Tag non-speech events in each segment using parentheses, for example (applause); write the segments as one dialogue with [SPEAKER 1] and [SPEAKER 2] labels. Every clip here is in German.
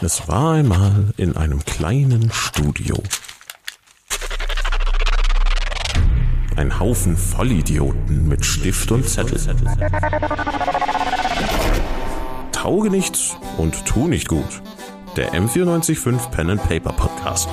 [SPEAKER 1] Es war einmal in einem kleinen Studio. Ein Haufen Vollidioten mit Stift und Zettel. Tauge nichts und tu nicht gut. Der M945 Pen and Paper Podcast.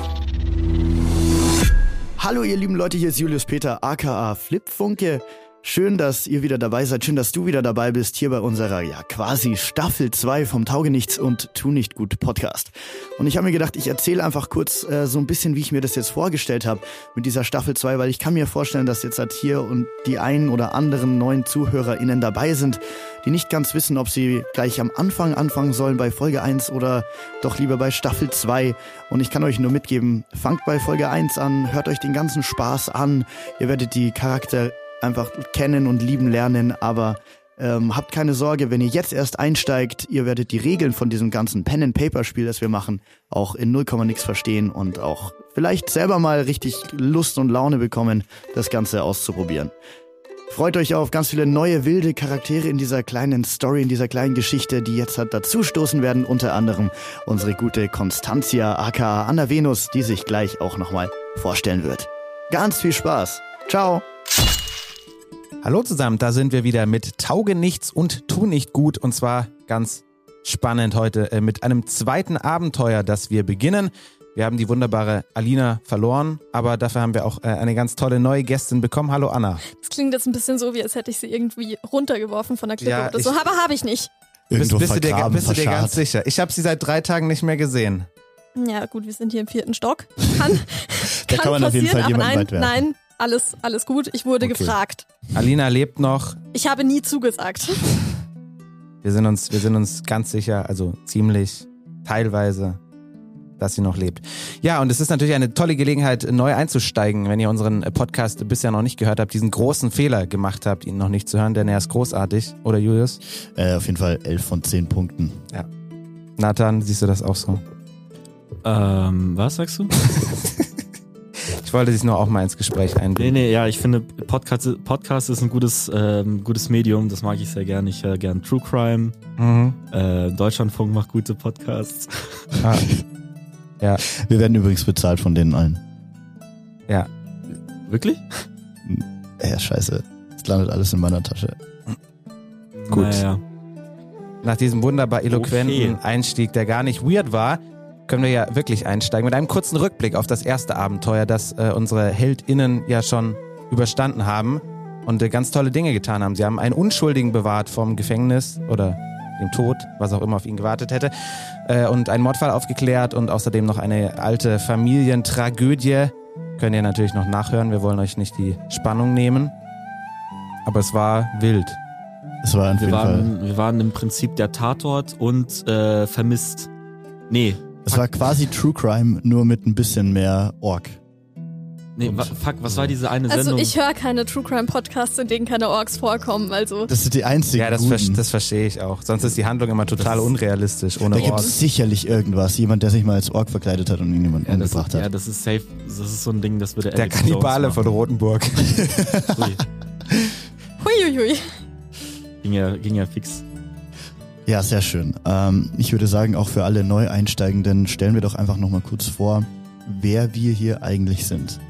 [SPEAKER 2] Hallo ihr lieben Leute, hier ist Julius Peter aka Flipfunke. Schön, dass ihr wieder dabei seid, schön, dass du wieder dabei bist hier bei unserer ja quasi Staffel 2 vom Taugenichts und Tu nicht gut Podcast. Und ich habe mir gedacht, ich erzähle einfach kurz äh, so ein bisschen, wie ich mir das jetzt vorgestellt habe mit dieser Staffel 2, weil ich kann mir vorstellen, dass jetzt halt hier und die einen oder anderen neuen ZuhörerInnen dabei sind, die nicht ganz wissen, ob sie gleich am Anfang anfangen sollen bei Folge 1 oder doch lieber bei Staffel 2. Und ich kann euch nur mitgeben, fangt bei Folge 1 an, hört euch den ganzen Spaß an, ihr werdet die Charakter einfach kennen und lieben lernen, aber ähm, habt keine Sorge, wenn ihr jetzt erst einsteigt, ihr werdet die Regeln von diesem ganzen Pen-and-Paper-Spiel, das wir machen, auch in 0, nix verstehen und auch vielleicht selber mal richtig Lust und Laune bekommen, das Ganze auszuprobieren. Freut euch auf ganz viele neue wilde Charaktere in dieser kleinen Story, in dieser kleinen Geschichte, die jetzt halt dazu stoßen werden. Unter anderem unsere gute Constantia aka Anna Venus, die sich gleich auch nochmal vorstellen wird. Ganz viel Spaß. Ciao.
[SPEAKER 3] Hallo zusammen, da sind wir wieder mit Tauge nichts und tu nicht gut und zwar ganz spannend heute äh, mit einem zweiten Abenteuer, das wir beginnen. Wir haben die wunderbare Alina verloren, aber dafür haben wir auch äh, eine ganz tolle neue Gästin bekommen. Hallo Anna.
[SPEAKER 4] Das klingt jetzt ein bisschen so, wie als hätte ich sie irgendwie runtergeworfen von der Klippe
[SPEAKER 3] Ja,
[SPEAKER 4] oder so.
[SPEAKER 3] ich-
[SPEAKER 4] Aber habe ich nicht.
[SPEAKER 3] Bist,
[SPEAKER 2] Irgendwo
[SPEAKER 3] bist, du dir,
[SPEAKER 2] vergraben,
[SPEAKER 3] bist du dir
[SPEAKER 2] verscharrt.
[SPEAKER 3] ganz sicher? Ich habe sie seit drei Tagen nicht mehr gesehen.
[SPEAKER 4] Ja, gut, wir sind hier im vierten Stock. Kann,
[SPEAKER 2] Da kann man auf jeden Fall
[SPEAKER 4] passieren, aber
[SPEAKER 2] jemanden
[SPEAKER 4] nein,
[SPEAKER 2] weit werfen.
[SPEAKER 4] nein, alles, alles gut. Ich wurde
[SPEAKER 2] Okay.
[SPEAKER 4] gefragt.
[SPEAKER 3] Alina lebt noch.
[SPEAKER 4] Ich habe nie zugesagt.
[SPEAKER 3] Wir sind uns, wir sind uns ganz sicher, also ziemlich, teilweise, dass sie noch lebt. Ja, und es ist natürlich eine tolle Gelegenheit, neu einzusteigen, wenn ihr unseren Podcast bisher noch nicht gehört habt, diesen großen Fehler gemacht habt, ihn noch nicht zu hören, denn er ist großartig. Oder Julius?
[SPEAKER 2] Äh, auf jeden Fall 11 von 10 Punkten.
[SPEAKER 3] Nathan, siehst du das auch so?
[SPEAKER 5] Ähm, was sagst du?
[SPEAKER 3] Ich wollte dich nur auch mal ins Gespräch
[SPEAKER 5] Nee,
[SPEAKER 3] einbinden.
[SPEAKER 5] nee, ja, ich finde, Podcast, Podcast ist ein gutes, ähm, gutes Medium, das mag ich sehr gern. Ich höre gern True Crime.
[SPEAKER 3] Mhm.
[SPEAKER 5] Äh, Deutschlandfunk macht gute Podcasts.
[SPEAKER 3] Ah,
[SPEAKER 2] Wir werden übrigens bezahlt von denen allen.
[SPEAKER 5] Wirklich?
[SPEAKER 2] Ja, scheiße. Es landet alles in meiner Tasche.
[SPEAKER 3] Gut.
[SPEAKER 5] Naja.
[SPEAKER 3] nach diesem wunderbar eloquenten
[SPEAKER 5] Okay.
[SPEAKER 3] Einstieg, der gar nicht weird war, können wir ja wirklich einsteigen mit einem kurzen Rückblick auf das erste Abenteuer, das äh, unsere HeldInnen ja schon überstanden haben und äh, ganz tolle Dinge getan haben. Sie haben einen Unschuldigen bewahrt vom Gefängnis oder dem Tod, was auch immer auf ihn gewartet hätte, äh, und einen Mordfall aufgeklärt und außerdem noch eine alte Familientragödie. Könnt ihr natürlich noch nachhören, wir wollen euch nicht die Spannung nehmen. Aber es war wild.
[SPEAKER 2] Es war auf
[SPEAKER 5] Wir
[SPEAKER 2] jeden Fall.
[SPEAKER 5] waren, wir waren im Prinzip der Tatort und äh, vermisst. Nee,
[SPEAKER 2] Es war quasi True Crime, nur mit ein bisschen mehr Org.
[SPEAKER 5] nee,
[SPEAKER 2] Und-
[SPEAKER 5] wa fuck, was war diese eine
[SPEAKER 4] Also
[SPEAKER 5] Sendung?
[SPEAKER 4] ich höre keine True Crime Podcasts, in denen keine Orks vorkommen. Also
[SPEAKER 2] Das sind die einzigen.
[SPEAKER 3] Ja, das, ver
[SPEAKER 2] guten.
[SPEAKER 3] das verstehe ich auch. Sonst ist die Handlung immer total
[SPEAKER 5] Das-
[SPEAKER 3] unrealistisch, ohne
[SPEAKER 2] da gibt
[SPEAKER 3] Ort.
[SPEAKER 2] es sicherlich irgendwas. Jemand, der sich mal als Org verkleidet hat und ihn jemand
[SPEAKER 5] ja, das,
[SPEAKER 2] umgebracht
[SPEAKER 5] ja,
[SPEAKER 2] hat.
[SPEAKER 5] das ist safe. Das ist so ein Ding, das würde
[SPEAKER 3] Der
[SPEAKER 5] Alex
[SPEAKER 3] Kannibale
[SPEAKER 5] Jones
[SPEAKER 3] von Rotenburg.
[SPEAKER 5] machen. Ui,
[SPEAKER 4] huiuiui.
[SPEAKER 5] ging, ja, ging ja fix.
[SPEAKER 2] Ja, sehr schön. Ähm, ich würde sagen, auch für alle Neueinsteigenden stellen wir doch einfach nochmal kurz vor, wer wir hier eigentlich sind.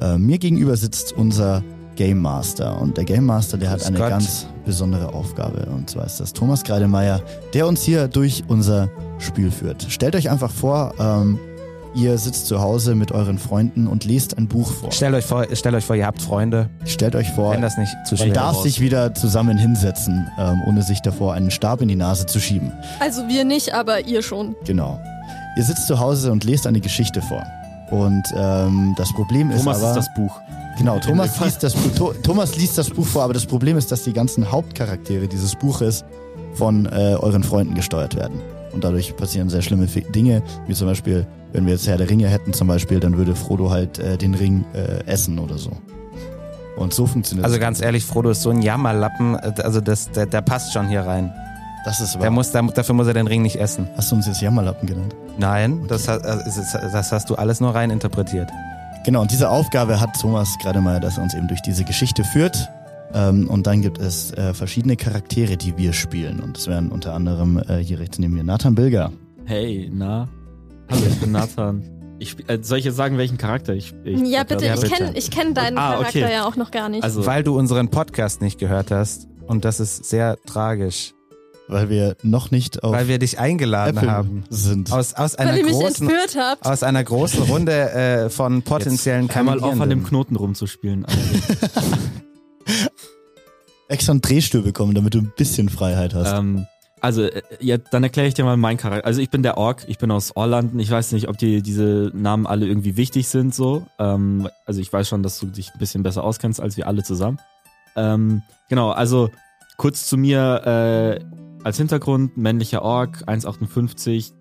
[SPEAKER 2] Äh, mir gegenüber sitzt unser Game Master und der Game Master, der hat
[SPEAKER 3] Grüß
[SPEAKER 2] eine
[SPEAKER 3] Gott.
[SPEAKER 2] ganz besondere Aufgabe und zwar ist das Thomas Kreidemeier, der uns hier durch unser Spiel führt. Stellt euch einfach vor, ähm, ihr sitzt zu Hause mit euren Freunden und lest ein Buch vor.
[SPEAKER 3] (laughs) Stellt euch, vor, stellt euch vor, ihr habt Freunde.
[SPEAKER 2] Stellt euch vor,
[SPEAKER 3] Wenn das nicht zu
[SPEAKER 2] man
[SPEAKER 3] schwer
[SPEAKER 2] darf
[SPEAKER 3] ist.
[SPEAKER 2] sich wieder zusammen hinsetzen, ähm, ohne sich davor einen Stab in die Nase zu schieben.
[SPEAKER 4] Also wir nicht, aber ihr schon.
[SPEAKER 2] Genau. Ihr sitzt zu Hause und lest eine Geschichte vor. Und ähm, das Problem ist
[SPEAKER 5] Thomas
[SPEAKER 2] aber,
[SPEAKER 5] ist das Buch.
[SPEAKER 2] genau Thomas
[SPEAKER 5] Fall.
[SPEAKER 2] liest das Bu- Tho- Thomas liest das Buch vor, aber das Problem ist, dass die ganzen Hauptcharaktere dieses Buches von äh, euren Freunden gesteuert werden und dadurch passieren sehr schlimme Fi- Dinge, wie zum Beispiel, wenn wir jetzt Herr der Ringe hätten zum Beispiel, dann würde Frodo halt äh, den Ring äh, essen oder so. Und so funktioniert
[SPEAKER 3] Also
[SPEAKER 2] das.
[SPEAKER 3] ganz ehrlich, Frodo ist so ein Jammerlappen. Also das, der, der passt schon hier rein.
[SPEAKER 2] Das ist
[SPEAKER 3] Der
[SPEAKER 2] wahr.
[SPEAKER 3] muss, der, dafür muss er den Ring nicht essen.
[SPEAKER 2] Hast du uns jetzt Jammerlappen genannt?
[SPEAKER 3] Nein, das, hat- das ist- das hast du alles nur rein interpretiert.
[SPEAKER 2] Genau, und diese Aufgabe hat Thomas gerade mal, dass er uns eben durch diese Geschichte führt. Ähm, und dann gibt es äh, verschiedene Charaktere, die wir spielen. Und es wären unter anderem, äh, hier rechts neben mir, Nathan Bilger,
[SPEAKER 5] Hey, na? Hallo, ich bin Nathan. Ich, sp- äh, soll ich jetzt sagen, welchen Charakter ich ich
[SPEAKER 4] ja, bitte,
[SPEAKER 5] verkörper?
[SPEAKER 4] ich kenne ich kenn deinen
[SPEAKER 5] Ah, okay.
[SPEAKER 4] Charakter ja auch noch gar nicht.
[SPEAKER 5] Also,
[SPEAKER 3] Weil du unseren Podcast nicht gehört hast. Und das ist sehr tragisch.
[SPEAKER 2] Weil wir noch nicht auf
[SPEAKER 3] Weil wir dich eingeladen
[SPEAKER 2] Apple
[SPEAKER 3] haben.
[SPEAKER 2] sind.
[SPEAKER 3] Aus, aus,
[SPEAKER 4] Weil
[SPEAKER 3] einer
[SPEAKER 4] ihr mich
[SPEAKER 3] großen, Ah.
[SPEAKER 4] entführt habt.
[SPEAKER 3] aus einer großen Runde äh, von potenziellen
[SPEAKER 5] einmal auf an dem
[SPEAKER 3] Kandidierenden.
[SPEAKER 5] Knoten rumzuspielen.
[SPEAKER 2] (laughs) Extra einen Drehstuhl bekommen, damit du ein bisschen Freiheit hast.
[SPEAKER 5] ähm, also, äh, ja, dann erkläre ich dir mal meinen Charakter. Also, ich bin der Ork, ich bin aus Orlanden. Ich weiß nicht, ob dir diese Namen alle irgendwie wichtig sind, so. Ähm, also, ich weiß schon, dass du dich ein bisschen besser auskennst als wir alle zusammen. Ähm, genau, also, kurz zu mir äh, als Hintergrund: männlicher Ork, 1,58.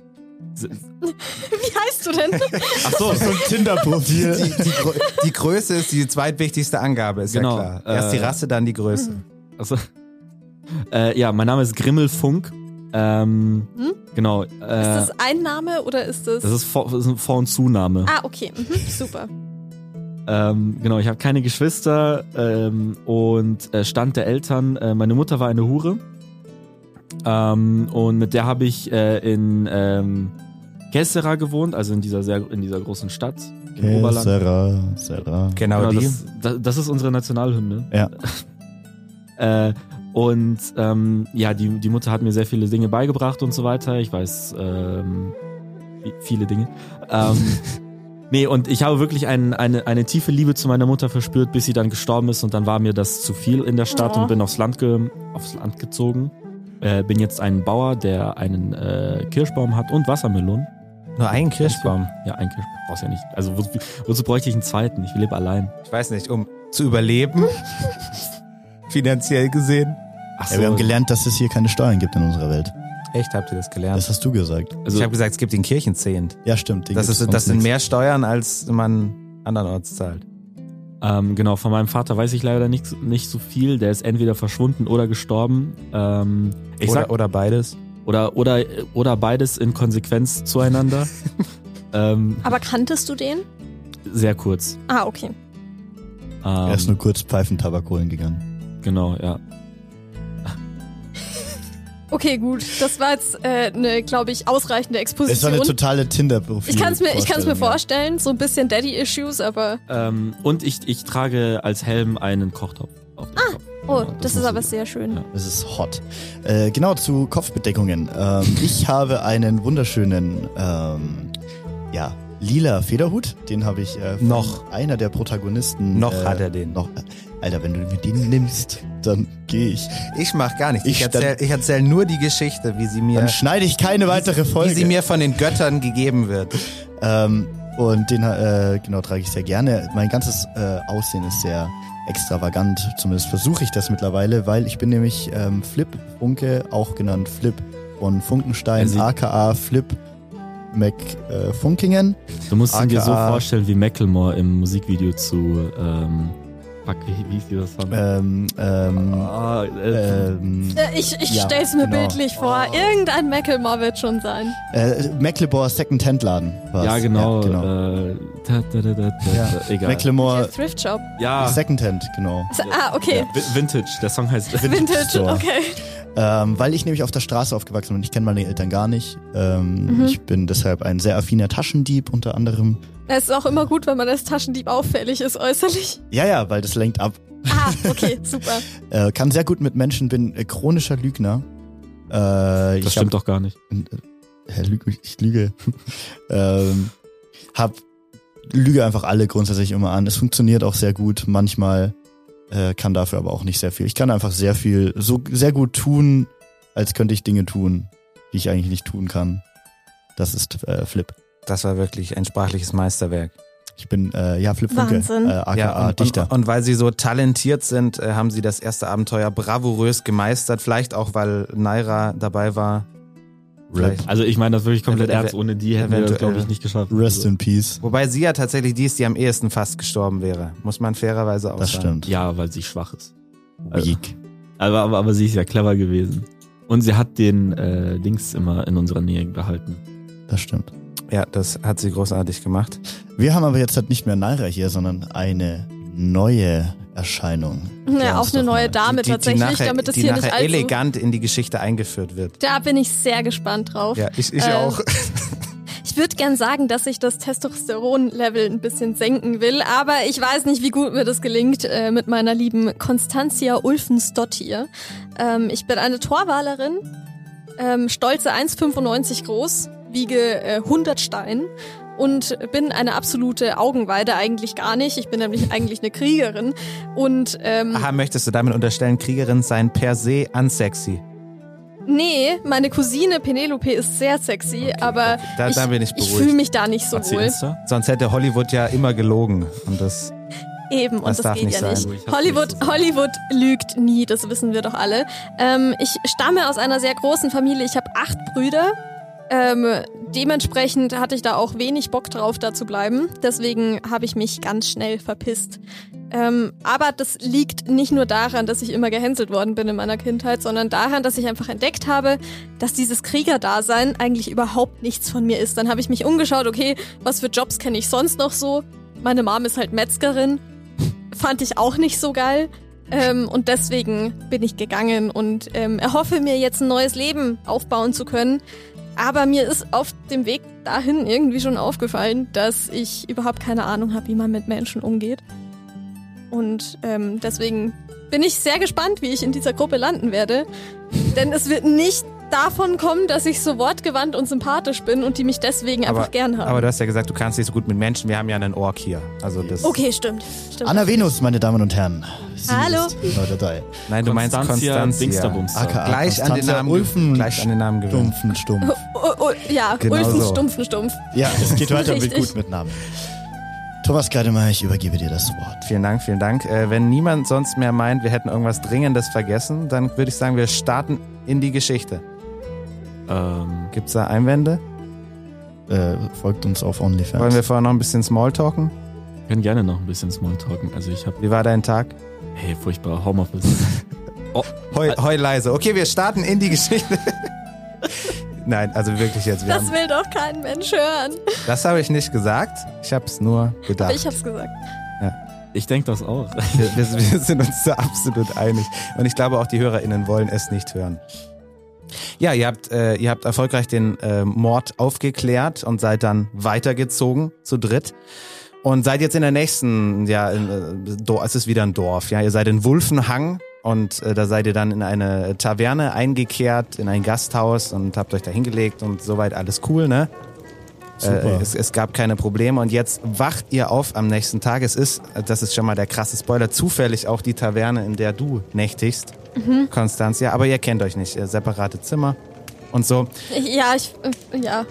[SPEAKER 4] Wie heißt du denn?
[SPEAKER 5] Ach so,
[SPEAKER 2] so ein
[SPEAKER 3] (laughs)
[SPEAKER 2] Tinder-Profil.
[SPEAKER 3] Die, die, Grö- die Größe ist die zweitwichtigste Angabe, ist
[SPEAKER 5] Genau,
[SPEAKER 3] ja klar. Erst die
[SPEAKER 5] äh,
[SPEAKER 3] Rasse, dann die Größe.
[SPEAKER 5] Also, (laughs) äh, ja, mein Name ist Grimmelfunk. Ähm,
[SPEAKER 4] Hm?
[SPEAKER 5] Genau. Äh,
[SPEAKER 4] ist
[SPEAKER 5] das,
[SPEAKER 4] das ein Name oder ist das.
[SPEAKER 5] ist Vor- das ist ein Vor- und Zunahme.
[SPEAKER 4] ah, okay. Mhm, super. Ah.
[SPEAKER 5] Ähm, genau, ich habe keine Geschwister ähm, und äh, Stand der Eltern. Äh, meine Mutter war eine Hure. Ähm, und mit der habe ich äh, in ähm, Kessera gewohnt, also in dieser, sehr, in dieser großen Stadt im Oberland.
[SPEAKER 2] Sarah, Sarah.
[SPEAKER 3] Genau,
[SPEAKER 5] Genau,
[SPEAKER 3] die.
[SPEAKER 5] das, das, das ist unsere Nationalhymne.
[SPEAKER 2] Ja.
[SPEAKER 5] (laughs) äh, und ähm, ja, die, die Mutter hat mir sehr viele Dinge beigebracht und so weiter. Ich weiß ähm, vi- viele Dinge.
[SPEAKER 2] (laughs)
[SPEAKER 5] Ähm, nee, und ich habe wirklich ein, eine, eine tiefe Liebe zu meiner Mutter verspürt, bis sie dann gestorben ist. Und dann war mir das zu viel in der Stadt
[SPEAKER 4] Oh.
[SPEAKER 5] und bin aufs Land, ge aufs Land gezogen. Äh, bin jetzt ein Bauer, der einen äh, Kirschbaum hat und Wassermelonen.
[SPEAKER 3] Nur ein Kirschbaum.
[SPEAKER 5] Ja, ein Kirschbaum brauchst ja nicht. Also wozu, wozu bräuchte ich einen zweiten? Ich lebe allein.
[SPEAKER 3] Ich weiß nicht, um zu überleben. Finanziell gesehen.
[SPEAKER 5] Ach
[SPEAKER 2] Ja, wir haben gelernt, dass es hier keine Steuern gibt in unserer Welt.
[SPEAKER 3] Echt, habt ihr das gelernt?
[SPEAKER 2] Das hast du gesagt.
[SPEAKER 5] also,
[SPEAKER 3] ich habe gesagt, es gibt den Kirchenzehnt.
[SPEAKER 2] Ja, stimmt. den
[SPEAKER 3] Das,
[SPEAKER 2] gibt's
[SPEAKER 3] ist, das
[SPEAKER 2] sonst
[SPEAKER 3] sind
[SPEAKER 2] nix.
[SPEAKER 3] mehr Steuern, als man andernorts zahlt.
[SPEAKER 5] Ähm, genau, von meinem Vater weiß ich leider nicht, nicht so viel. Der ist entweder verschwunden oder gestorben. Ähm, ich
[SPEAKER 3] oder,
[SPEAKER 5] sag,
[SPEAKER 3] oder beides.
[SPEAKER 5] oder, oder, oder beides in
[SPEAKER 2] (laughs)
[SPEAKER 5] Konsequenz zueinander. ähm,
[SPEAKER 4] Aber kanntest du den?
[SPEAKER 5] sehr kurz.
[SPEAKER 4] Ah, okay.
[SPEAKER 5] Ähm,
[SPEAKER 2] Er ist nur kurz Pfeifentabak holen gegangen.
[SPEAKER 5] genau, ja.
[SPEAKER 4] Okay, gut. Das war jetzt äh, eine, glaube ich, ausreichende
[SPEAKER 2] Das war eine
[SPEAKER 4] Exposition.
[SPEAKER 2] totale Tinder-Profil.
[SPEAKER 4] Ich kann es mir, ich kann's mir
[SPEAKER 2] Vorstellung, ja.
[SPEAKER 4] vorstellen. So ein bisschen Daddy-Issues, aber.
[SPEAKER 5] Ähm, und ich, ich trage als Helm einen Kochtopf auf dem Kopf.
[SPEAKER 4] Oh,
[SPEAKER 5] Genau,
[SPEAKER 4] das, ist
[SPEAKER 5] muss
[SPEAKER 4] aber
[SPEAKER 5] ich-
[SPEAKER 4] sehr schön.
[SPEAKER 5] Ja.
[SPEAKER 2] Es ist hot. Äh, genau, zu Kopfbedeckungen.
[SPEAKER 4] (laughs)
[SPEAKER 2] Ähm, ich habe einen wunderschönen, ähm, ja, lila Federhut. Den habe ich äh, von
[SPEAKER 3] Noch.
[SPEAKER 2] einer der Protagonisten.
[SPEAKER 3] Noch
[SPEAKER 2] äh,
[SPEAKER 3] hat er den.
[SPEAKER 2] Noch. Alter, wenn du mir den nimmst, dann gehe ich.
[SPEAKER 3] Ich mach gar nichts. Ich,
[SPEAKER 2] Ich
[SPEAKER 3] erzähl-
[SPEAKER 2] stand-
[SPEAKER 3] ich erzähle erzähl nur die Geschichte, wie sie mir,
[SPEAKER 2] Dann schneide ich keine weitere
[SPEAKER 3] wie
[SPEAKER 2] Folge.
[SPEAKER 3] sie mir von den Göttern gegeben wird.
[SPEAKER 2] Ähm, und den äh, genau trage ich sehr gerne. Mein ganzes äh, Aussehen ist sehr extravagant. Zumindest versuche ich das mittlerweile, weil ich bin nämlich ähm, Flip Funke, auch genannt Flip von Funkenstein,
[SPEAKER 5] Also-
[SPEAKER 2] aka Flip McFunkingen. Äh, Funkingen.
[SPEAKER 5] Du musst ihn dir so
[SPEAKER 2] AKA.
[SPEAKER 5] vorstellen wie Macklemore im Musikvideo zu. Ähm, fuck, wie, wie hieß die das? Song?
[SPEAKER 2] Ähm, ähm,
[SPEAKER 5] Ah, äh,
[SPEAKER 2] ähm,
[SPEAKER 4] Äh, Ich, ich
[SPEAKER 2] Ja,
[SPEAKER 4] stell's mir
[SPEAKER 2] genau.
[SPEAKER 4] bildlich vor. Irgendein Macklemore wird schon sein.
[SPEAKER 2] äh, Mecklemore Second Hand Laden. war's.
[SPEAKER 5] ja, genau.
[SPEAKER 2] Ja, genau.
[SPEAKER 5] Äh, da, da, da, da, da,
[SPEAKER 2] Ja.
[SPEAKER 5] Egal. Ah.
[SPEAKER 4] Der
[SPEAKER 2] Mecklemore
[SPEAKER 4] Thrift Shop.
[SPEAKER 5] ja.
[SPEAKER 2] Second Hand, genau.
[SPEAKER 4] Ah, okay.
[SPEAKER 5] Vi- Vintage, der Song heißt
[SPEAKER 4] Vintage,
[SPEAKER 2] Store.
[SPEAKER 4] okay.
[SPEAKER 2] Ähm, weil ich nämlich auf der Straße aufgewachsen bin. Ich kenne meine Eltern gar nicht. Ähm, Ich bin deshalb ein sehr affiner Taschendieb unter anderem.
[SPEAKER 4] Es ist auch immer gut, wenn man als Taschendieb auffällig ist, äußerlich.
[SPEAKER 2] Ja, ja, weil das lenkt ab.
[SPEAKER 4] Ah, okay, super.
[SPEAKER 2] Äh, kann sehr gut mit Menschen, bin äh, chronischer Lügner. Äh,
[SPEAKER 5] Das
[SPEAKER 2] ich hab-
[SPEAKER 5] stimmt doch gar nicht.
[SPEAKER 2] Hä, äh, lüg mich, ich lüge. (laughs) ähm, hab lüge einfach alle grundsätzlich immer an. Es funktioniert auch sehr gut. Manchmal äh, kann dafür aber auch nicht sehr viel. Ich kann einfach sehr viel, so sehr gut tun, als könnte ich Dinge tun, die ich eigentlich nicht tun kann. Das ist äh, Flip.
[SPEAKER 3] Das war wirklich ein sprachliches Meisterwerk.
[SPEAKER 2] Ich bin äh, ja Flip Funke,
[SPEAKER 4] Wahnsinn.
[SPEAKER 2] äh, aka
[SPEAKER 3] und,
[SPEAKER 2] Dichter.
[SPEAKER 3] Und, und weil sie so talentiert sind, äh, haben sie das erste Abenteuer bravourös gemeistert. Vielleicht auch, weil Naira dabei war. Vielleicht.
[SPEAKER 5] Also ich meine das wirklich komplett
[SPEAKER 3] Ev- ev-
[SPEAKER 5] ernst. Ohne die hätten wir das,
[SPEAKER 3] eventuell.
[SPEAKER 5] glaube ich, nicht geschafft. Also,
[SPEAKER 2] Rest in Peace.
[SPEAKER 3] Wobei sie ja tatsächlich die ist, die am ehesten fast gestorben wäre. Muss man fairerweise auch
[SPEAKER 2] Das
[SPEAKER 3] sagen.
[SPEAKER 2] stimmt.
[SPEAKER 5] Ja, weil sie schwach ist. Also-
[SPEAKER 2] Weak.
[SPEAKER 5] Aber, aber, aber sie ist ja clever gewesen. Und sie hat den äh, Dings immer in unserer Nähe behalten.
[SPEAKER 2] Das stimmt.
[SPEAKER 3] Ja, das hat sie großartig gemacht.
[SPEAKER 2] Wir haben aber jetzt halt nicht mehr Naira hier, sondern eine neue Erscheinung.
[SPEAKER 4] Naja, auch
[SPEAKER 2] uns
[SPEAKER 4] eine
[SPEAKER 2] doch
[SPEAKER 4] neue
[SPEAKER 2] mal.
[SPEAKER 3] die,
[SPEAKER 4] Dame
[SPEAKER 3] die
[SPEAKER 4] tatsächlich,
[SPEAKER 3] nachher,
[SPEAKER 4] damit das
[SPEAKER 3] die
[SPEAKER 4] hier
[SPEAKER 3] nachher
[SPEAKER 4] nicht allzu...
[SPEAKER 3] elegant in die Geschichte eingeführt wird.
[SPEAKER 4] Da bin ich sehr gespannt drauf.
[SPEAKER 3] Ja, ich, ich
[SPEAKER 4] Ähm,
[SPEAKER 3] auch. (laughs)
[SPEAKER 4] Ich würde gern sagen, dass ich das Testosteron-Level ein bisschen senken will, aber ich weiß nicht, wie gut mir das gelingt äh, mit meiner lieben Constantia Ulfensdottir. Ähm, ich bin eine Torwalerin, ähm, stolze 1,95 groß, wiege äh, 100 Stein und bin eine absolute Augenweide eigentlich gar nicht. Ich bin nämlich (laughs) eigentlich eine Kriegerin und ähm,
[SPEAKER 3] Aha, Ah, möchtest du damit unterstellen, Kriegerin seien per se unsexy?
[SPEAKER 4] nee, meine Cousine Penelope ist sehr sexy, aber
[SPEAKER 3] Da,
[SPEAKER 4] ich,
[SPEAKER 3] da bin ich
[SPEAKER 4] ich fühle
[SPEAKER 3] beruhigt.
[SPEAKER 4] mich da nicht so
[SPEAKER 5] Hat sie
[SPEAKER 4] wohl.
[SPEAKER 5] Insta?
[SPEAKER 3] Sonst hätte Hollywood ja immer gelogen. Und das,
[SPEAKER 4] Eben, und
[SPEAKER 3] Das
[SPEAKER 4] das,
[SPEAKER 3] darf
[SPEAKER 4] geht
[SPEAKER 3] nicht
[SPEAKER 4] ja
[SPEAKER 3] sein.
[SPEAKER 5] Ruhig,
[SPEAKER 4] nicht.
[SPEAKER 5] hast
[SPEAKER 4] Hollywood,
[SPEAKER 5] nichts zu sagen.
[SPEAKER 4] Hollywood lügt nie, das wissen wir doch alle. Ähm, ich stamme aus einer sehr großen Familie, ich habe acht Brüder. Ähm, dementsprechend hatte ich da auch wenig Bock drauf, da zu bleiben. Deswegen habe ich mich ganz schnell verpisst. Ähm, aber das liegt nicht nur daran, dass ich immer gehänselt worden bin in meiner Kindheit, sondern daran, dass ich einfach entdeckt habe, dass dieses Kriegerdasein eigentlich überhaupt nichts von mir ist. Dann habe ich mich umgeschaut, okay, was für Jobs kenne ich sonst noch so? Meine Mom ist halt Metzgerin, fand ich auch nicht so geil. Ähm, und deswegen bin ich gegangen und ähm, erhoffe mir jetzt ein neues Leben aufbauen zu können. Aber mir ist auf dem Weg dahin irgendwie schon aufgefallen, dass ich überhaupt keine Ahnung habe, wie man mit Menschen umgeht. Und ähm, deswegen bin ich sehr gespannt, wie ich in dieser Gruppe landen werde. Denn es wird nicht davon kommen, dass ich so wortgewandt und sympathisch bin und die mich deswegen
[SPEAKER 3] aber,
[SPEAKER 4] einfach gern haben.
[SPEAKER 3] aber du hast ja gesagt, du kannst nicht so gut mit Menschen. Wir haben ja einen Ork hier. Also das.
[SPEAKER 4] okay, stimmt. stimmt.
[SPEAKER 2] Anna Venus, meine Damen und Herren. Sie
[SPEAKER 4] Hallo.
[SPEAKER 2] Ist hier heute dabei.
[SPEAKER 3] Nein, du meinst Ah, Konstanzia.
[SPEAKER 5] Dingsterbumster.
[SPEAKER 2] AKA
[SPEAKER 3] Gleich an, den
[SPEAKER 2] Constantia
[SPEAKER 3] Namen,
[SPEAKER 2] Ulfen.
[SPEAKER 3] gleich an den Namen gewöhnt.
[SPEAKER 2] Stumpfen, stumpf.
[SPEAKER 4] Oh, oh, ja,
[SPEAKER 3] Genau
[SPEAKER 4] Ulfen,
[SPEAKER 3] so.
[SPEAKER 4] Stumpfen, Stumpf.
[SPEAKER 2] Ja, es geht weiter mit
[SPEAKER 4] Richtig.
[SPEAKER 2] gut mit Namen. Thomas Kreidemeier, ich übergebe dir das Wort.
[SPEAKER 3] Vielen Dank, vielen Dank. Äh, wenn niemand sonst mehr meint, wir hätten irgendwas Dringendes vergessen, dann würde ich sagen, wir starten in die Geschichte.
[SPEAKER 5] Ähm,
[SPEAKER 3] Gibt's da Einwände?
[SPEAKER 2] Äh, folgt uns auf
[SPEAKER 3] Wollen
[SPEAKER 2] OnlyFans.
[SPEAKER 3] wir vorher noch ein bisschen Smalltalken?
[SPEAKER 5] ich kann gerne noch ein bisschen Smalltalken. Also ich habe,
[SPEAKER 3] Wie war dein Tag?
[SPEAKER 5] hey, furchtbar,
[SPEAKER 2] (laughs)
[SPEAKER 5] Homeoffice.
[SPEAKER 3] Heu, heu leise. Okay, wir starten in die Geschichte. (laughs) Nein, also wirklich jetzt. Wir
[SPEAKER 4] Das
[SPEAKER 3] haben,
[SPEAKER 4] will doch kein Mensch hören.
[SPEAKER 3] das habe ich nicht gesagt. Ich habe es nur
[SPEAKER 4] Aber
[SPEAKER 3] gedacht.
[SPEAKER 4] ich hab's gesagt.
[SPEAKER 5] Ich denke das auch.
[SPEAKER 2] (laughs)
[SPEAKER 3] Wir, wir, wir sind uns da absolut einig. Und ich glaube, auch die HörerInnen wollen es nicht hören. Ja, ihr habt, äh, ihr habt erfolgreich den äh, Mord aufgeklärt und seid dann weitergezogen zu dritt. Und seid jetzt in der nächsten, ja, in, äh, Dor- es ist wieder ein Dorf, ja. Ihr seid in Wulfenhang und äh, da seid ihr dann in eine Taverne eingekehrt, in ein Gasthaus und habt euch da hingelegt und soweit alles cool, ne? Äh,
[SPEAKER 2] Super.
[SPEAKER 3] es, es gab keine Probleme und jetzt wacht ihr auf am nächsten Tag. Es ist, äh, das ist schon mal der krasse Spoiler, zufällig auch die Taverne, in der du nächtigst, Konstanzia. Aber ihr kennt euch nicht, äh, separate Zimmer und so.
[SPEAKER 4] Ja, ich. äh, Ja.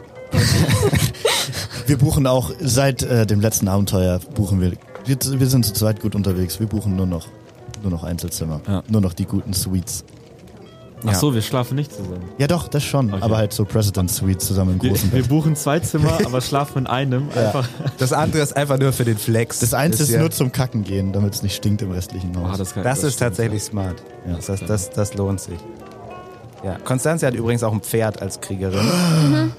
[SPEAKER 2] Wir buchen auch seit äh, dem letzten Abenteuer buchen wir. wir. Wir sind zu zweit gut unterwegs. Wir buchen nur noch nur noch Einzelzimmer.
[SPEAKER 5] Ja.
[SPEAKER 2] Nur noch die guten Suites.
[SPEAKER 5] Ach so, wir schlafen nicht zusammen.
[SPEAKER 2] Ja doch, das schon.
[SPEAKER 5] Okay.
[SPEAKER 2] Aber halt so President Suite zusammen im
[SPEAKER 5] Wir,
[SPEAKER 2] großen
[SPEAKER 5] wir
[SPEAKER 2] Bett.
[SPEAKER 5] buchen zwei
[SPEAKER 2] (laughs)
[SPEAKER 5] Zimmer, aber schlafen in einem. Einfach.
[SPEAKER 3] Das andere ist einfach nur für den Flex.
[SPEAKER 2] Das eins ist
[SPEAKER 3] ja-
[SPEAKER 2] nur zum Kacken gehen, damit es nicht stinkt im restlichen Haus.
[SPEAKER 5] kann,
[SPEAKER 3] Das, ist
[SPEAKER 5] stimmt,
[SPEAKER 3] tatsächlich smart.
[SPEAKER 2] Ja.
[SPEAKER 3] Das, das, das, das lohnt sich. Ja. Konstanze hat übrigens auch ein Pferd als Kriegerin.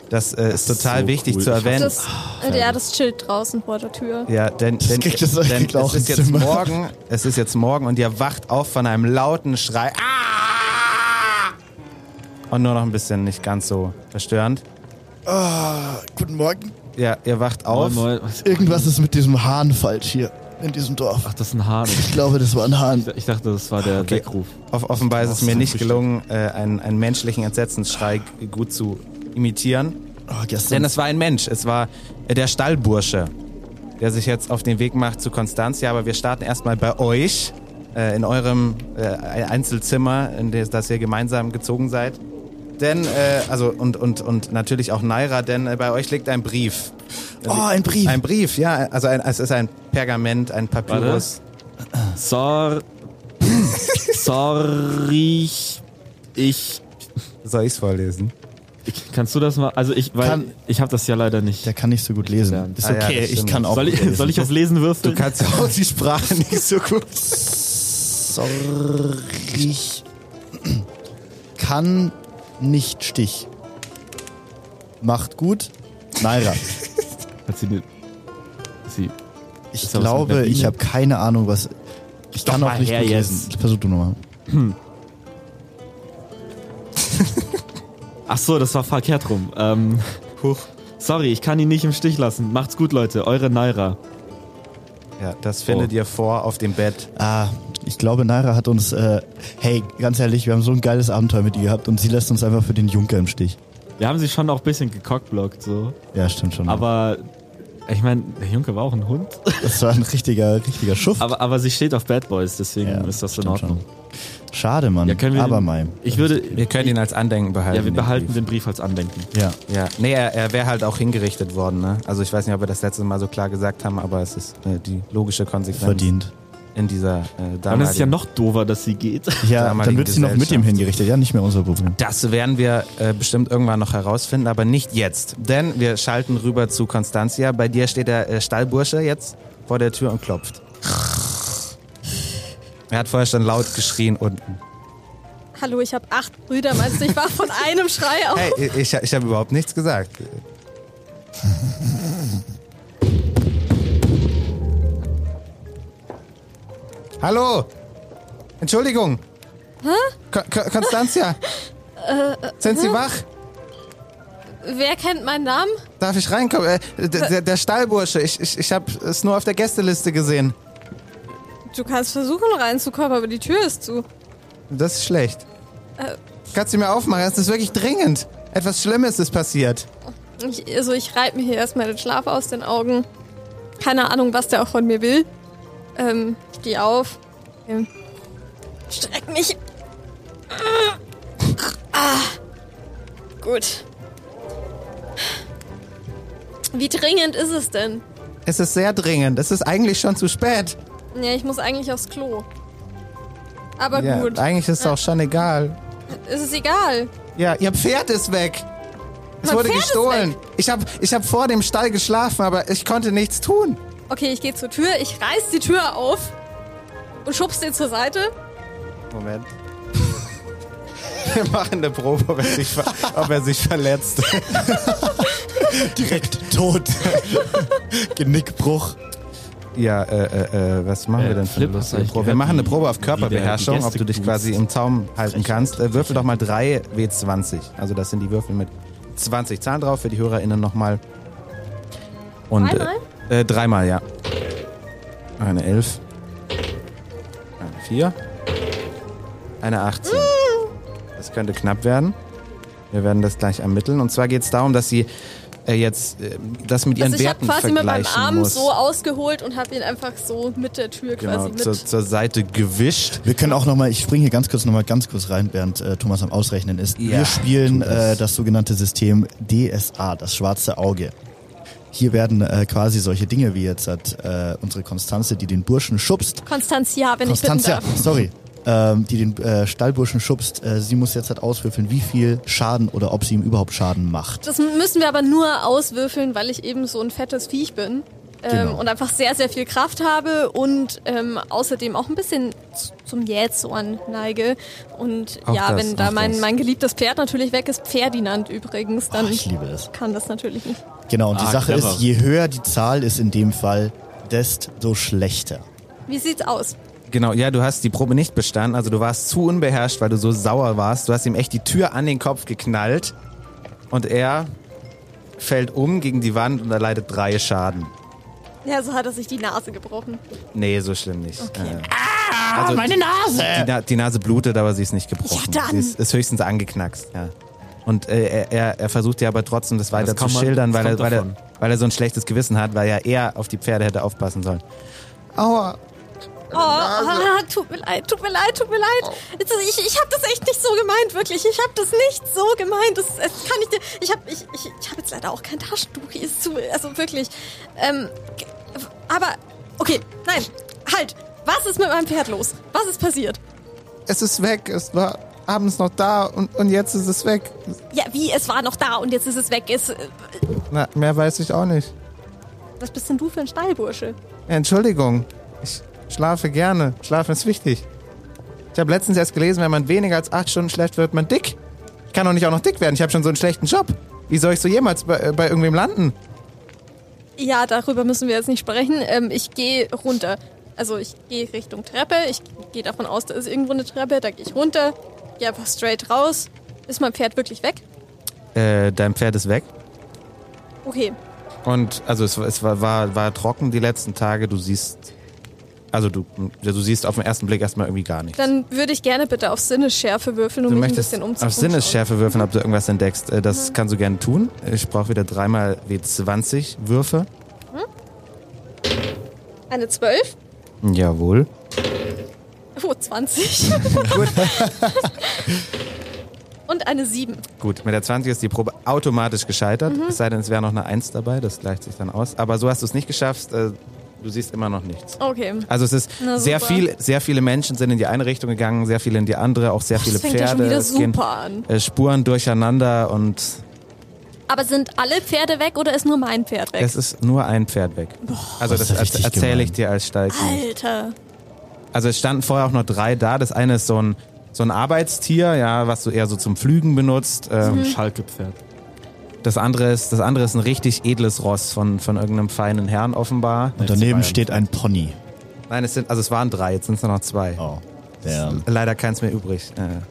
[SPEAKER 3] Das, äh, ist
[SPEAKER 5] ist
[SPEAKER 3] total
[SPEAKER 5] so
[SPEAKER 3] wichtig
[SPEAKER 5] cool.
[SPEAKER 3] zu
[SPEAKER 5] Ich hab
[SPEAKER 3] erwähnen.
[SPEAKER 4] Das,
[SPEAKER 3] Ah,
[SPEAKER 4] äh, ja, das Schild draußen vor der Tür.
[SPEAKER 3] Ja, denn, denn,
[SPEAKER 2] kriegt das
[SPEAKER 3] denn
[SPEAKER 2] kriegt auch
[SPEAKER 3] es ist
[SPEAKER 2] ein
[SPEAKER 3] jetzt
[SPEAKER 2] Zimmer.
[SPEAKER 3] morgen, es ist jetzt morgen und ihr wacht auf von einem lauten Schrei. Ah! Und nur noch ein bisschen nicht ganz so verstörend.
[SPEAKER 2] Ah, Guten Morgen.
[SPEAKER 3] Ja, ihr wacht
[SPEAKER 5] ja.
[SPEAKER 3] auf.
[SPEAKER 5] Moin, moin. Was-
[SPEAKER 2] Irgendwas ist mit diesem Hahn falsch hier in diesem Dorf.
[SPEAKER 5] Ach, das ist ein Hahn.
[SPEAKER 2] Ich glaube, das war ein Hahn.
[SPEAKER 5] Ich dachte, das war der
[SPEAKER 3] Okay.
[SPEAKER 5] Weckruf.
[SPEAKER 3] Off offenbar ist es mir
[SPEAKER 2] Zum
[SPEAKER 3] nicht
[SPEAKER 2] Frühstück.
[SPEAKER 3] gelungen, äh, einen, einen menschlichen Entsetzensschrei g- gut zu imitieren.
[SPEAKER 2] Oh, gestern.
[SPEAKER 3] Denn es war ein Mensch, es war äh, der Stallbursche, der sich jetzt auf den Weg macht zu Konstanzia. Aber wir starten erstmal bei euch, äh, in eurem äh, Einzelzimmer, in das, das ihr gemeinsam gezogen seid. Denn, äh, also, und, und, und natürlich auch Naira, denn äh, bei euch liegt ein Brief.
[SPEAKER 2] oh, ein Brief.
[SPEAKER 3] Ein Brief, ja, also ein, es ist ein Pergament, ein Papyrus.
[SPEAKER 5] Sor. Sorry. Ich.
[SPEAKER 3] Soll ich es vorlesen?
[SPEAKER 5] ich- Kannst du das mal? Also ich, weil
[SPEAKER 2] Kann-
[SPEAKER 5] ich habe das ja leider nicht.
[SPEAKER 2] Der kann nicht so gut lesen. Ist
[SPEAKER 3] Ah ja,
[SPEAKER 2] okay,
[SPEAKER 3] das
[SPEAKER 2] ich
[SPEAKER 3] stimmt.
[SPEAKER 2] kann auch
[SPEAKER 5] Soll
[SPEAKER 2] gut lesen.
[SPEAKER 5] ich,
[SPEAKER 2] (laughs)
[SPEAKER 5] soll ich auf Lesen würfeln?
[SPEAKER 3] Du kannst ja auch die Sprache nicht (laughs) so gut.
[SPEAKER 2] Sorry. Kann nicht Stich. Macht gut.
[SPEAKER 5] (laughs)
[SPEAKER 2] Naira.
[SPEAKER 5] Hat sie eine, sie,
[SPEAKER 2] Ich
[SPEAKER 5] Ist da was mit
[SPEAKER 2] glaube,
[SPEAKER 5] einer Biene?
[SPEAKER 2] ich habe keine Ahnung, was. Ich
[SPEAKER 5] doch mal her jetzt.
[SPEAKER 2] Versuch du nochmal.
[SPEAKER 5] Ach so, das war verkehrt rum. Ähm, Huch. Sorry, ich kann ihn nicht im Stich lassen. Macht's gut, Leute. Eure Naira.
[SPEAKER 3] Ja, das findet ihr vor auf dem Bett.
[SPEAKER 2] Ah, ich glaube, Naira hat uns, äh, hey, ganz ehrlich, wir haben so ein geiles Abenteuer mit ihr gehabt und sie lässt uns einfach für den Junker im Stich.
[SPEAKER 5] Wir haben sie schon auch ein bisschen gecockblockt, so.
[SPEAKER 2] Ja, stimmt schon.
[SPEAKER 5] Aber ich meine, der Junke war auch ein Hund.
[SPEAKER 2] das war ein richtiger, richtiger Schuft.
[SPEAKER 5] Aber, aber sie steht auf Bad Boys, deswegen
[SPEAKER 2] Ja,
[SPEAKER 5] ist das in
[SPEAKER 2] stimmt
[SPEAKER 5] Ordnung.
[SPEAKER 2] schon. Schade, Mann.
[SPEAKER 5] Ja, können wir
[SPEAKER 2] aber
[SPEAKER 5] den-
[SPEAKER 2] mein.
[SPEAKER 5] Ich würde.
[SPEAKER 3] Wir können ihn als Andenken behalten.
[SPEAKER 5] ja, wir
[SPEAKER 3] den
[SPEAKER 5] behalten
[SPEAKER 3] Brief.
[SPEAKER 5] den Brief als Andenken.
[SPEAKER 2] Ja.
[SPEAKER 3] Ja, nee, er, er wäre halt auch hingerichtet worden, ne? Also ich weiß nicht, ob wir das letzte Mal so klar gesagt haben, aber es ist äh, die logische Konsequenz
[SPEAKER 2] Verdient.
[SPEAKER 3] in dieser äh,
[SPEAKER 5] Und es
[SPEAKER 3] damaligen...
[SPEAKER 5] ist ja noch dover, dass sie geht.
[SPEAKER 2] Ja, dann
[SPEAKER 3] damaligen
[SPEAKER 2] wird sie noch mit ihm
[SPEAKER 3] Gesellschaft.
[SPEAKER 2] hingerichtet. Ja, nicht mehr unser Problem.
[SPEAKER 3] Das werden wir äh, bestimmt irgendwann noch herausfinden, aber nicht jetzt. Denn wir schalten rüber zu Constantia. Bei dir steht der äh, Stallbursche jetzt vor der Tür und klopft. Er hat vorher schon laut geschrien unten.
[SPEAKER 4] Hallo, ich habe acht Brüder, meinst du, ich war
[SPEAKER 3] (laughs)
[SPEAKER 4] von einem Schrei auf.
[SPEAKER 3] Hey, ich, ich habe überhaupt nichts gesagt. Hallo! Entschuldigung! Hä? Konstantia! Sind Sie wach?
[SPEAKER 4] Wer kennt meinen Namen?
[SPEAKER 3] Darf ich reinkommen? Äh, d- der, der Stallbursche, ich, ich, ich habe es nur auf der Gästeliste gesehen.
[SPEAKER 4] Du kannst versuchen reinzukommen, aber die Tür ist zu.
[SPEAKER 3] Das ist schlecht.
[SPEAKER 4] Äh.
[SPEAKER 3] Kannst du mir aufmachen? Es ist wirklich dringend. Etwas Schlimmes ist passiert.
[SPEAKER 4] Ich, also ich reibe mir hier erstmal den Schlaf aus den Augen. Keine Ahnung, was der auch von mir will. Ähm, steh auf. Ähm, streck mich. Ah, gut. Wie dringend ist es denn?
[SPEAKER 3] Es ist sehr dringend. Es ist eigentlich schon zu spät.
[SPEAKER 4] Ja, ich muss eigentlich aufs Klo. Aber
[SPEAKER 3] ja,
[SPEAKER 4] gut,
[SPEAKER 3] Eigentlich ist es auch schon egal.
[SPEAKER 4] ist es egal.
[SPEAKER 3] Ja, ihr Pferd ist weg. Es
[SPEAKER 4] Mein
[SPEAKER 3] wurde
[SPEAKER 4] Pferd ist
[SPEAKER 3] gestohlen. Ich habe ich hab vor dem Stall geschlafen, aber ich konnte nichts tun.
[SPEAKER 4] Okay, ich gehe zur Tür, ich reiß die Tür auf und schubst den zur Seite.
[SPEAKER 3] (laughs) Moment. Wir machen eine Probe, ob er sich, ver- ob er sich verletzt.
[SPEAKER 2] Direkt tot. (laughs) Genickbruch.
[SPEAKER 3] Ja, äh, äh, äh, was machen
[SPEAKER 5] Äh,
[SPEAKER 3] wir denn
[SPEAKER 5] Flip,
[SPEAKER 3] für eine
[SPEAKER 5] hab
[SPEAKER 3] lustige
[SPEAKER 5] ich
[SPEAKER 3] Probe? Wir
[SPEAKER 5] gehört,
[SPEAKER 3] machen eine
[SPEAKER 5] die-
[SPEAKER 3] Probe auf
[SPEAKER 5] wie der- die
[SPEAKER 3] Körperbeherrschung, ob
[SPEAKER 5] Gäste
[SPEAKER 3] du dich quasi im Zaum halten kannst. Äh, würfel doch mal 3 W20. Also das sind die Würfel mit 20 Zahlen drauf, für die HörerInnen nochmal. Und,
[SPEAKER 4] Dreimal?
[SPEAKER 3] Äh, äh, dreimal, ja. Eine 11. Eine 4. Eine 18. Das könnte knapp werden. Wir werden das gleich ermitteln. Und zwar geht es darum, dass sie äh, jetzt äh, das mit ihren
[SPEAKER 4] Also ich habe
[SPEAKER 3] Werten
[SPEAKER 4] quasi mit
[SPEAKER 3] vergleichen
[SPEAKER 4] meinem Arm
[SPEAKER 3] muss.
[SPEAKER 4] so ausgeholt und habe ihn einfach so mit der Tür
[SPEAKER 3] Genau,
[SPEAKER 4] quasi mit.
[SPEAKER 3] zur, zur Seite gewischt.
[SPEAKER 2] Wir können auch nochmal, ich springe hier ganz kurz nochmal ganz kurz rein, während äh, Thomas am Ausrechnen ist.
[SPEAKER 3] Ja,
[SPEAKER 2] Wir spielen
[SPEAKER 3] tu
[SPEAKER 2] Äh,
[SPEAKER 3] das.
[SPEAKER 2] das sogenannte System DSA, das schwarze Auge. Hier werden äh, quasi solche Dinge wie jetzt hat, äh, unsere Konstanze, die den Burschen schubst.
[SPEAKER 4] Konstantia, wenn
[SPEAKER 2] Konstanze,
[SPEAKER 4] ich bitten darf.
[SPEAKER 2] sorry. Ähm, die den äh, Stallburschen schubst. Äh, sie muss jetzt halt auswürfeln, wie viel Schaden oder ob sie ihm überhaupt Schaden macht.
[SPEAKER 4] Das müssen wir aber nur auswürfeln, weil ich eben so ein fettes Viech bin. Ähm,
[SPEAKER 2] Genau.
[SPEAKER 4] Und einfach sehr, sehr viel Kraft habe und ähm, außerdem auch ein bisschen z- zum Jähzorn neige. Und
[SPEAKER 3] Auch
[SPEAKER 4] ja,
[SPEAKER 3] das,
[SPEAKER 4] wenn da
[SPEAKER 3] auch
[SPEAKER 4] mein,
[SPEAKER 3] das.
[SPEAKER 4] mein geliebtes Pferd natürlich weg ist, Ferdinand übrigens, dann
[SPEAKER 2] Ach, ich liebe das.
[SPEAKER 4] kann das natürlich nicht.
[SPEAKER 2] Genau, und die
[SPEAKER 5] Ah,
[SPEAKER 2] Sache
[SPEAKER 5] clever.
[SPEAKER 2] ist, je höher die Zahl ist in dem Fall, desto schlechter.
[SPEAKER 4] Wie sieht's aus?
[SPEAKER 3] Genau, ja, du hast die Probe nicht bestanden, also du warst zu unbeherrscht, weil du so sauer warst. Du hast ihm echt die Tür an den Kopf geknallt und er fällt um gegen die Wand und erleidet drei Schaden.
[SPEAKER 4] Ja, so hat er sich die Nase gebrochen.
[SPEAKER 3] Nee, so schlimm nicht. Äh, also meine
[SPEAKER 2] Nase!
[SPEAKER 3] Die, Na die Nase blutet, aber sie ist nicht gebrochen.
[SPEAKER 4] Ja, dann.
[SPEAKER 3] Sie ist, ist höchstens angeknackst, ja. Und äh, er, er, er versucht ja aber trotzdem, das weiter
[SPEAKER 5] Das
[SPEAKER 3] zu
[SPEAKER 5] kann man-
[SPEAKER 3] schildern,
[SPEAKER 5] das
[SPEAKER 3] weil er,
[SPEAKER 5] kommt
[SPEAKER 3] weil, er,
[SPEAKER 5] davon.
[SPEAKER 3] weil er so ein schlechtes Gewissen hat, weil ja er auf die Pferde hätte aufpassen sollen. Aua,
[SPEAKER 4] Oh, ah, tut mir leid, tut mir leid, tut mir leid. Es ist- Ich, ich habe das echt nicht so gemeint, wirklich. Ich habe das nicht so gemeint. Das, das kann ich dir. Ich habe ich, ich, ich hab jetzt leider auch kein Taschentuch. Hier Ist zu, also wirklich. Ähm, g- aber, okay, nein, halt. Was ist mit meinem Pferd los? Was ist passiert?
[SPEAKER 3] es ist weg, es war abends noch da und, und jetzt ist es weg.
[SPEAKER 4] Ja, wie? Es war noch da und jetzt ist es weg. Es, äh,
[SPEAKER 3] Na, mehr weiß ich auch nicht.
[SPEAKER 4] was bist denn du für ein Stallbursche?
[SPEAKER 3] Äh, Entschuldigung, ich schlafe gerne. Schlafen ist wichtig. Ich habe letztens erst gelesen, wenn man weniger als acht Stunden schläft, wird man dick. Ich kann doch nicht auch noch dick werden. Ich habe schon so einen schlechten Job. Wie soll ich so jemals bei, äh, bei irgendwem landen?
[SPEAKER 4] Ja, darüber müssen wir jetzt nicht sprechen. Ähm, ich gehe runter. Also ich gehe Richtung Treppe. Ich gehe davon aus, da ist irgendwo eine Treppe. Da gehe ich runter. Gehe einfach straight raus. Ist mein Pferd wirklich weg?
[SPEAKER 3] Äh, dein Pferd ist weg.
[SPEAKER 4] Okay.
[SPEAKER 3] Und also es, es war, war, war trocken die letzten Tage. Du siehst, also du, du siehst auf den ersten Blick erstmal irgendwie gar nichts.
[SPEAKER 4] Dann würde ich gerne bitte auf Sinnesschärfe würfeln, um
[SPEAKER 3] du
[SPEAKER 4] mich ein
[SPEAKER 3] möchtest
[SPEAKER 4] bisschen Mhm. umzuschauen.
[SPEAKER 3] auf Sinnesschärfe würfeln, ob du irgendwas entdeckst. Äh, Das kannst du gerne tun. Ich brauche wieder dreimal W20 Würfe.
[SPEAKER 4] Eine 12.
[SPEAKER 3] Jawohl.
[SPEAKER 4] Oh,
[SPEAKER 3] (laughs)
[SPEAKER 4] 20. (laughs) Und eine 7.
[SPEAKER 3] Gut, mit der 20 ist die Probe automatisch gescheitert.
[SPEAKER 4] Mhm.
[SPEAKER 3] Es sei denn, es wäre noch eine 1 dabei, das gleicht sich dann aus. Aber so hast du es nicht geschafft. Äh, Du siehst immer noch nichts.
[SPEAKER 4] Okay.
[SPEAKER 3] Also es ist
[SPEAKER 4] Na,
[SPEAKER 3] sehr
[SPEAKER 4] super.
[SPEAKER 3] viel, sehr viele Menschen sind in die eine Richtung gegangen, sehr viele in die andere, auch sehr viele
[SPEAKER 4] Das fängt
[SPEAKER 3] Pferde.
[SPEAKER 4] ja schon wieder
[SPEAKER 3] Es gehen,
[SPEAKER 4] super an.
[SPEAKER 3] äh, Spuren durcheinander und
[SPEAKER 4] Aber sind alle Pferde weg oder ist nur mein Pferd weg?
[SPEAKER 3] es ist nur ein Pferd weg. also das,
[SPEAKER 5] ist ja
[SPEAKER 3] erz-
[SPEAKER 5] richtig
[SPEAKER 3] erzähle ich
[SPEAKER 5] gemein.
[SPEAKER 3] dir als Steig. nicht.
[SPEAKER 4] Alter.
[SPEAKER 3] Also es standen vorher auch noch drei da. Das eine ist so ein so ein Arbeitstier, ja, was du eher so zum Pflügen benutzt. Ähm,
[SPEAKER 5] Schalke-Pferd.
[SPEAKER 3] Das andere ist, das andere ist ein richtig edles Ross von, von irgendeinem feinen Herrn offenbar.
[SPEAKER 2] Und daneben steht ein Pony.
[SPEAKER 3] Nein, es sind, also es waren drei, jetzt sind es nur noch zwei.
[SPEAKER 2] Oh. Der,
[SPEAKER 3] Leider keins mehr übrig. Äh,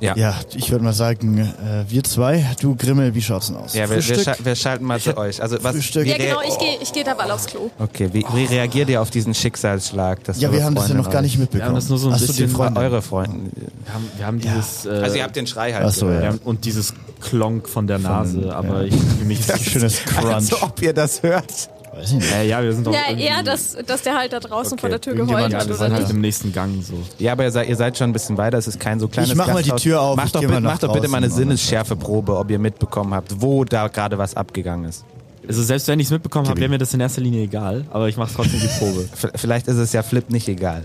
[SPEAKER 2] ja, ich würde mal sagen, äh, wir zwei, du Grimmel, wie schaut's denn aus?
[SPEAKER 3] ja, wir, wir,
[SPEAKER 2] Frühstück?
[SPEAKER 3] scha wir schalten mal zu euch. Also was?
[SPEAKER 2] Frühstück.
[SPEAKER 3] wie
[SPEAKER 4] Ja, genau,
[SPEAKER 3] rea-
[SPEAKER 4] ich gehe ich geh derweil aufs Klo.
[SPEAKER 3] Okay, wie, wie reagiert ihr auf diesen Schicksalsschlag? dass
[SPEAKER 2] ja,
[SPEAKER 3] eure
[SPEAKER 2] wir haben das ja
[SPEAKER 3] Freundin
[SPEAKER 2] noch gar
[SPEAKER 3] euch-
[SPEAKER 2] nicht mitbekommen.
[SPEAKER 5] Wir haben das nur so ein
[SPEAKER 2] Ach die
[SPEAKER 5] bisschen-
[SPEAKER 2] Freunde.
[SPEAKER 3] Eure Freunde.
[SPEAKER 5] Wir haben, wir haben dieses. Äh,
[SPEAKER 3] Also ihr habt den Schrei halt.
[SPEAKER 2] Ach so,
[SPEAKER 3] gehört.
[SPEAKER 5] wir
[SPEAKER 2] ja.
[SPEAKER 5] haben, und dieses Klonk von der Nase,
[SPEAKER 2] ja.
[SPEAKER 5] aber ich
[SPEAKER 2] (laughs)
[SPEAKER 5] für mich.
[SPEAKER 2] Schönes
[SPEAKER 5] (laughs)
[SPEAKER 2] Crunch.
[SPEAKER 3] Also ob ihr das hört.
[SPEAKER 2] Weiß ich nicht.
[SPEAKER 5] Äh, ja, wir sind doch.
[SPEAKER 4] Ja,
[SPEAKER 5] irgendwie-
[SPEAKER 4] eher, dass, dass der halt da draußen
[SPEAKER 3] Okay,
[SPEAKER 4] vor der Tür
[SPEAKER 3] irgendjemand
[SPEAKER 4] geheult
[SPEAKER 5] Ja,
[SPEAKER 4] hat
[SPEAKER 5] wir
[SPEAKER 4] oder
[SPEAKER 5] sind halt
[SPEAKER 4] nicht.
[SPEAKER 5] im nächsten Gang so.
[SPEAKER 3] Ja, aber ihr seid, ihr seid schon ein bisschen weiter. Es ist kein so kleines
[SPEAKER 2] Ich mach mal die
[SPEAKER 3] Gasthaus.
[SPEAKER 2] Tür auf, ich
[SPEAKER 3] Macht doch,
[SPEAKER 2] geh mal
[SPEAKER 3] bitte,
[SPEAKER 2] nach
[SPEAKER 3] macht doch bitte mal eine
[SPEAKER 2] draußen.
[SPEAKER 3] Sinnesschärfeprobe, ob ihr mitbekommen habt, wo da gerade was abgegangen ist.
[SPEAKER 5] Also selbst wenn ich es mitbekommen habe, wäre mir das in erster Linie egal, aber ich mache trotzdem die Probe.
[SPEAKER 3] V vielleicht ist es ja Flip nicht egal.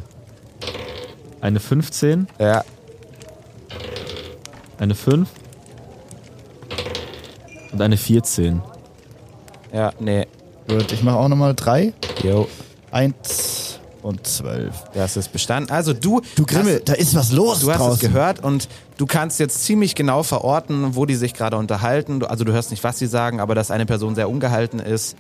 [SPEAKER 5] Eine 15,
[SPEAKER 3] Ja,
[SPEAKER 5] eine 5 und eine 14.
[SPEAKER 3] ja, nee.
[SPEAKER 2] Gut, ich mache auch nochmal drei.
[SPEAKER 3] Jo,
[SPEAKER 2] Eins und zwölf.
[SPEAKER 3] das ist bestanden. Also du,
[SPEAKER 2] Du Grimmel, da ist was los
[SPEAKER 3] hast, du hast
[SPEAKER 2] draußen.
[SPEAKER 3] es gehört und du kannst jetzt ziemlich genau verorten, wo die sich gerade unterhalten. Du, also du hörst nicht, was sie sagen, aber dass eine Person sehr ungehalten ist.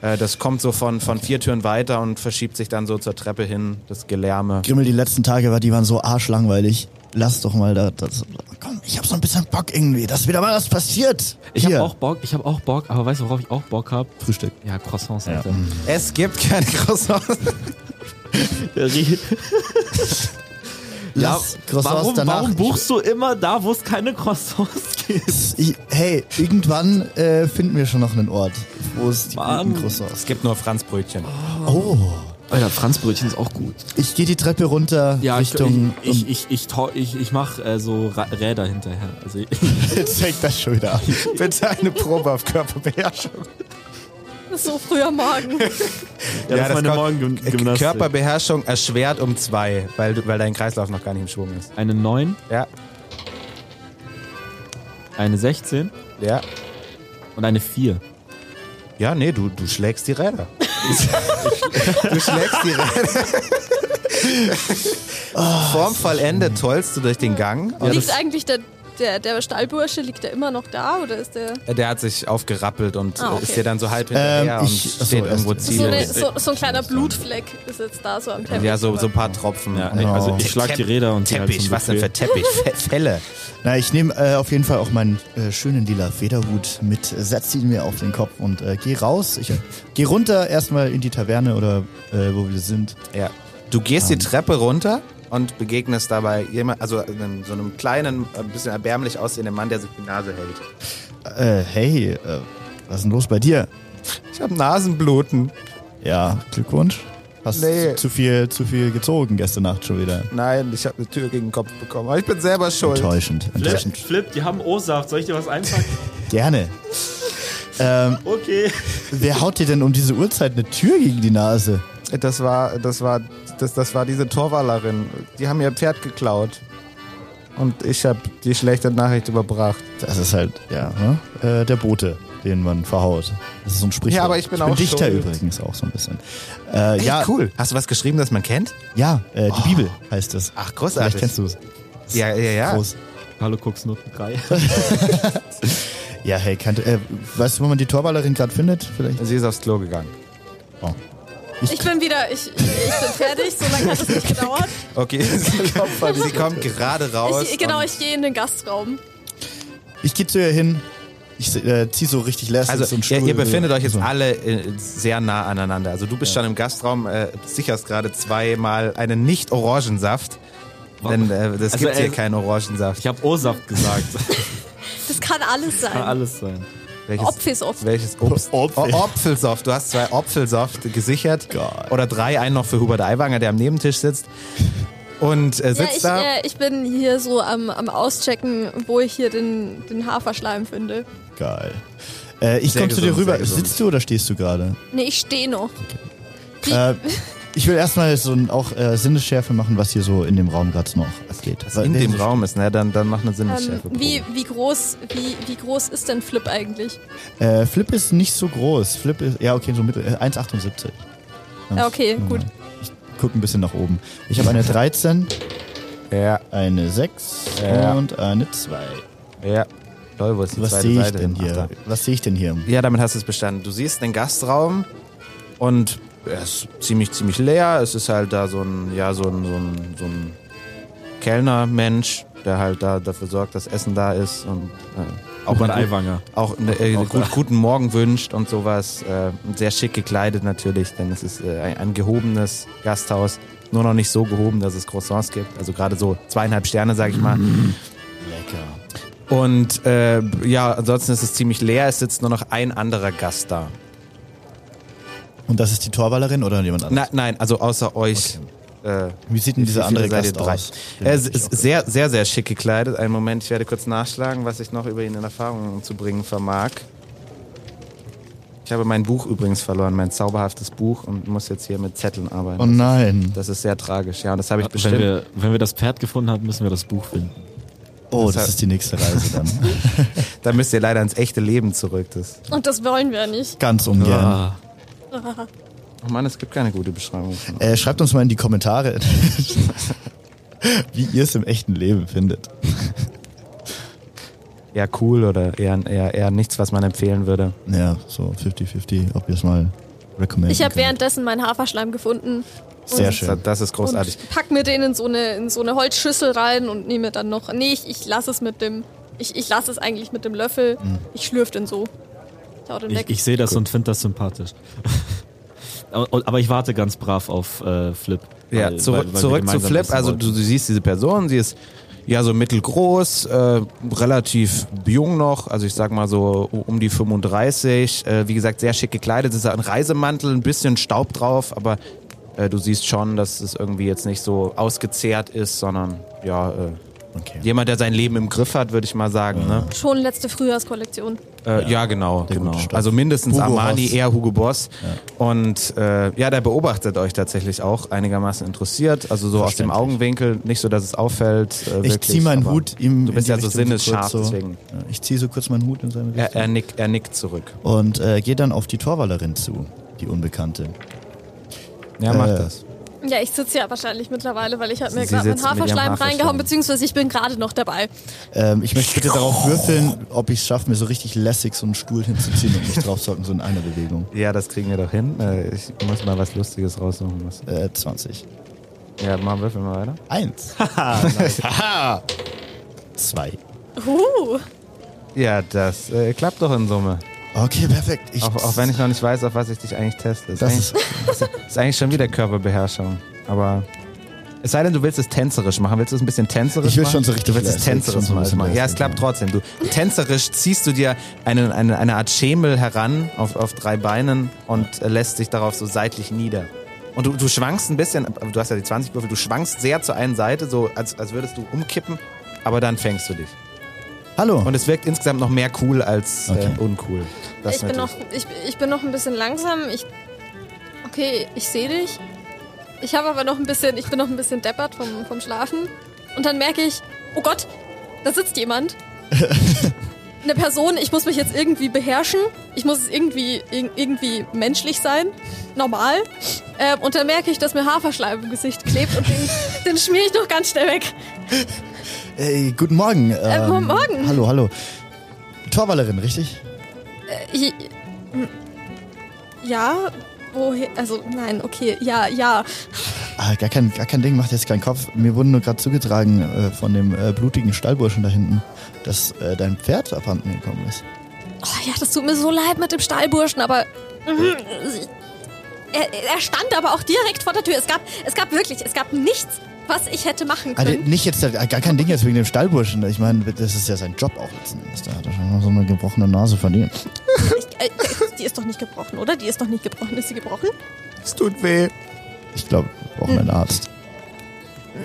[SPEAKER 3] Äh, das kommt so von, von vier Türen weiter und verschiebt sich dann so zur Treppe hin, das Gelärme.
[SPEAKER 2] Grimmel, die letzten Tage, war, die waren so arschlangweilig. Lass doch mal da. Das, komm, ich hab so ein bisschen Bock irgendwie, dass wieder mal was passiert.
[SPEAKER 5] Ich
[SPEAKER 2] Hier.
[SPEAKER 5] habe auch Bock, ich habe auch Bock, aber weißt du, worauf ich auch Bock habe?
[SPEAKER 2] Frühstück.
[SPEAKER 5] Ja, Croissants, Alter.
[SPEAKER 3] Es gibt keine Croissants.
[SPEAKER 5] Ja,
[SPEAKER 2] Lass Croissants
[SPEAKER 5] warum,
[SPEAKER 2] danach.
[SPEAKER 5] warum buchst du immer da, wo es keine Croissants (laughs) gibt?
[SPEAKER 2] Ich, hey, irgendwann äh, finden wir schon noch einen Ort, wo es die
[SPEAKER 5] Mann.
[SPEAKER 2] guten Croissants
[SPEAKER 3] Es gibt nur Franzbrötchen.
[SPEAKER 2] Oh.
[SPEAKER 5] Alter, Franzbrötchen ist auch gut.
[SPEAKER 2] Ich gehe die Treppe runter
[SPEAKER 5] Ja, ich,
[SPEAKER 2] Richtung.
[SPEAKER 5] ich, ich, ich, ich, tau- ich, ich mache äh, so Ra- Räder hinterher. Also ich, (laughs)
[SPEAKER 2] jetzt fängt das schon wieder an.
[SPEAKER 3] (laughs) Bitte eine Probe auf Körperbeherrschung.
[SPEAKER 4] So früh am Morgen.
[SPEAKER 5] Ja, das ist meine
[SPEAKER 3] kommt-
[SPEAKER 5] Morgengymnastik.
[SPEAKER 3] Körperbeherrschung erschwert um zwei, weil, du- weil dein Kreislauf noch gar nicht im Schwung ist.
[SPEAKER 5] eine 9,
[SPEAKER 3] Ja,
[SPEAKER 5] eine 16
[SPEAKER 3] ja.
[SPEAKER 5] und eine 4.
[SPEAKER 3] Ja, nee, du, du schlägst die Räder. du schlägst die Räder. Formvollendet tollst du durch den Gang. Und
[SPEAKER 4] liegt eigentlich der, der, der Stallbursche, liegt der immer noch da oder ist der
[SPEAKER 3] der hat sich aufgerappelt und
[SPEAKER 4] Ah,
[SPEAKER 3] äh,
[SPEAKER 4] okay.
[SPEAKER 3] ist dir dann so halb hinterher
[SPEAKER 2] Ähm, ich-
[SPEAKER 3] und
[SPEAKER 2] achso,
[SPEAKER 3] steht
[SPEAKER 2] erst-
[SPEAKER 3] irgendwo
[SPEAKER 2] so
[SPEAKER 4] so, eine,
[SPEAKER 3] ziellos.
[SPEAKER 4] so, so ein kleiner Blutfleck ist jetzt da so am Teppich?
[SPEAKER 3] ja, so, so ein
[SPEAKER 4] Aber-
[SPEAKER 3] paar Tropfen.
[SPEAKER 5] Ja,
[SPEAKER 3] Ja.
[SPEAKER 5] also
[SPEAKER 2] Oh.
[SPEAKER 5] ich schlag die Räder und die
[SPEAKER 3] Teppich, was denn für Teppich? Fe- Fälle.
[SPEAKER 2] Na, ich nehme äh, auf jeden Fall auch meinen äh, schönen lila Federhut mit, äh, setze ihn mir auf den Kopf und äh, gehe raus. Ich äh, gehe runter erstmal in die Taverne oder äh, wo wir sind.
[SPEAKER 3] Ja. Du gehst die Treppe runter und begegnest dabei jemand, also einem, so einem kleinen, ein bisschen erbärmlich aussehenden Mann, der sich die Nase hält.
[SPEAKER 2] Äh, hey, äh, was ist denn los bei dir?
[SPEAKER 3] Ich habe Nasenbluten.
[SPEAKER 2] Ja, Glückwunsch. Hast
[SPEAKER 3] Nee.
[SPEAKER 2] zu, zu viel, zu viel gezogen gestern Nacht schon wieder.
[SPEAKER 3] Nein, ich habe eine Tür gegen den Kopf bekommen. Aber ich bin selber schuld.
[SPEAKER 2] Enttäuschend,
[SPEAKER 5] Flip,
[SPEAKER 2] enttäuschend.
[SPEAKER 5] Flip, die haben O-Saft. Soll ich dir was einpacken? (laughs)
[SPEAKER 2] Gerne. ähm,
[SPEAKER 5] Okay.
[SPEAKER 2] wer haut dir denn um diese Uhrzeit eine Tür gegen die Nase?
[SPEAKER 3] Das war, das war, das, das war diese Torwallerin. Die haben ihr Pferd geklaut. Und ich habe die schlechte Nachricht überbracht.
[SPEAKER 2] Das ist halt, ja, ne? äh, der Bote, den man verhaut. Das ist so ein Sprichwort.
[SPEAKER 3] Ja, aber ich bin auch
[SPEAKER 2] Dichter
[SPEAKER 3] schuld.
[SPEAKER 2] übrigens auch so ein bisschen. Äh, ja,
[SPEAKER 3] cool. Hast du was geschrieben, das man kennt?
[SPEAKER 2] ja, äh, die Bibel heißt es.
[SPEAKER 3] Ach,
[SPEAKER 2] Vielleicht
[SPEAKER 3] großartig.
[SPEAKER 2] kennst du es.
[SPEAKER 3] ja, ja, ja.
[SPEAKER 2] Groß.
[SPEAKER 5] Hallo, Koksnoten 3.
[SPEAKER 2] Ja, hey, kannte, äh, weißt du, wo man die Torballerin gerade findet? Vielleicht.
[SPEAKER 3] Sie ist aufs Klo gegangen.
[SPEAKER 4] Ich bin wieder, ich, ich bin fertig, so lange hat es
[SPEAKER 3] (laughs)
[SPEAKER 4] nicht gedauert.
[SPEAKER 3] Okay, sie kommt gerade raus.
[SPEAKER 4] Ich, genau,
[SPEAKER 3] und-
[SPEAKER 4] ich gehe in den Gastraum.
[SPEAKER 2] Ich gehe zu ihr hin. Ich äh, zieh so richtig lässig
[SPEAKER 3] Also
[SPEAKER 2] so einen
[SPEAKER 3] ihr,
[SPEAKER 2] Stuhl. Also,
[SPEAKER 3] ihr befindet euch jetzt
[SPEAKER 2] so.
[SPEAKER 3] alle äh, sehr nah aneinander. Also du bist schon im Gastraum, äh, sicherst gerade zweimal einen nicht-Orangensaft. Denn äh, das
[SPEAKER 5] Also,
[SPEAKER 3] gibt hier
[SPEAKER 5] äh,
[SPEAKER 3] keinen Orangensaft.
[SPEAKER 5] Ich habe O-Saft gesagt.
[SPEAKER 4] Das kann alles sein.
[SPEAKER 5] Kann alles sein.
[SPEAKER 3] Welches,
[SPEAKER 4] Opfisoft.
[SPEAKER 3] welches Obst?
[SPEAKER 2] Opfel.
[SPEAKER 3] O- Opfelsaft. Du hast zwei Opfelsaft gesichert. Oder drei, einen noch für Hubert Aiwanger, der am Nebentisch sitzt. Und äh,
[SPEAKER 4] Ja,
[SPEAKER 3] sitzt
[SPEAKER 4] ich,
[SPEAKER 3] da.
[SPEAKER 4] äh, ich bin hier so am, am Auschecken, wo ich hier den, den Haferschleim finde.
[SPEAKER 2] Geil. Äh, ich
[SPEAKER 3] Sehr
[SPEAKER 2] komme zu dir
[SPEAKER 3] gesund,
[SPEAKER 2] rüber.
[SPEAKER 3] sehr gesund.
[SPEAKER 2] Sitzt du oder stehst du gerade?
[SPEAKER 4] Nee, ich stehe noch.
[SPEAKER 2] Äh, ich will erstmal so ein, auch äh, Sinnesschärfe machen, was hier so in dem Raum gerade noch abgeht.
[SPEAKER 3] was in dem Raum ist, ne? Dann, dann macht eine
[SPEAKER 4] äh, Ähm,
[SPEAKER 3] Sinnesschärfe.
[SPEAKER 4] wie, wie, groß, wie, wie groß ist denn Flip eigentlich?
[SPEAKER 2] Äh, Flip ist nicht so groß. Flip ist, ja, okay, so mittel. Äh, 1,78.
[SPEAKER 4] Ja, okay,
[SPEAKER 3] Mhm.
[SPEAKER 4] gut.
[SPEAKER 2] Guck ein bisschen nach oben. Ich
[SPEAKER 3] (laughs)
[SPEAKER 2] habe eine 13,
[SPEAKER 3] Ja,
[SPEAKER 2] eine 6
[SPEAKER 3] Ja.
[SPEAKER 2] und eine 2.
[SPEAKER 3] ja. Toll, wo ist die
[SPEAKER 2] Was
[SPEAKER 3] zweite
[SPEAKER 2] sehe ich
[SPEAKER 3] Seite
[SPEAKER 2] denn
[SPEAKER 3] hin? Ach, da.
[SPEAKER 2] hier? Was sehe ich denn hier?
[SPEAKER 3] Ja, damit hast du es bestanden. Du siehst den Gastraum und er ist ziemlich, ziemlich leer. Es ist halt da so ein, ja, so ein, so ein, so ein Kellnermensch, der halt da dafür sorgt, dass Essen da ist und äh, auch,
[SPEAKER 5] Hubert
[SPEAKER 3] einen,
[SPEAKER 5] Aiwanger.
[SPEAKER 3] auch eine, äh,
[SPEAKER 5] Auch-
[SPEAKER 3] gut, guten Morgen wünscht und sowas. Äh, und sehr schick gekleidet natürlich, denn es ist äh, ein, ein gehobenes Gasthaus. Nur noch nicht so gehoben, dass es Croissants gibt. Also gerade so zweieinhalb Sterne, sag ich mal.
[SPEAKER 2] Lecker.
[SPEAKER 3] Und äh, ja, ansonsten ist es ziemlich leer. Es sitzt nur noch ein anderer Gast da.
[SPEAKER 2] Und das ist die Torballerin oder jemand anderes?
[SPEAKER 3] Na, nein, also außer euch. Äh,
[SPEAKER 2] Wie sieht denn dieser
[SPEAKER 3] wie viele
[SPEAKER 2] andere
[SPEAKER 3] seid ihr?
[SPEAKER 2] Gast
[SPEAKER 3] Drei.
[SPEAKER 2] aus?
[SPEAKER 3] Er ist, ist sehr, sehr, sehr schick gekleidet. Einen Moment, ich werde kurz nachschlagen, was ich noch über ihn in Erfahrung zu bringen vermag. Ich habe mein Buch übrigens verloren, mein zauberhaftes Buch und muss jetzt hier mit Zetteln arbeiten.
[SPEAKER 2] Oh nein.
[SPEAKER 3] das ist sehr tragisch, ja, und das habe ich
[SPEAKER 5] Wenn
[SPEAKER 3] bestimmt.
[SPEAKER 5] wir, wenn wir das Pferd gefunden haben, müssen wir das Buch finden.
[SPEAKER 2] Oh,
[SPEAKER 3] das
[SPEAKER 2] das
[SPEAKER 3] hat-
[SPEAKER 2] ist die nächste Reise
[SPEAKER 3] (laughs)
[SPEAKER 2] dann.
[SPEAKER 3] Da müsst ihr leider ins echte Leben zurück. Das.
[SPEAKER 4] Und das wollen wir nicht.
[SPEAKER 2] Ganz ungern.
[SPEAKER 5] Ah,
[SPEAKER 3] Oh Mann, es gibt keine gute Beschreibung. Von
[SPEAKER 2] Äh, schreibt uns mal in die Kommentare, (laughs) wie ihr es im echten Leben findet.
[SPEAKER 3] eher cool oder eher, eher, eher nichts, was man empfehlen würde.
[SPEAKER 2] Ja, so 50-50, ob ihr es mal recommenden
[SPEAKER 4] Ich habe
[SPEAKER 2] könnt.
[SPEAKER 4] währenddessen meinen Haferschleim gefunden.
[SPEAKER 2] Sehr
[SPEAKER 4] und-
[SPEAKER 2] schön.
[SPEAKER 3] Das ist großartig.
[SPEAKER 4] Und pack mir den in so eine, in so eine Holzschüssel rein und nehme dann noch. Nee, ich, ich lasse es mit dem. Ich, ich lasse es eigentlich mit dem Löffel.
[SPEAKER 3] Hm.
[SPEAKER 4] Ich schlürf den so. Ich hau den
[SPEAKER 5] ich
[SPEAKER 4] weg.
[SPEAKER 5] ich sehe das und finde das sympathisch. (laughs) Aber aber ich warte ganz brav auf äh, Flip.
[SPEAKER 3] Ja,
[SPEAKER 5] Weil-
[SPEAKER 3] zurück,
[SPEAKER 5] weil- weil wir
[SPEAKER 3] zurück zu
[SPEAKER 5] gemeinsam
[SPEAKER 3] Flip.
[SPEAKER 5] essen
[SPEAKER 3] Also
[SPEAKER 5] wollten.
[SPEAKER 3] du, du siehst diese Person, sie ist ja so mittelgroß, äh, relativ jung noch, also ich sag mal so um die 35. Äh, wie gesagt, sehr schick gekleidet, es ist ein Reisemantel, ein bisschen Staub drauf, aber äh, du siehst schon, dass es irgendwie jetzt nicht so ausgezehrt ist, sondern ja, äh,
[SPEAKER 2] Okay.
[SPEAKER 3] jemand, der sein Leben im Griff hat, würde ich mal sagen. Ne?
[SPEAKER 4] Schon letzte Frühjahrskollektion.
[SPEAKER 3] Äh, ja. genau, genau.
[SPEAKER 2] gute Stoff.
[SPEAKER 3] Also mindestens
[SPEAKER 2] Hugo
[SPEAKER 3] Armani,
[SPEAKER 2] Boss.
[SPEAKER 3] eher Hugo Boss. Und äh, ja, der beobachtet euch tatsächlich auch einigermaßen interessiert. Also so aus dem
[SPEAKER 2] Verständlich.
[SPEAKER 3] Augenwinkel, nicht so, dass es auffällt. Äh,
[SPEAKER 2] Ich
[SPEAKER 3] wirklich,
[SPEAKER 2] ziehe meinen
[SPEAKER 3] aber
[SPEAKER 2] Hut ihm.
[SPEAKER 3] Du bist
[SPEAKER 2] in
[SPEAKER 3] ja
[SPEAKER 2] die
[SPEAKER 3] so
[SPEAKER 2] Richtung kurz
[SPEAKER 3] sinnesscharf,
[SPEAKER 2] so-
[SPEAKER 3] deswegen. ähm,
[SPEAKER 2] Ja, Ich ziehe so kurz meinen Hut in seine
[SPEAKER 3] Er,
[SPEAKER 2] Richtung.
[SPEAKER 3] er, nickt, er nickt zurück.
[SPEAKER 2] und äh, gehe dann auf die Torwallerin zu, die Unbekannte.
[SPEAKER 3] Ja,
[SPEAKER 2] Äh,
[SPEAKER 3] macht das.
[SPEAKER 4] Ja, ich sitze ja wahrscheinlich mittlerweile, weil ich habe mir
[SPEAKER 3] Sie
[SPEAKER 4] gerade meinen
[SPEAKER 3] sitzt mit ihrem
[SPEAKER 4] Haferschleim
[SPEAKER 3] Haferschleim.
[SPEAKER 4] reingehauen, beziehungsweise ich bin gerade noch dabei.
[SPEAKER 2] Ähm, ich möchte bitte darauf würfeln, ob ich es schaffe, mir so richtig lässig so einen Stuhl hinzuziehen und mich draufzocken, so in einer Bewegung.
[SPEAKER 3] Ja, das kriegen wir doch hin. Äh, ich muss mal was Lustiges raussuchen. Was.
[SPEAKER 2] Äh, 20.
[SPEAKER 3] Ja, machen wir mal weiter.
[SPEAKER 2] Eins.
[SPEAKER 3] (laughs)
[SPEAKER 2] Zwei.
[SPEAKER 4] Uh,
[SPEAKER 3] Ja, das äh, klappt doch in Summe.
[SPEAKER 2] Okay, perfekt. Ich,
[SPEAKER 3] Auch, auch wenn ich noch nicht weiß, auf was ich dich eigentlich teste. Ist
[SPEAKER 2] Das
[SPEAKER 3] eigentlich-
[SPEAKER 2] ist,
[SPEAKER 3] Ist eigentlich schon wieder Körperbeherrschung. Aber. Es sei denn, du willst es tänzerisch machen. Willst du es ein bisschen tänzerisch
[SPEAKER 2] Ich will
[SPEAKER 3] machen?
[SPEAKER 2] schon so richtig
[SPEAKER 3] Du willst es
[SPEAKER 2] lässig, schon
[SPEAKER 3] tänzerisch
[SPEAKER 2] so ein bisschen
[SPEAKER 3] machen. Ja, es
[SPEAKER 2] lässig,
[SPEAKER 3] klappt
[SPEAKER 2] ja.
[SPEAKER 3] trotzdem. Du, tänzerisch ziehst du dir eine, eine, eine Art Schemel heran auf, auf drei Beinen und äh, lässt dich darauf so seitlich nieder. Und du, du schwankst ein bisschen, aber du hast ja die 20 Würfel, du schwankst sehr zur einen Seite, so als, als würdest du umkippen, aber dann fängst du dich.
[SPEAKER 2] hallo.
[SPEAKER 3] Und es wirkt insgesamt noch mehr cool als
[SPEAKER 2] Okay.
[SPEAKER 3] äh, uncool. Das
[SPEAKER 4] ich, bin noch,
[SPEAKER 3] natürlich.
[SPEAKER 4] ich, ich bin noch ein bisschen langsam. Ich, okay, ich sehe dich. Ich habe aber noch ein bisschen, ich bin noch ein bisschen deppert vom, vom Schlafen. Und dann merke ich, oh Gott, da sitzt jemand. Eine Person, ich muss mich jetzt irgendwie beherrschen. Ich muss es irgendwie, irg- irgendwie menschlich sein. Normal. Ähm, und dann merke ich, dass mir Haferschleim im Gesicht klebt und den, den schmier ich noch ganz schnell weg.
[SPEAKER 2] Ey, Äh, guten Morgen. ähm,
[SPEAKER 4] Äh, guten Morgen.
[SPEAKER 2] Hallo, hallo. Torwallerin, richtig?
[SPEAKER 4] Ich, ja, woher, also nein, okay, ja, ja.
[SPEAKER 2] Ah, gar, kein, gar kein Ding, macht jetzt keinen Kopf. Mir wurde nur gerade zugetragen äh, von dem äh, blutigen Stallburschen da hinten, dass äh, dein Pferd abhanden gekommen ist.
[SPEAKER 4] Oh, ja, das tut mir so leid mit dem Stahlburschen, aber mhm, er, er stand aber auch direkt vor der Tür. Es gab, es gab wirklich, es gab nichts, was ich hätte machen
[SPEAKER 2] Also
[SPEAKER 4] können.
[SPEAKER 2] nicht jetzt, äh, gar kein Ding jetzt wegen dem Stallburschen. Ich meine, das ist ja sein Job auch letzten Endes. Da hat er schon mal so eine gebrochene Nase verdient.
[SPEAKER 4] Ich, äh, die ist doch nicht gebrochen, oder? Die ist doch nicht gebrochen. Ist sie gebrochen?
[SPEAKER 3] Es tut weh.
[SPEAKER 2] Ich glaube, wir brauchen einen Arzt.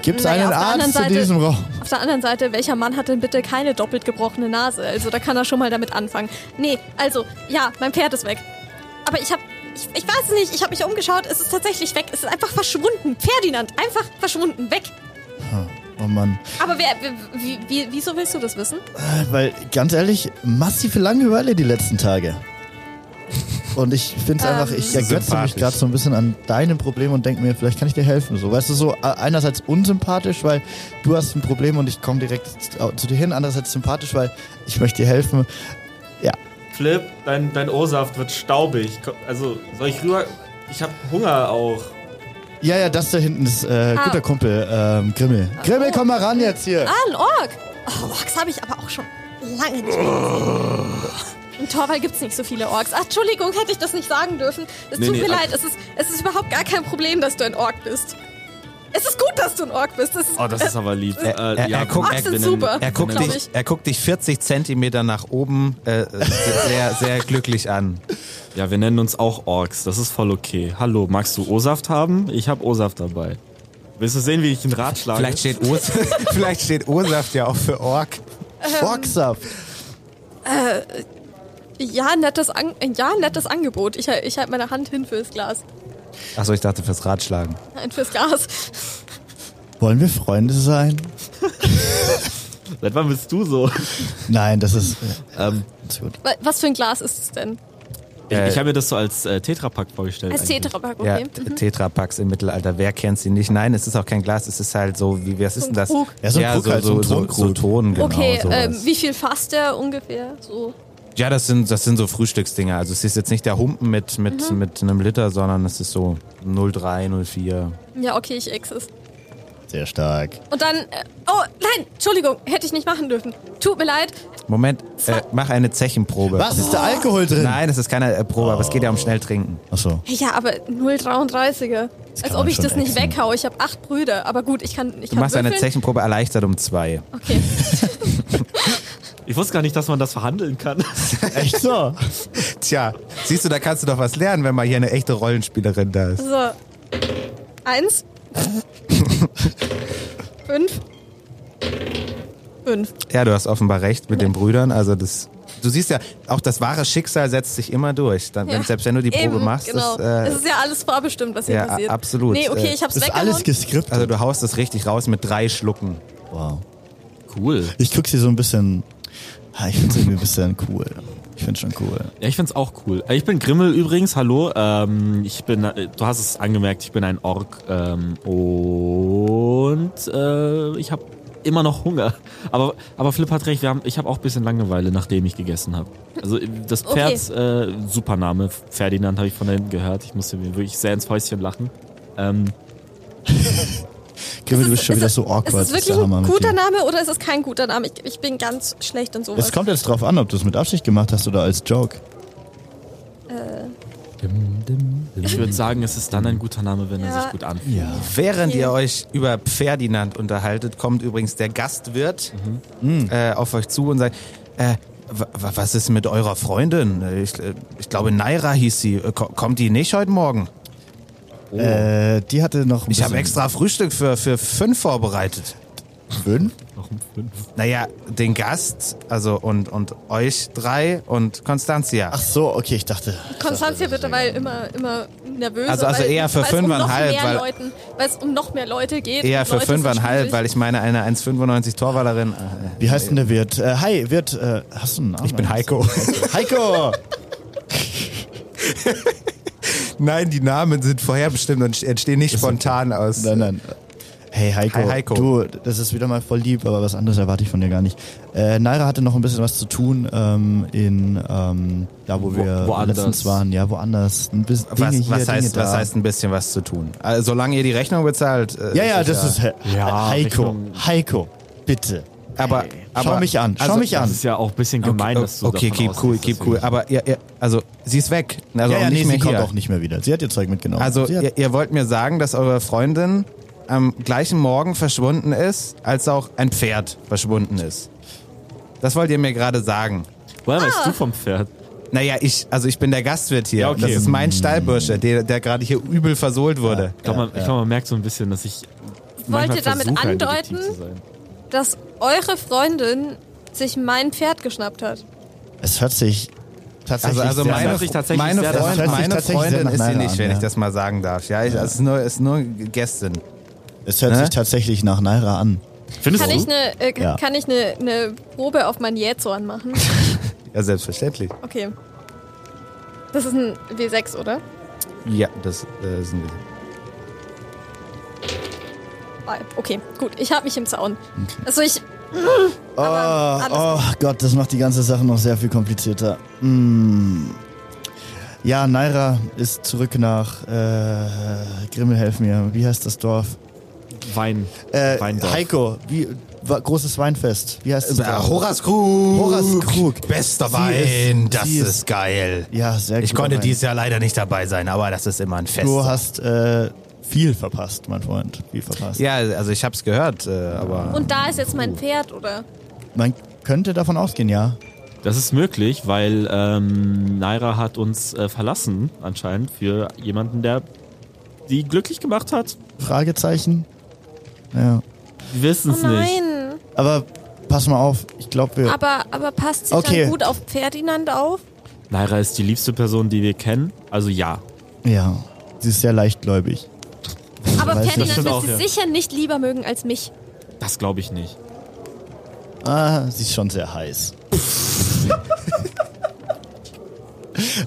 [SPEAKER 2] Gibt's
[SPEAKER 4] Hm. Naja,
[SPEAKER 2] einen
[SPEAKER 4] auf der anderen
[SPEAKER 2] Arzt in
[SPEAKER 4] Seite-
[SPEAKER 2] diesem Raum?
[SPEAKER 4] Auf der anderen Seite, welcher Mann hat denn bitte keine doppelt gebrochene Nase? Also da kann er schon mal damit anfangen. Nee, also, ja, mein Pferd ist weg. Aber ich hab. Ich, ich weiß es nicht, ich habe mich umgeschaut, es ist tatsächlich weg. Es ist einfach verschwunden. Ferdinand, einfach verschwunden, weg.
[SPEAKER 2] Oh Mann.
[SPEAKER 4] Aber wer, wer- wie, wie, wieso willst du das wissen?
[SPEAKER 2] Weil, ganz ehrlich, massive Langeweile die letzten Tage. Und ich finde es
[SPEAKER 4] Ähm,
[SPEAKER 2] einfach, ich ergötze mich
[SPEAKER 3] Sympathisch.
[SPEAKER 2] gerade so ein bisschen an deinem Problem und denke mir, vielleicht kann ich dir helfen. So, weißt du, so äh, einerseits unsympathisch, weil du hast ein Problem und ich komme direkt zu- zu dir hin. Andererseits sympathisch, weil ich möchte dir helfen.
[SPEAKER 6] Flip, dein, dein O-Saft wird staubig. Ko- Also, soll ich rüber? Ich hab Hunger auch.
[SPEAKER 2] Ja, ja, das da hinten ist äh,
[SPEAKER 4] Ah.
[SPEAKER 2] guter Kumpel, ähm, Grimmel. Grimmel, komm mal ran jetzt hier.
[SPEAKER 4] Ah, ein Ork. Oh, Orks habe ich aber auch schon lange nicht mehr gesehen. In Torwall gibt's nicht so viele Orks. Ach, Entschuldigung, hätte ich das nicht sagen dürfen. Es
[SPEAKER 5] Nee,
[SPEAKER 4] tut
[SPEAKER 5] nee,
[SPEAKER 4] mir
[SPEAKER 5] ab-
[SPEAKER 4] leid, es ist, es ist überhaupt gar kein Problem, dass du ein Ork bist. Es ist gut, dass du ein Ork bist. Es ist,
[SPEAKER 5] Oh, das ist aber lieb.
[SPEAKER 3] (laughs) Er- er- er
[SPEAKER 5] ja,
[SPEAKER 3] guckt-
[SPEAKER 5] wir
[SPEAKER 4] Ochsen
[SPEAKER 5] nennen-
[SPEAKER 4] super.
[SPEAKER 3] Er guckt,
[SPEAKER 4] Glaub
[SPEAKER 3] dich,
[SPEAKER 4] ich.
[SPEAKER 3] er guckt dich 40 Zentimeter nach oben äh, sehr, sehr glücklich an.
[SPEAKER 5] Ja, wir nennen uns auch Orks. Das ist voll okay. Hallo, magst du O-Saft haben? Ich hab O-Saft dabei. Willst du sehen, wie ich einen Rad schlage?
[SPEAKER 3] Vielleicht steht, O- (laughs) vielleicht steht O-Saft ja auch für Ork.
[SPEAKER 4] Ah.
[SPEAKER 2] Boxsaft.
[SPEAKER 4] ja, nettes An ja, nettes Angebot. Ich, hal- ich halte meine Hand hin fürs Glas.
[SPEAKER 3] Achso, ich dachte fürs Ratschlagen.
[SPEAKER 4] Nein, fürs Glas.
[SPEAKER 2] Wollen wir Freunde sein?
[SPEAKER 5] Seit wann bist du
[SPEAKER 3] Äh.
[SPEAKER 5] so?
[SPEAKER 2] Nein, das ist, äh,
[SPEAKER 5] Ähm,
[SPEAKER 2] ist gut.
[SPEAKER 4] Wa- Was für ein Glas ist es denn?
[SPEAKER 5] ich
[SPEAKER 3] Äh,
[SPEAKER 5] ich habe mir das so als äh, Tetrapack vorgestellt.
[SPEAKER 4] Als
[SPEAKER 5] eigentlich.
[SPEAKER 4] Tetrapack,
[SPEAKER 3] Ja,
[SPEAKER 4] okay.
[SPEAKER 5] genau
[SPEAKER 3] T-
[SPEAKER 4] mhm.
[SPEAKER 3] Tetrapacks im Mittelalter. Wer kennt sie nicht? Nein, es ist auch kein Glas, es ist halt so, wie, was ist denn das?
[SPEAKER 4] Krug.
[SPEAKER 2] Ja, so ein Krug halt, so
[SPEAKER 3] so,
[SPEAKER 2] ein
[SPEAKER 3] so,
[SPEAKER 2] Tonkrug.
[SPEAKER 3] so Ton, genau.
[SPEAKER 4] okay,
[SPEAKER 3] sowas.
[SPEAKER 4] ähm, wie viel fasst der ungefähr? So.
[SPEAKER 3] ja, das sind, das sind so Frühstücksdinger. Also es ist jetzt nicht der Humpen mit, mit,
[SPEAKER 4] Mhm.
[SPEAKER 3] mit einem Liter, sondern es ist so 03, 04.
[SPEAKER 4] Ja, okay, ich ex es.
[SPEAKER 2] Sehr stark.
[SPEAKER 4] Und dann. Äh, oh, nein, Entschuldigung, hätte ich nicht machen dürfen. Tut mir leid.
[SPEAKER 3] Moment, äh, mach eine Zechenprobe.
[SPEAKER 2] Was ist da Alkohol drin?
[SPEAKER 3] Nein, das ist keine äh, Probe, aber es geht ja um schnell trinken.
[SPEAKER 2] Achso.
[SPEAKER 4] Ja, aber 0,33er. Als
[SPEAKER 2] kann
[SPEAKER 4] ob
[SPEAKER 2] man
[SPEAKER 4] ich
[SPEAKER 2] schon
[SPEAKER 4] das nicht
[SPEAKER 2] exen.
[SPEAKER 4] weghaue. Ich habe acht Brüder. Aber gut, ich kann. Ich
[SPEAKER 3] Du
[SPEAKER 4] kann
[SPEAKER 3] machst eine
[SPEAKER 4] würfeln.
[SPEAKER 3] Zechenprobe erleichtert um zwei.
[SPEAKER 4] Okay.
[SPEAKER 5] Ich wusste gar nicht, dass man das verhandeln kann.
[SPEAKER 2] Echt so?
[SPEAKER 3] Tja, siehst du, da kannst du doch was lernen, wenn mal hier eine echte Rollenspielerin da ist.
[SPEAKER 4] So. Eins. Fünf. Fünf.
[SPEAKER 3] Ja, du hast offenbar recht mit den Brüdern. Also das, du siehst ja, auch das wahre Schicksal setzt sich immer durch. Dann, wenn,
[SPEAKER 4] Ja.
[SPEAKER 3] selbst wenn du die Probe
[SPEAKER 4] Eben,
[SPEAKER 3] machst,
[SPEAKER 4] Genau.
[SPEAKER 3] das,
[SPEAKER 4] es
[SPEAKER 3] äh,
[SPEAKER 4] ist ja alles vorbestimmt, was hier
[SPEAKER 3] ja,
[SPEAKER 4] passiert.
[SPEAKER 3] absolut.
[SPEAKER 4] Nee, okay,
[SPEAKER 3] Äh,
[SPEAKER 4] ich hab's
[SPEAKER 2] Das ist
[SPEAKER 4] weggehauen.
[SPEAKER 2] alles geskriptet.
[SPEAKER 3] also du haust das richtig raus mit drei Schlucken.
[SPEAKER 2] wow.
[SPEAKER 5] Cool.
[SPEAKER 2] Ich guck sie so ein bisschen. Ah, Ich find's irgendwie ein bisschen cool. Ich find's schon cool.
[SPEAKER 5] Ja, ich find's auch cool. Äh, Ich bin Grimmel übrigens, hallo. Ähm, ich bin, äh, du hast es angemerkt, ich bin ein Ork ähm, und äh, ich habe immer noch Hunger. Aber, aber Flip hat recht, wir haben, ich habe auch ein bisschen Langeweile, nachdem ich gegessen habe. Also äh, das
[SPEAKER 4] Okay.
[SPEAKER 5] Pferd, äh, super Name, Ferdinand habe ich von hinten gehört. Ich musste mir wirklich sehr ins Fäustchen lachen. Ähm,
[SPEAKER 2] Grimmel, du
[SPEAKER 4] Ist
[SPEAKER 2] bist
[SPEAKER 4] es-
[SPEAKER 2] schon
[SPEAKER 4] ist
[SPEAKER 2] wieder
[SPEAKER 4] es-
[SPEAKER 2] so awkward.
[SPEAKER 4] Ist es
[SPEAKER 2] Das
[SPEAKER 4] wirklich
[SPEAKER 2] der Hammer
[SPEAKER 4] ein
[SPEAKER 2] mit
[SPEAKER 4] guter
[SPEAKER 2] dir.
[SPEAKER 4] Name oder ist es kein guter Name? Ich, ich bin ganz schlecht in sowas.
[SPEAKER 2] Es kommt jetzt drauf an, ob du es mit Absicht gemacht hast oder als Joke.
[SPEAKER 5] ich würde sagen, es ist dann ein guter Name, wenn
[SPEAKER 4] Ja.
[SPEAKER 5] er sich gut anfühlt.
[SPEAKER 3] Während
[SPEAKER 4] Okay.
[SPEAKER 3] ihr euch über Ferdinand unterhaltet, kommt übrigens der Gastwirt äh, auf euch zu und sagt, äh, wa- wa- was ist mit eurer Freundin? Äh, Ich, äh, ich glaube, Naira hieß sie. Äh, ko- Kommt die nicht heute Morgen?
[SPEAKER 2] Äh, die hatte noch ein
[SPEAKER 3] Ich habe
[SPEAKER 2] bisschen-
[SPEAKER 3] extra Frühstück für, für fünf vorbereitet.
[SPEAKER 2] Fünf?
[SPEAKER 5] Warum fünf?
[SPEAKER 3] Naja, den Gast, also und, und euch drei und Constantia.
[SPEAKER 2] Ach so, okay, ich dachte.
[SPEAKER 4] Konstanzia wird dabei immer, immer nervöser.
[SPEAKER 3] Also- also
[SPEAKER 4] weil-
[SPEAKER 3] eher für
[SPEAKER 4] weil es um noch
[SPEAKER 3] fünfeinhalb,
[SPEAKER 4] mehr
[SPEAKER 3] weil-
[SPEAKER 4] Leuten- Weil es um noch mehr Leute geht.
[SPEAKER 3] Eher
[SPEAKER 4] und
[SPEAKER 3] für
[SPEAKER 4] Leute sind
[SPEAKER 3] fünfeinhalb,
[SPEAKER 4] schwierig.
[SPEAKER 3] weil ich meine, eine 1,95 Torwallerin. äh,
[SPEAKER 2] Wie heißt denn der Wirt? Äh, hi, Wirt. Äh, hast du einen Namen?
[SPEAKER 3] Ich bin Heiko.
[SPEAKER 2] Heiko!
[SPEAKER 3] Nein, die Namen sind vorherbestimmt und entstehen nicht spontan aus.
[SPEAKER 2] nein, nein. Hey Heiko,
[SPEAKER 3] äh, Hi, Heiko.
[SPEAKER 2] du, das ist wieder mal voll lieb, aber was anderes erwarte ich von dir gar nicht. Äh, Naira hatte noch ein bisschen was zu tun ähm, in ähm, da, wo wir
[SPEAKER 5] woanders.
[SPEAKER 2] letztens waren, ja, woanders. Ein bisschen Dinge
[SPEAKER 3] Was,
[SPEAKER 2] hier,
[SPEAKER 3] was,
[SPEAKER 2] Dinge
[SPEAKER 3] heißt,
[SPEAKER 2] da.
[SPEAKER 3] was heißt ein bisschen was zu tun? Also, solange ihr die Rechnung bezahlt. äh,
[SPEAKER 2] Ja, ja, das ist He
[SPEAKER 5] Ja,
[SPEAKER 2] Heiko,
[SPEAKER 5] Richtung-
[SPEAKER 2] Heiko, bitte.
[SPEAKER 3] Aber, aber
[SPEAKER 2] Schau mich an, schau
[SPEAKER 3] also-
[SPEAKER 2] mich an.
[SPEAKER 5] Das ist ja auch ein bisschen gemein, dass du
[SPEAKER 3] Okay,
[SPEAKER 5] davon
[SPEAKER 3] keep cool,
[SPEAKER 5] ausgehst,
[SPEAKER 3] keep cool.
[SPEAKER 5] deswegen-
[SPEAKER 3] Aber ihr, ihr, also sie ist weg. Also
[SPEAKER 2] ja,
[SPEAKER 3] auch
[SPEAKER 2] ja,
[SPEAKER 3] nicht
[SPEAKER 2] nee,
[SPEAKER 3] mehr
[SPEAKER 2] sie kommt
[SPEAKER 3] hier.
[SPEAKER 2] auch nicht mehr wieder. Sie hat ihr Zeug mitgenommen.
[SPEAKER 3] Also
[SPEAKER 2] sie hat,
[SPEAKER 3] ihr, ihr wollt mir sagen, dass eure Freundin am gleichen Morgen verschwunden ist, als auch ein Pferd verschwunden ist. Das wollt ihr mir gerade sagen.
[SPEAKER 5] Woher
[SPEAKER 4] Ah.
[SPEAKER 5] weißt du vom Pferd?
[SPEAKER 3] Naja, ich, also ich bin der Gastwirt hier.
[SPEAKER 5] Ja, okay.
[SPEAKER 3] Das ist mein Stallbursche, der, der gerade hier übel versohlt wurde.
[SPEAKER 5] Ich glaube, man, ich glaub, man merkt so ein bisschen, dass ich. manchmal
[SPEAKER 4] Wollt ihr damit
[SPEAKER 5] versuche, ein
[SPEAKER 4] andeuten?
[SPEAKER 5] Detektiv zu sein.
[SPEAKER 4] dass eure Freundin sich mein Pferd geschnappt hat.
[SPEAKER 2] es hört sich tatsächlich
[SPEAKER 3] Also, also
[SPEAKER 2] sehr
[SPEAKER 3] meine,
[SPEAKER 5] hört sich tatsächlich
[SPEAKER 3] meine,
[SPEAKER 5] sehr- das
[SPEAKER 3] Freund,
[SPEAKER 2] hört sich
[SPEAKER 3] meine
[SPEAKER 2] tatsächlich sehr
[SPEAKER 3] Freundin
[SPEAKER 2] nach
[SPEAKER 3] ist sie
[SPEAKER 2] Naira
[SPEAKER 3] nicht,
[SPEAKER 2] an,
[SPEAKER 3] wenn
[SPEAKER 2] ja.
[SPEAKER 3] ich das mal sagen darf. Ja, ich, Es, ist nur, es ist nur Gästin.
[SPEAKER 2] Es hört sich
[SPEAKER 3] Ne?
[SPEAKER 2] tatsächlich nach Naira an.
[SPEAKER 5] Findest
[SPEAKER 4] Kann
[SPEAKER 5] du?
[SPEAKER 4] ich eine äh,
[SPEAKER 2] Ja.
[SPEAKER 4] kann ich eine, eine Probe auf mein
[SPEAKER 3] (laughs)
[SPEAKER 4] Jähzorn machen?
[SPEAKER 3] Ja, selbstverständlich.
[SPEAKER 4] Okay. Das ist ein W6, oder?
[SPEAKER 3] Ja, das äh, sind wir.
[SPEAKER 4] Ah, Okay, gut. Ich habe mich im Zaun. Also ich
[SPEAKER 3] Ah,
[SPEAKER 2] Oh,
[SPEAKER 4] alles
[SPEAKER 2] oh Gott, das macht die ganze Sache noch sehr viel komplizierter. Mm. Ja, Naira ist zurück nach äh, Grimmel, helf mir. Wie heißt das Dorf?
[SPEAKER 5] Wein.
[SPEAKER 2] Äh,
[SPEAKER 5] Weindorf.
[SPEAKER 3] halt.
[SPEAKER 2] Heiko, wie, wa- großes Weinfest. Wie heißt das
[SPEAKER 3] Äh,
[SPEAKER 2] Dorf?
[SPEAKER 3] Horas Krug.
[SPEAKER 2] Horas Äh, Krug.
[SPEAKER 3] Bester
[SPEAKER 2] Sie
[SPEAKER 3] Wein,
[SPEAKER 2] ist-
[SPEAKER 3] das
[SPEAKER 2] sie
[SPEAKER 3] ist,
[SPEAKER 2] ist-
[SPEAKER 3] geil.
[SPEAKER 2] Ja, sehr
[SPEAKER 3] Ich
[SPEAKER 2] guter
[SPEAKER 3] konnte
[SPEAKER 2] Wein.
[SPEAKER 3] dieses Jahr leider nicht dabei sein, aber das ist immer ein Fest.
[SPEAKER 2] Du hast äh, viel verpasst, mein Freund. Viel verpasst.
[SPEAKER 3] ja, also ich hab's gehört, äh, aber
[SPEAKER 4] und da ist jetzt mein Pferd, oder?
[SPEAKER 2] Man könnte davon ausgehen, ja.
[SPEAKER 5] Das ist möglich, weil ähm, Naira hat uns äh, verlassen, anscheinend, für jemanden, der die glücklich gemacht hat.
[SPEAKER 2] Fragezeichen. Ja.
[SPEAKER 5] Wir wissen
[SPEAKER 4] Oh
[SPEAKER 5] es nicht.
[SPEAKER 4] nein.
[SPEAKER 2] Aber pass mal auf, ich glaube, wir.
[SPEAKER 4] Aber aber passt sie
[SPEAKER 2] Okay.
[SPEAKER 4] dann gut auf Ferdinand auf?
[SPEAKER 5] Naira ist die liebste Person, die wir kennen. Also ja.
[SPEAKER 2] Ja, sie ist sehr leichtgläubig.
[SPEAKER 4] Aber
[SPEAKER 2] Weiß nicht.
[SPEAKER 5] Das
[SPEAKER 4] Ferdinand
[SPEAKER 5] stimmt
[SPEAKER 4] wird
[SPEAKER 5] auch,
[SPEAKER 4] sie
[SPEAKER 5] ja.
[SPEAKER 4] sicher nicht lieber mögen als mich.
[SPEAKER 5] Das glaube ich nicht.
[SPEAKER 2] Ah, sie ist schon sehr heiß. (laughs)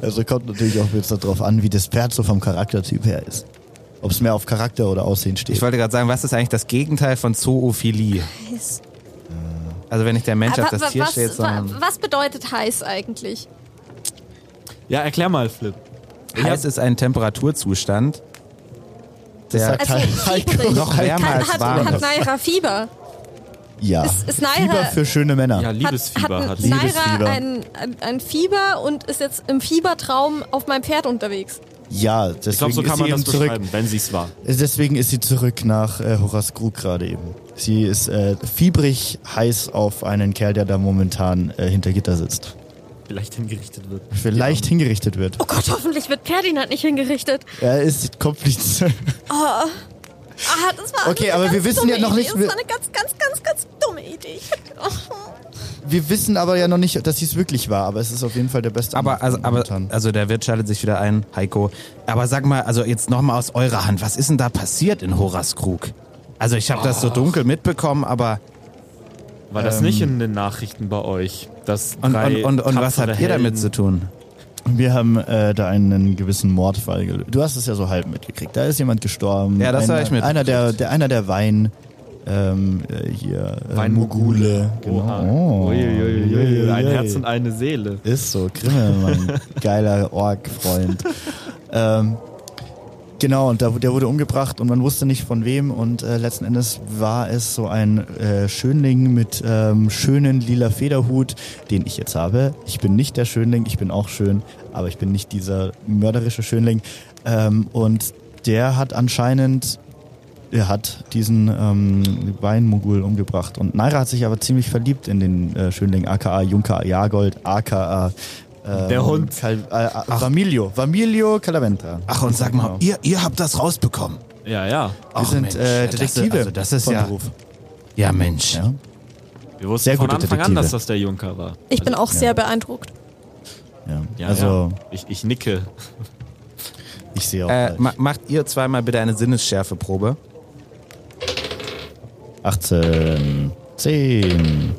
[SPEAKER 2] also kommt natürlich auch jetzt darauf an, wie das Pferd so vom Charaktertyp her ist. Ob es mehr auf Charakter oder Aussehen steht.
[SPEAKER 3] ich wollte gerade sagen, was ist eigentlich das Gegenteil von Zoophilie? Also wenn nicht der Mensch auf
[SPEAKER 4] Aber
[SPEAKER 3] das
[SPEAKER 4] wa-
[SPEAKER 3] Tier
[SPEAKER 4] was,
[SPEAKER 3] steht,
[SPEAKER 4] wa-
[SPEAKER 3] sondern
[SPEAKER 4] was bedeutet heiß eigentlich?
[SPEAKER 5] Ja, erklär mal, Flip.
[SPEAKER 3] heiß ist ein Temperaturzustand, der
[SPEAKER 4] Also
[SPEAKER 2] Heiko.
[SPEAKER 4] fieberig.
[SPEAKER 3] Noch wärmer
[SPEAKER 4] hat,
[SPEAKER 3] als
[SPEAKER 4] hat,
[SPEAKER 3] warm
[SPEAKER 4] hat
[SPEAKER 3] ist.
[SPEAKER 4] Naira Fieber?
[SPEAKER 2] ja.
[SPEAKER 4] Ist- ist Naira-
[SPEAKER 2] Fieber für schöne Männer.
[SPEAKER 5] Ja, Liebesfieber hat,
[SPEAKER 4] hat, hat
[SPEAKER 2] Liebesfieber.
[SPEAKER 4] Naira ein, ein, ein Fieber und ist jetzt im Fiebertraum auf meinem Pferd unterwegs.
[SPEAKER 2] Ja,
[SPEAKER 5] Ich glaube,
[SPEAKER 2] deswegen,
[SPEAKER 5] so kann
[SPEAKER 2] ist sie
[SPEAKER 5] man
[SPEAKER 2] eben
[SPEAKER 5] das
[SPEAKER 2] zurück,
[SPEAKER 5] beschreiben, wenn sie es war.
[SPEAKER 2] deswegen ist sie zurück nach äh, Horace Krug gerade eben. Sie ist äh, fiebrig heiß auf einen Kerl, der da momentan äh, hinter Gitter sitzt.
[SPEAKER 5] Vielleicht hingerichtet wird.
[SPEAKER 2] Vielleicht hingerichtet wird.
[SPEAKER 4] Oh Gott, hoffentlich wird Ferdinand nicht hingerichtet.
[SPEAKER 2] Er ist kompliziert.
[SPEAKER 4] Ah, das war
[SPEAKER 2] Okay,
[SPEAKER 4] eine
[SPEAKER 2] aber
[SPEAKER 4] ganz
[SPEAKER 2] wir wissen ja
[SPEAKER 4] dumme
[SPEAKER 2] noch nicht,
[SPEAKER 4] Idee.
[SPEAKER 2] wir-
[SPEAKER 4] Das war eine ganz, ganz, ganz, ganz dumme Idee.
[SPEAKER 2] (laughs) Wir wissen aber ja noch nicht, dass sie es wirklich war, aber es ist auf jeden Fall der beste
[SPEAKER 3] aber also,
[SPEAKER 2] Anhaltspunkt
[SPEAKER 3] aber
[SPEAKER 2] momentan.
[SPEAKER 3] also der Wirt schaltet sich wieder ein, Heiko. Aber sag mal, also jetzt nochmal aus eurer Hand, was ist denn da passiert in Horas Krug? Also ich habe das so dunkel mitbekommen, aber
[SPEAKER 5] War das nicht in den Nachrichten bei euch? Das
[SPEAKER 3] ähm, und, und, und, und was habt ihr damit zu tun?
[SPEAKER 2] Wir haben äh, da einen gewissen Mordfall gelöst. Du hast es ja so halb mitgekriegt. Da ist jemand gestorben.
[SPEAKER 3] Ja, das
[SPEAKER 2] einer,
[SPEAKER 3] hab ich mitgekriegt.
[SPEAKER 2] Einer der, der, einer der Wein. Ähm, äh, hier. Äh,
[SPEAKER 5] Weinmogule.
[SPEAKER 2] Genau. Oh.
[SPEAKER 5] Uiuiuiui, Ein
[SPEAKER 2] Uiuiui.
[SPEAKER 5] Herz und eine Seele.
[SPEAKER 2] Ist so, Grimme,
[SPEAKER 3] (laughs)
[SPEAKER 2] mein geiler Org-Freund. ähm, genau, und da, der wurde umgebracht und man wusste nicht von wem und äh, letzten Endes war es so ein äh, Schönling mit ähm, schönen lila Federhut, den ich jetzt habe. Ich bin nicht der Schönling, ich bin auch schön, aber ich bin nicht dieser mörderische Schönling. Ähm, und der hat anscheinend er hat diesen ähm, Weinmogul umgebracht. Und Naira hat sich aber ziemlich verliebt in den äh, Schönling, aka Junker Jagold, aka ähm,
[SPEAKER 5] Der Hund.
[SPEAKER 2] Cal äh, äh, Vamilio. Vamilio Calaventa.
[SPEAKER 3] Ach, und sag mal, ihr, ihr habt das rausbekommen.
[SPEAKER 5] Ja, ja.
[SPEAKER 2] Wir sind
[SPEAKER 3] Mensch,
[SPEAKER 2] äh,
[SPEAKER 3] das ist-
[SPEAKER 2] Detektive.
[SPEAKER 3] also das ist
[SPEAKER 2] von
[SPEAKER 3] ja-
[SPEAKER 2] Beruf.
[SPEAKER 3] Ja, Mensch.
[SPEAKER 2] Ja.
[SPEAKER 5] Wir wussten
[SPEAKER 2] Sehr
[SPEAKER 5] von
[SPEAKER 2] gute
[SPEAKER 5] Anfang an,
[SPEAKER 2] Detektive.
[SPEAKER 5] dass das der Junker war.
[SPEAKER 4] Ich bin auch sehr beeindruckt.
[SPEAKER 2] Ja.
[SPEAKER 5] Ja,
[SPEAKER 2] also,
[SPEAKER 5] ja. Ich, ich nicke.
[SPEAKER 2] ich sehe auch.
[SPEAKER 3] Äh,
[SPEAKER 2] gleich.
[SPEAKER 3] ma macht ihr zweimal bitte eine Sinnesschärfeprobe.
[SPEAKER 2] 18, 10,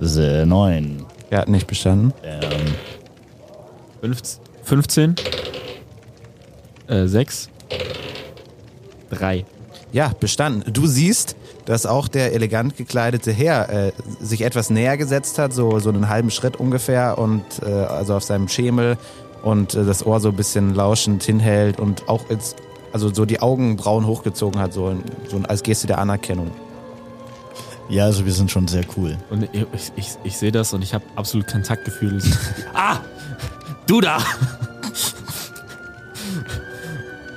[SPEAKER 2] 9.
[SPEAKER 3] Er hat nicht bestanden.
[SPEAKER 2] Ähm,
[SPEAKER 5] 15. 15 äh, 6. 3.
[SPEAKER 3] Ja, bestanden. Du siehst, dass auch der elegant gekleidete Herr äh, sich etwas näher gesetzt hat, so, so einen halben Schritt ungefähr, und äh, also auf seinem Schemel und äh, das Ohr so ein bisschen lauschend hinhält und auch ins, also so die Augenbrauen hochgezogen hat, so, so als Geste der Anerkennung.
[SPEAKER 2] Ja, also wir sind schon sehr cool.
[SPEAKER 5] Und ich, ich, ich sehe das und ich habe absolut kein Taktgefühl. (laughs) Ich- ah! Du da! (laughs)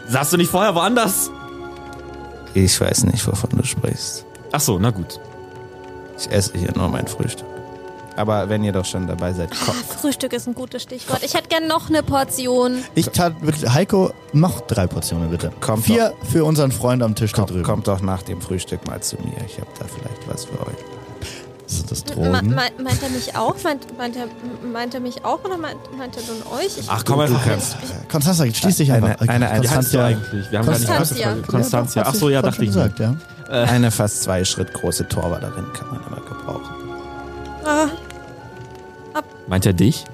[SPEAKER 5] Saßt du nicht vorher woanders?
[SPEAKER 3] Ich weiß nicht, wovon du sprichst.
[SPEAKER 5] Ach so, na gut.
[SPEAKER 3] Ich esse hier nur mein Frühstück. Aber wenn ihr doch schon dabei seid,
[SPEAKER 4] Ah, Frühstück ist ein gutes Stichwort. Ich hätte gern noch eine Portion.
[SPEAKER 2] Ich tat mit Heiko noch drei Portionen, bitte.
[SPEAKER 3] Kommt
[SPEAKER 2] Vier für unseren Freund am Tisch da
[SPEAKER 3] komm,
[SPEAKER 2] drüben.
[SPEAKER 3] kommt doch nach dem Frühstück mal zu mir. Ich habe da vielleicht was für euch.
[SPEAKER 2] Sind das
[SPEAKER 4] Me
[SPEAKER 2] Drogen?
[SPEAKER 4] me meint er mich auch? Meint, meint, er, meint er mich auch oder meint, meint er nun euch? Ich,
[SPEAKER 5] Ach komm einfach.
[SPEAKER 2] Äh, Konstanza, schließ dich
[SPEAKER 3] Eine-
[SPEAKER 2] einfach.
[SPEAKER 3] eine- eine-
[SPEAKER 5] Wie heißt du
[SPEAKER 2] Konstanza.
[SPEAKER 5] eigentlich? Wir haben gar nicht
[SPEAKER 4] Konstantia.
[SPEAKER 5] nachgefragt. Konstantia. Ach so, ja, dachte ich.
[SPEAKER 2] Gesagt, ja.
[SPEAKER 3] Eine fast zwei Schritt große Torwallerin kann man immer gebrauchen.
[SPEAKER 4] ah,
[SPEAKER 5] Meint er dich?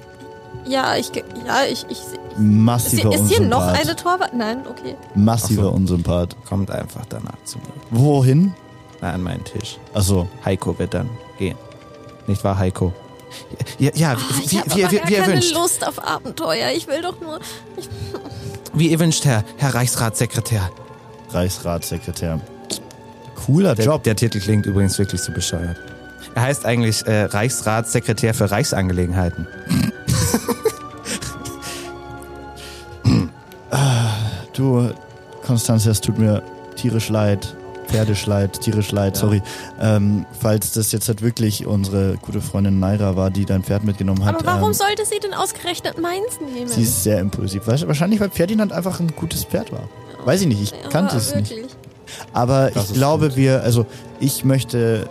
[SPEAKER 4] ja, ich, ge- ja, ich, ich, se- ist,
[SPEAKER 2] Massiver
[SPEAKER 4] hier- ist hier noch
[SPEAKER 2] Unsympath.
[SPEAKER 4] eine Torwart? Nein, okay.
[SPEAKER 2] Massiver
[SPEAKER 5] Ach so.
[SPEAKER 2] Unsympath.
[SPEAKER 3] Kommt einfach danach zu mir.
[SPEAKER 2] Wohin? Also,
[SPEAKER 3] Na, an meinen Tisch.
[SPEAKER 2] Achso,
[SPEAKER 3] Heiko wird dann gehen. Nicht wahr, Heiko? Ja, ja
[SPEAKER 4] Ah,
[SPEAKER 3] wie,
[SPEAKER 4] ich habe
[SPEAKER 3] wie, wie,
[SPEAKER 4] aber
[SPEAKER 3] wie,
[SPEAKER 4] gar
[SPEAKER 3] wie ihr
[SPEAKER 4] keine
[SPEAKER 3] wünscht.
[SPEAKER 4] Lust auf Abenteuer. Ich will doch nur.
[SPEAKER 3] Wie ihr wünscht, Herr, Herr Reichsratssekretär.
[SPEAKER 2] Reichsratssekretär. Cooler
[SPEAKER 3] Der,
[SPEAKER 2] Job.
[SPEAKER 3] der Titel klingt übrigens wirklich so bescheuert. Er heißt eigentlich äh, Reichsratssekretär für Reichsangelegenheiten.
[SPEAKER 2] Du, Konstanze, es tut mir tierisch leid. Pferdisch leid, tierisch leid, sorry. Ähm, falls das jetzt halt wirklich unsere gute Freundin Naira war, die dein Pferd mitgenommen hat.
[SPEAKER 4] Aber warum
[SPEAKER 2] ähm,
[SPEAKER 4] sollte sie denn ausgerechnet meins nehmen?
[SPEAKER 2] Sie ist sehr impulsiv. Wahrsch- Wahrscheinlich, weil Ferdinand einfach ein gutes Pferd war. Weiß ich nicht, ich kannte es nicht.
[SPEAKER 4] Oh. wirklich.
[SPEAKER 2] Aber
[SPEAKER 5] Das
[SPEAKER 2] ich
[SPEAKER 5] ist
[SPEAKER 2] glaube, wir, also ich möchte,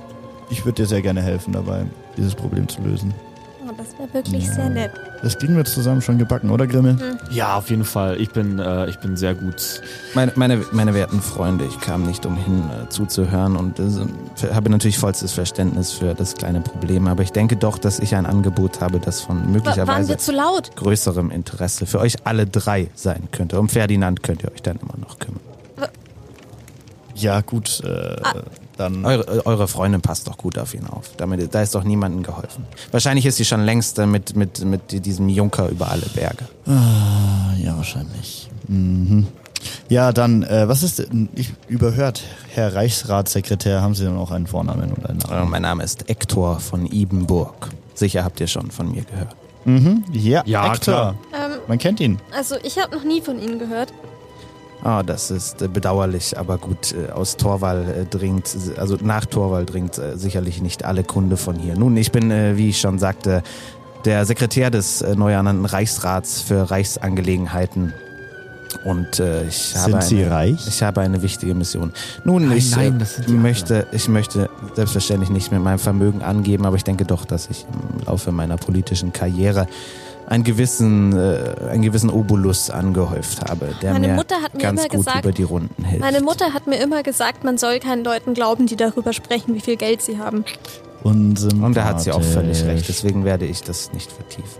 [SPEAKER 2] ich würde dir sehr gerne helfen dabei, dieses Problem zu lösen.
[SPEAKER 4] Oh, das wäre wirklich
[SPEAKER 2] Ja.
[SPEAKER 4] sehr nett.
[SPEAKER 2] Das kriegen wir zusammen schon gebacken, oder Grimmel?
[SPEAKER 4] Hm.
[SPEAKER 5] Ja, auf jeden Fall. Ich bin, äh, ich bin sehr gut.
[SPEAKER 3] Meine, meine, meine werten Freunde, ich kam nicht umhin äh, zuzuhören und äh, habe natürlich vollstes Verständnis für das kleine Problem, aber ich denke doch, dass ich ein Angebot habe, das von
[SPEAKER 4] Wa- Waren
[SPEAKER 3] möglicherweise
[SPEAKER 4] wir zu laut?
[SPEAKER 3] größerem Interesse für euch alle drei sein könnte. Um Ferdinand könnt ihr euch dann immer noch kümmern.
[SPEAKER 2] Ja, gut, äh,
[SPEAKER 4] Ah.
[SPEAKER 2] dann.
[SPEAKER 3] Eure, äh, eure Freundin passt doch gut auf ihn auf. Damit, da ist doch niemandem geholfen. Wahrscheinlich ist sie schon längst äh, mit, mit, mit diesem Junker über alle Berge.
[SPEAKER 2] Ah, Ja, wahrscheinlich. Mhm. Ja, dann, äh, was ist denn, ich überhört, Herr Reichsratssekretär, haben Sie dann auch einen Vornamen und einen
[SPEAKER 3] Äh,
[SPEAKER 2] Nachnamen?
[SPEAKER 3] mein Name ist Hector von Ibenburg. Sicher habt ihr schon von mir gehört.
[SPEAKER 2] Mhm. Ja,
[SPEAKER 5] Ja,
[SPEAKER 2] Hector.
[SPEAKER 5] klar.
[SPEAKER 4] Ähm,
[SPEAKER 2] Man kennt ihn.
[SPEAKER 4] also, ich habe noch nie von Ihnen gehört.
[SPEAKER 3] Ah, das ist äh, bedauerlich, aber gut, äh, aus Torwall äh, dringt, also nach Torwall dringt äh, sicherlich nicht alle Kunde von hier. Nun, ich bin, äh, wie ich schon sagte, der Sekretär des äh, neu ernannten Reichsrats für Reichsangelegenheiten. Und äh, ich habe
[SPEAKER 2] Sind Sie
[SPEAKER 3] eine,
[SPEAKER 2] reich?
[SPEAKER 3] Ich habe eine wichtige Mission. Nun,
[SPEAKER 5] Nein,
[SPEAKER 3] ich,
[SPEAKER 5] nein,
[SPEAKER 3] äh,
[SPEAKER 5] das sind die
[SPEAKER 3] möchte, ich möchte selbstverständlich nicht mit meinem Vermögen angeben, aber ich denke doch, dass ich im Laufe meiner politischen Karriere einen gewissen, äh, einen gewissen Obolus angehäuft habe, der
[SPEAKER 4] Meine
[SPEAKER 3] mir
[SPEAKER 4] Mutter hat mir
[SPEAKER 3] ganz
[SPEAKER 4] immer
[SPEAKER 3] gut
[SPEAKER 4] gesagt-
[SPEAKER 3] über die Runden hilft.
[SPEAKER 4] Meine Mutter hat mir immer gesagt, man soll keinen Leuten glauben, die darüber sprechen, wie viel Geld sie haben.
[SPEAKER 2] Unsympathisch.
[SPEAKER 3] Und da hat sie auch völlig recht, deswegen werde ich das nicht vertiefen.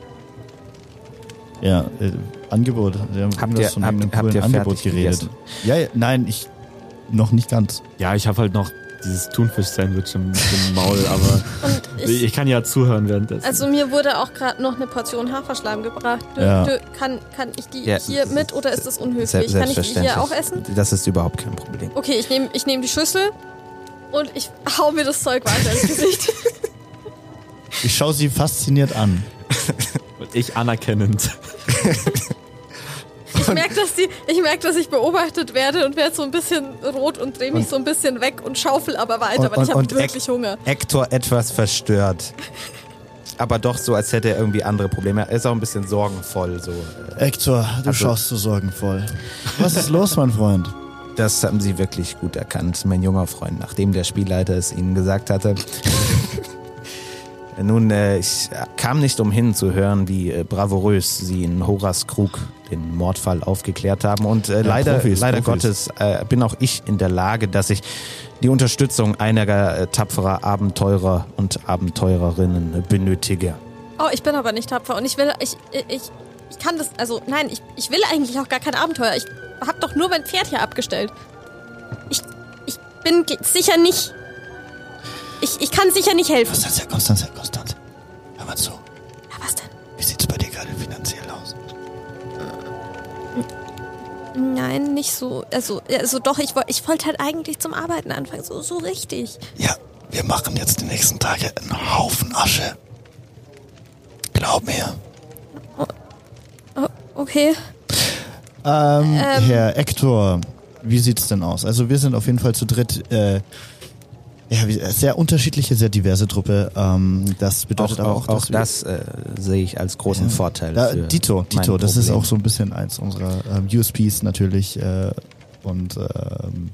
[SPEAKER 2] Ja, äh, Angebot. Sie haben
[SPEAKER 3] Habt
[SPEAKER 2] irgendwas
[SPEAKER 3] ihr,
[SPEAKER 2] von
[SPEAKER 3] habt,
[SPEAKER 2] irgendeinem
[SPEAKER 3] habt
[SPEAKER 2] coolen
[SPEAKER 3] ihr
[SPEAKER 2] Angebot
[SPEAKER 3] fertig
[SPEAKER 2] geredet.
[SPEAKER 3] gegessen?
[SPEAKER 2] Ja, ja, nein, ich noch nicht ganz.
[SPEAKER 5] Ja, ich habe halt noch dieses Thunfisch-Sandwich im, im Maul, aber
[SPEAKER 4] Und
[SPEAKER 5] ich,
[SPEAKER 4] ich,
[SPEAKER 5] kann ja zuhören währenddessen.
[SPEAKER 4] also mir wurde auch gerade noch eine Portion Haferschleim gebracht. Dö,
[SPEAKER 2] Ja.
[SPEAKER 4] dö, kann, kann ich die
[SPEAKER 3] Ja,
[SPEAKER 4] hier
[SPEAKER 3] das-
[SPEAKER 4] mit oder ist das
[SPEAKER 3] Selbst-
[SPEAKER 4] unhöflich? Kann ich die hier auch essen?
[SPEAKER 3] Das ist überhaupt kein Problem.
[SPEAKER 4] Okay, ich nehme ich nehm die Schüssel und ich hau mir das Zeug weiter ins Gesicht.
[SPEAKER 2] Ich schaue sie fasziniert an.
[SPEAKER 5] Und ich anerkennend.
[SPEAKER 4] Ich merke, dass, die- ich merk, dass ich beobachtet werde und werde so ein bisschen rot und drehe mich so ein bisschen weg und schaufel aber weiter,
[SPEAKER 3] Und-
[SPEAKER 4] weil ich
[SPEAKER 3] und-
[SPEAKER 4] habe
[SPEAKER 3] und
[SPEAKER 4] wirklich Hunger.
[SPEAKER 3] Hector etwas
[SPEAKER 4] (laughs)
[SPEAKER 3] verstört. Aber doch so, als hätte er irgendwie andere Probleme. Er ist auch ein bisschen sorgenvoll. So.
[SPEAKER 2] Hector, du
[SPEAKER 3] Also-
[SPEAKER 2] schaust so sorgenvoll. Was ist los, mein Freund?
[SPEAKER 3] Das haben sie wirklich gut erkannt, mein junger Freund, nachdem der Spielleiter es ihnen gesagt hatte. (laughs) Nun, äh, ich kam nicht umhin zu hören, wie äh, bravourös sie in Horas Krug den Mordfall aufgeklärt haben. Und äh, leider,
[SPEAKER 2] Profis,
[SPEAKER 3] leider
[SPEAKER 2] Profis.
[SPEAKER 3] Gottes äh, bin auch ich in der Lage, dass ich die Unterstützung einiger äh, tapferer Abenteurer und Abenteurerinnen äh, benötige.
[SPEAKER 4] Oh, ich bin aber nicht tapfer und ich will, ich, ich, ich kann das, also nein, ich, ich will eigentlich auch gar kein Abenteuer. Ich hab doch nur mein Pferd hier abgestellt. Ich, bin g- sicher nicht. Ich, ich kann sicher nicht helfen.
[SPEAKER 2] Konstanze, Konstanze, Konstanze. Hör mal zu.
[SPEAKER 4] Ja, was denn?
[SPEAKER 2] Wie sieht's bei dir gerade finanziell aus?
[SPEAKER 4] Nein, nicht so. Also, also doch, ich, woll- ich wollte halt eigentlich zum Arbeiten anfangen. So, so richtig.
[SPEAKER 2] Ja, wir machen jetzt die nächsten Tage einen Haufen Asche. Glaub mir.
[SPEAKER 4] Okay.
[SPEAKER 7] Ähm, Herr Hector, wie sieht's denn aus? Also wir sind auf jeden Fall zu dritt. Äh, ja, wie- sehr unterschiedliche, sehr diverse Truppe. Ähm, das bedeutet
[SPEAKER 3] auch,
[SPEAKER 7] aber
[SPEAKER 3] auch,
[SPEAKER 7] auch,
[SPEAKER 3] auch
[SPEAKER 7] wir-
[SPEAKER 3] das äh, sehe ich als großen Vorteil.
[SPEAKER 7] Da,
[SPEAKER 3] für
[SPEAKER 7] Dito,
[SPEAKER 3] mein
[SPEAKER 7] Dito, das ist
[SPEAKER 3] Problem.
[SPEAKER 7] auch so ein bisschen eins unserer ähm, USPs natürlich. Äh, und ähm,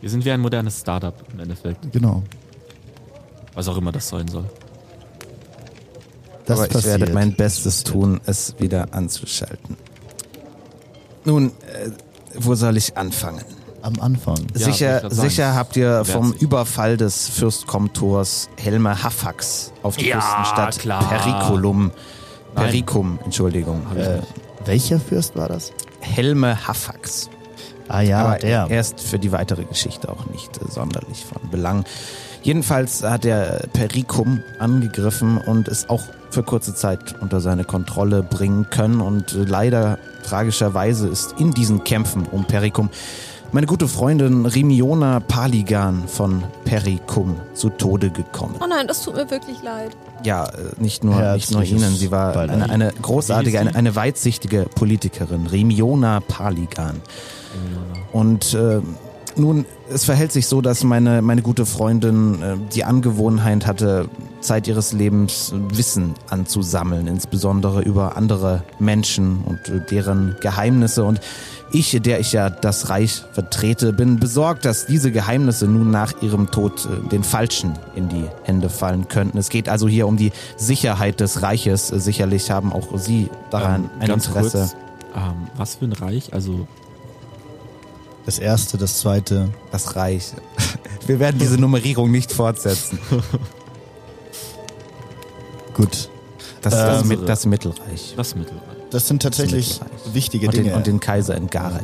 [SPEAKER 5] Wir sind wie ein modernes Startup im Endeffekt.
[SPEAKER 7] genau,
[SPEAKER 5] Was auch immer das sein soll.
[SPEAKER 7] das
[SPEAKER 3] Aber ich
[SPEAKER 7] passiert.
[SPEAKER 3] werde mein Bestes tun, es wieder anzuschalten. Nun, äh, wo soll ich anfangen?
[SPEAKER 7] Am Anfang.
[SPEAKER 5] Ja, wollte ich
[SPEAKER 3] sicher
[SPEAKER 5] grad sagen,
[SPEAKER 3] sicher
[SPEAKER 5] es
[SPEAKER 3] habt ihr
[SPEAKER 5] bewährt
[SPEAKER 3] vom
[SPEAKER 5] sich.
[SPEAKER 3] Überfall des Fürstkomtors Helme Haffax auf die
[SPEAKER 5] Ja,
[SPEAKER 3] Küstenstadt
[SPEAKER 5] klar.
[SPEAKER 3] Periculum.
[SPEAKER 5] Nein.
[SPEAKER 3] Pericum, Entschuldigung. Äh,
[SPEAKER 7] Welcher Fürst war das?
[SPEAKER 3] Helme Haffax.
[SPEAKER 7] Ah ja,
[SPEAKER 3] Aber
[SPEAKER 7] der.
[SPEAKER 3] er ist für die weitere Geschichte auch nicht äh, sonderlich von Belang. Jedenfalls hat er Pericum angegriffen und es auch für kurze Zeit unter seine Kontrolle bringen können. Und äh, leider, tragischerweise, ist in diesen Kämpfen um Pericum meine gute Freundin Rimiona Paligan von Pericum zu Tode gekommen.
[SPEAKER 4] Oh nein, das tut mir wirklich leid.
[SPEAKER 3] Ja, äh, nicht nur, nicht nur
[SPEAKER 7] Herzliches
[SPEAKER 3] Ihnen, sie war
[SPEAKER 7] Beileid.
[SPEAKER 3] eine, eine großartige, eine, eine weitsichtige Politikerin, Remiona Paligan. Und äh, nun, es verhält sich so, dass meine, meine gute Freundin äh, die Angewohnheit hatte, Zeit ihres Lebens Wissen anzusammeln, insbesondere über andere Menschen und äh, deren Geheimnisse. Und ich, der ich ja das Reich vertrete, bin besorgt, dass diese Geheimnisse nun nach ihrem Tod äh, den Falschen in die Hände fallen könnten. Es geht also hier um die Sicherheit des Reiches. Äh, Sicherlich haben auch Sie daran ein
[SPEAKER 5] Ähm, ganz
[SPEAKER 3] Interesse.
[SPEAKER 5] kurz, ähm, was für ein Reich? Also,
[SPEAKER 7] Das erste, das zweite.
[SPEAKER 3] Das Reich. (laughs) Wir werden diese Nummerierung nicht fortsetzen.
[SPEAKER 7] Gut.
[SPEAKER 3] Das, das,
[SPEAKER 7] Ähm,
[SPEAKER 3] Mit- das Mittelreich.
[SPEAKER 5] das Mittelreich.
[SPEAKER 7] Das sind tatsächlich
[SPEAKER 3] Mittelreich.
[SPEAKER 7] wichtige
[SPEAKER 3] Und
[SPEAKER 7] Dinge.
[SPEAKER 3] den, und den Kaiser in Gareth.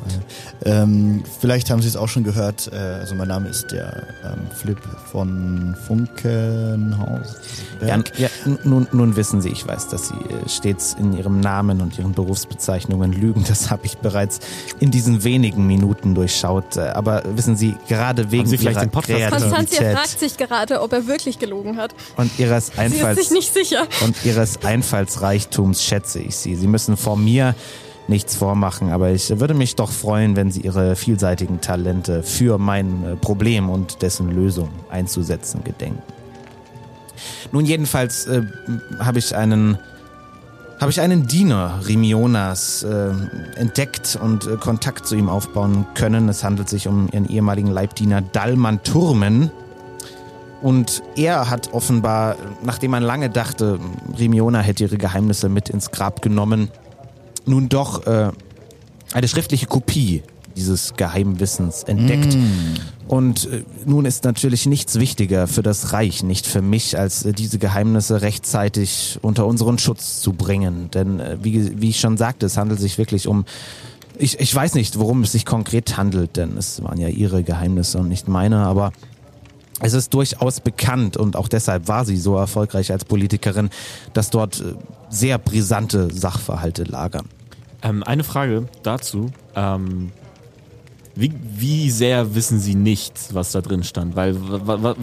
[SPEAKER 7] Ähm, vielleicht haben Sie es auch schon gehört. Äh, also mein Name ist der ähm, Flip von Funkenhaus.
[SPEAKER 3] Ja, ja, n- nun, nun wissen Sie, ich weiß, dass Sie äh, stets in Ihrem Namen und Ihren Berufsbezeichnungen lügen. Das (laughs) habe ich bereits in diesen wenigen Minuten durchschaut. Äh, Aber wissen Sie, gerade wegen
[SPEAKER 5] Sie vielleicht
[SPEAKER 3] Ihrer
[SPEAKER 5] den Podcast gehört?
[SPEAKER 4] Konstanzia
[SPEAKER 3] Kreativität
[SPEAKER 4] fragt sich gerade, ob er wirklich gelogen hat.
[SPEAKER 3] und Ihres
[SPEAKER 4] Sie ist sich
[SPEAKER 3] Einfalls
[SPEAKER 4] nicht sicher.
[SPEAKER 3] und Ihres Einfallsreichtums schätze ich Sie. Sie müssen vor mir nichts vormachen, aber ich würde mich doch freuen, wenn Sie Ihre vielseitigen Talente für mein äh, Problem und dessen Lösung einzusetzen gedenken. Nun jedenfalls äh, m- habe ich einen habe ich einen Diener Rimionas äh, entdeckt und äh, Kontakt zu ihm aufbauen können. Es handelt sich um ihren ehemaligen Leibdiener Dalman Turmen. Und er hat offenbar, nachdem man lange dachte, Rimiona hätte ihre Geheimnisse mit ins Grab genommen, nun doch äh, eine schriftliche Kopie dieses Geheimwissens entdeckt. Und äh, nun ist natürlich nichts wichtiger für das Reich, nicht für mich, als äh, diese Geheimnisse rechtzeitig unter unseren Schutz zu bringen. Denn äh, wie, wie ich schon sagte, es handelt sich wirklich um ich, ich weiß nicht, worum es sich konkret handelt, denn es waren ja ihre Geheimnisse und nicht meine, aber es ist durchaus bekannt und auch deshalb war sie so erfolgreich als Politikerin, dass dort äh, sehr brisante Sachverhalte lagern.
[SPEAKER 5] Ähm, eine Frage dazu. Ähm, wie, wie sehr wissen Sie nicht, was da drin stand? Weil, wa- wa-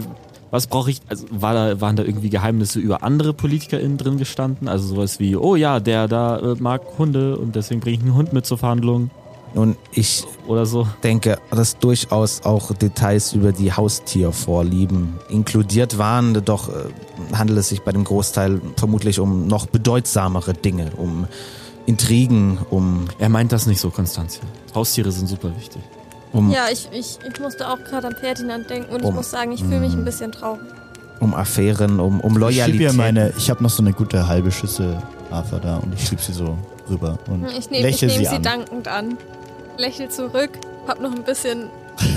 [SPEAKER 5] was brauche ich? Also, war da, waren da irgendwie Geheimnisse über andere PolitikerInnen drin gestanden? Also, sowas wie, oh ja, der da äh, mag Hunde und deswegen bringe ich einen Hund mit zur Verhandlung
[SPEAKER 3] Nun, ich
[SPEAKER 5] oder so.
[SPEAKER 3] denke, dass durchaus auch Details über die Haustiervorlieben inkludiert waren, doch äh, handelt es sich bei dem Großteil vermutlich um noch bedeutsamere Dinge, um Intrigen, um,
[SPEAKER 5] Er meint das nicht so, Konstanze. Haustiere sind super wichtig.
[SPEAKER 3] um
[SPEAKER 4] Ja, ich, ich, ich musste auch gerade an Ferdinand denken und ich
[SPEAKER 3] Um.
[SPEAKER 4] muss sagen, ich fühle mich ein bisschen traurig.
[SPEAKER 3] um Affären, um, um
[SPEAKER 7] Ich schieb
[SPEAKER 3] Loyalität.
[SPEAKER 7] ihr meine, ich habe noch so eine gute halbe Schüssel Hafer da und ich schieb sie so rüber und
[SPEAKER 4] Ich nehme
[SPEAKER 7] lächle
[SPEAKER 4] nehm sie,
[SPEAKER 7] sie an.
[SPEAKER 4] dankend an. Lächel zurück, hab noch ein bisschen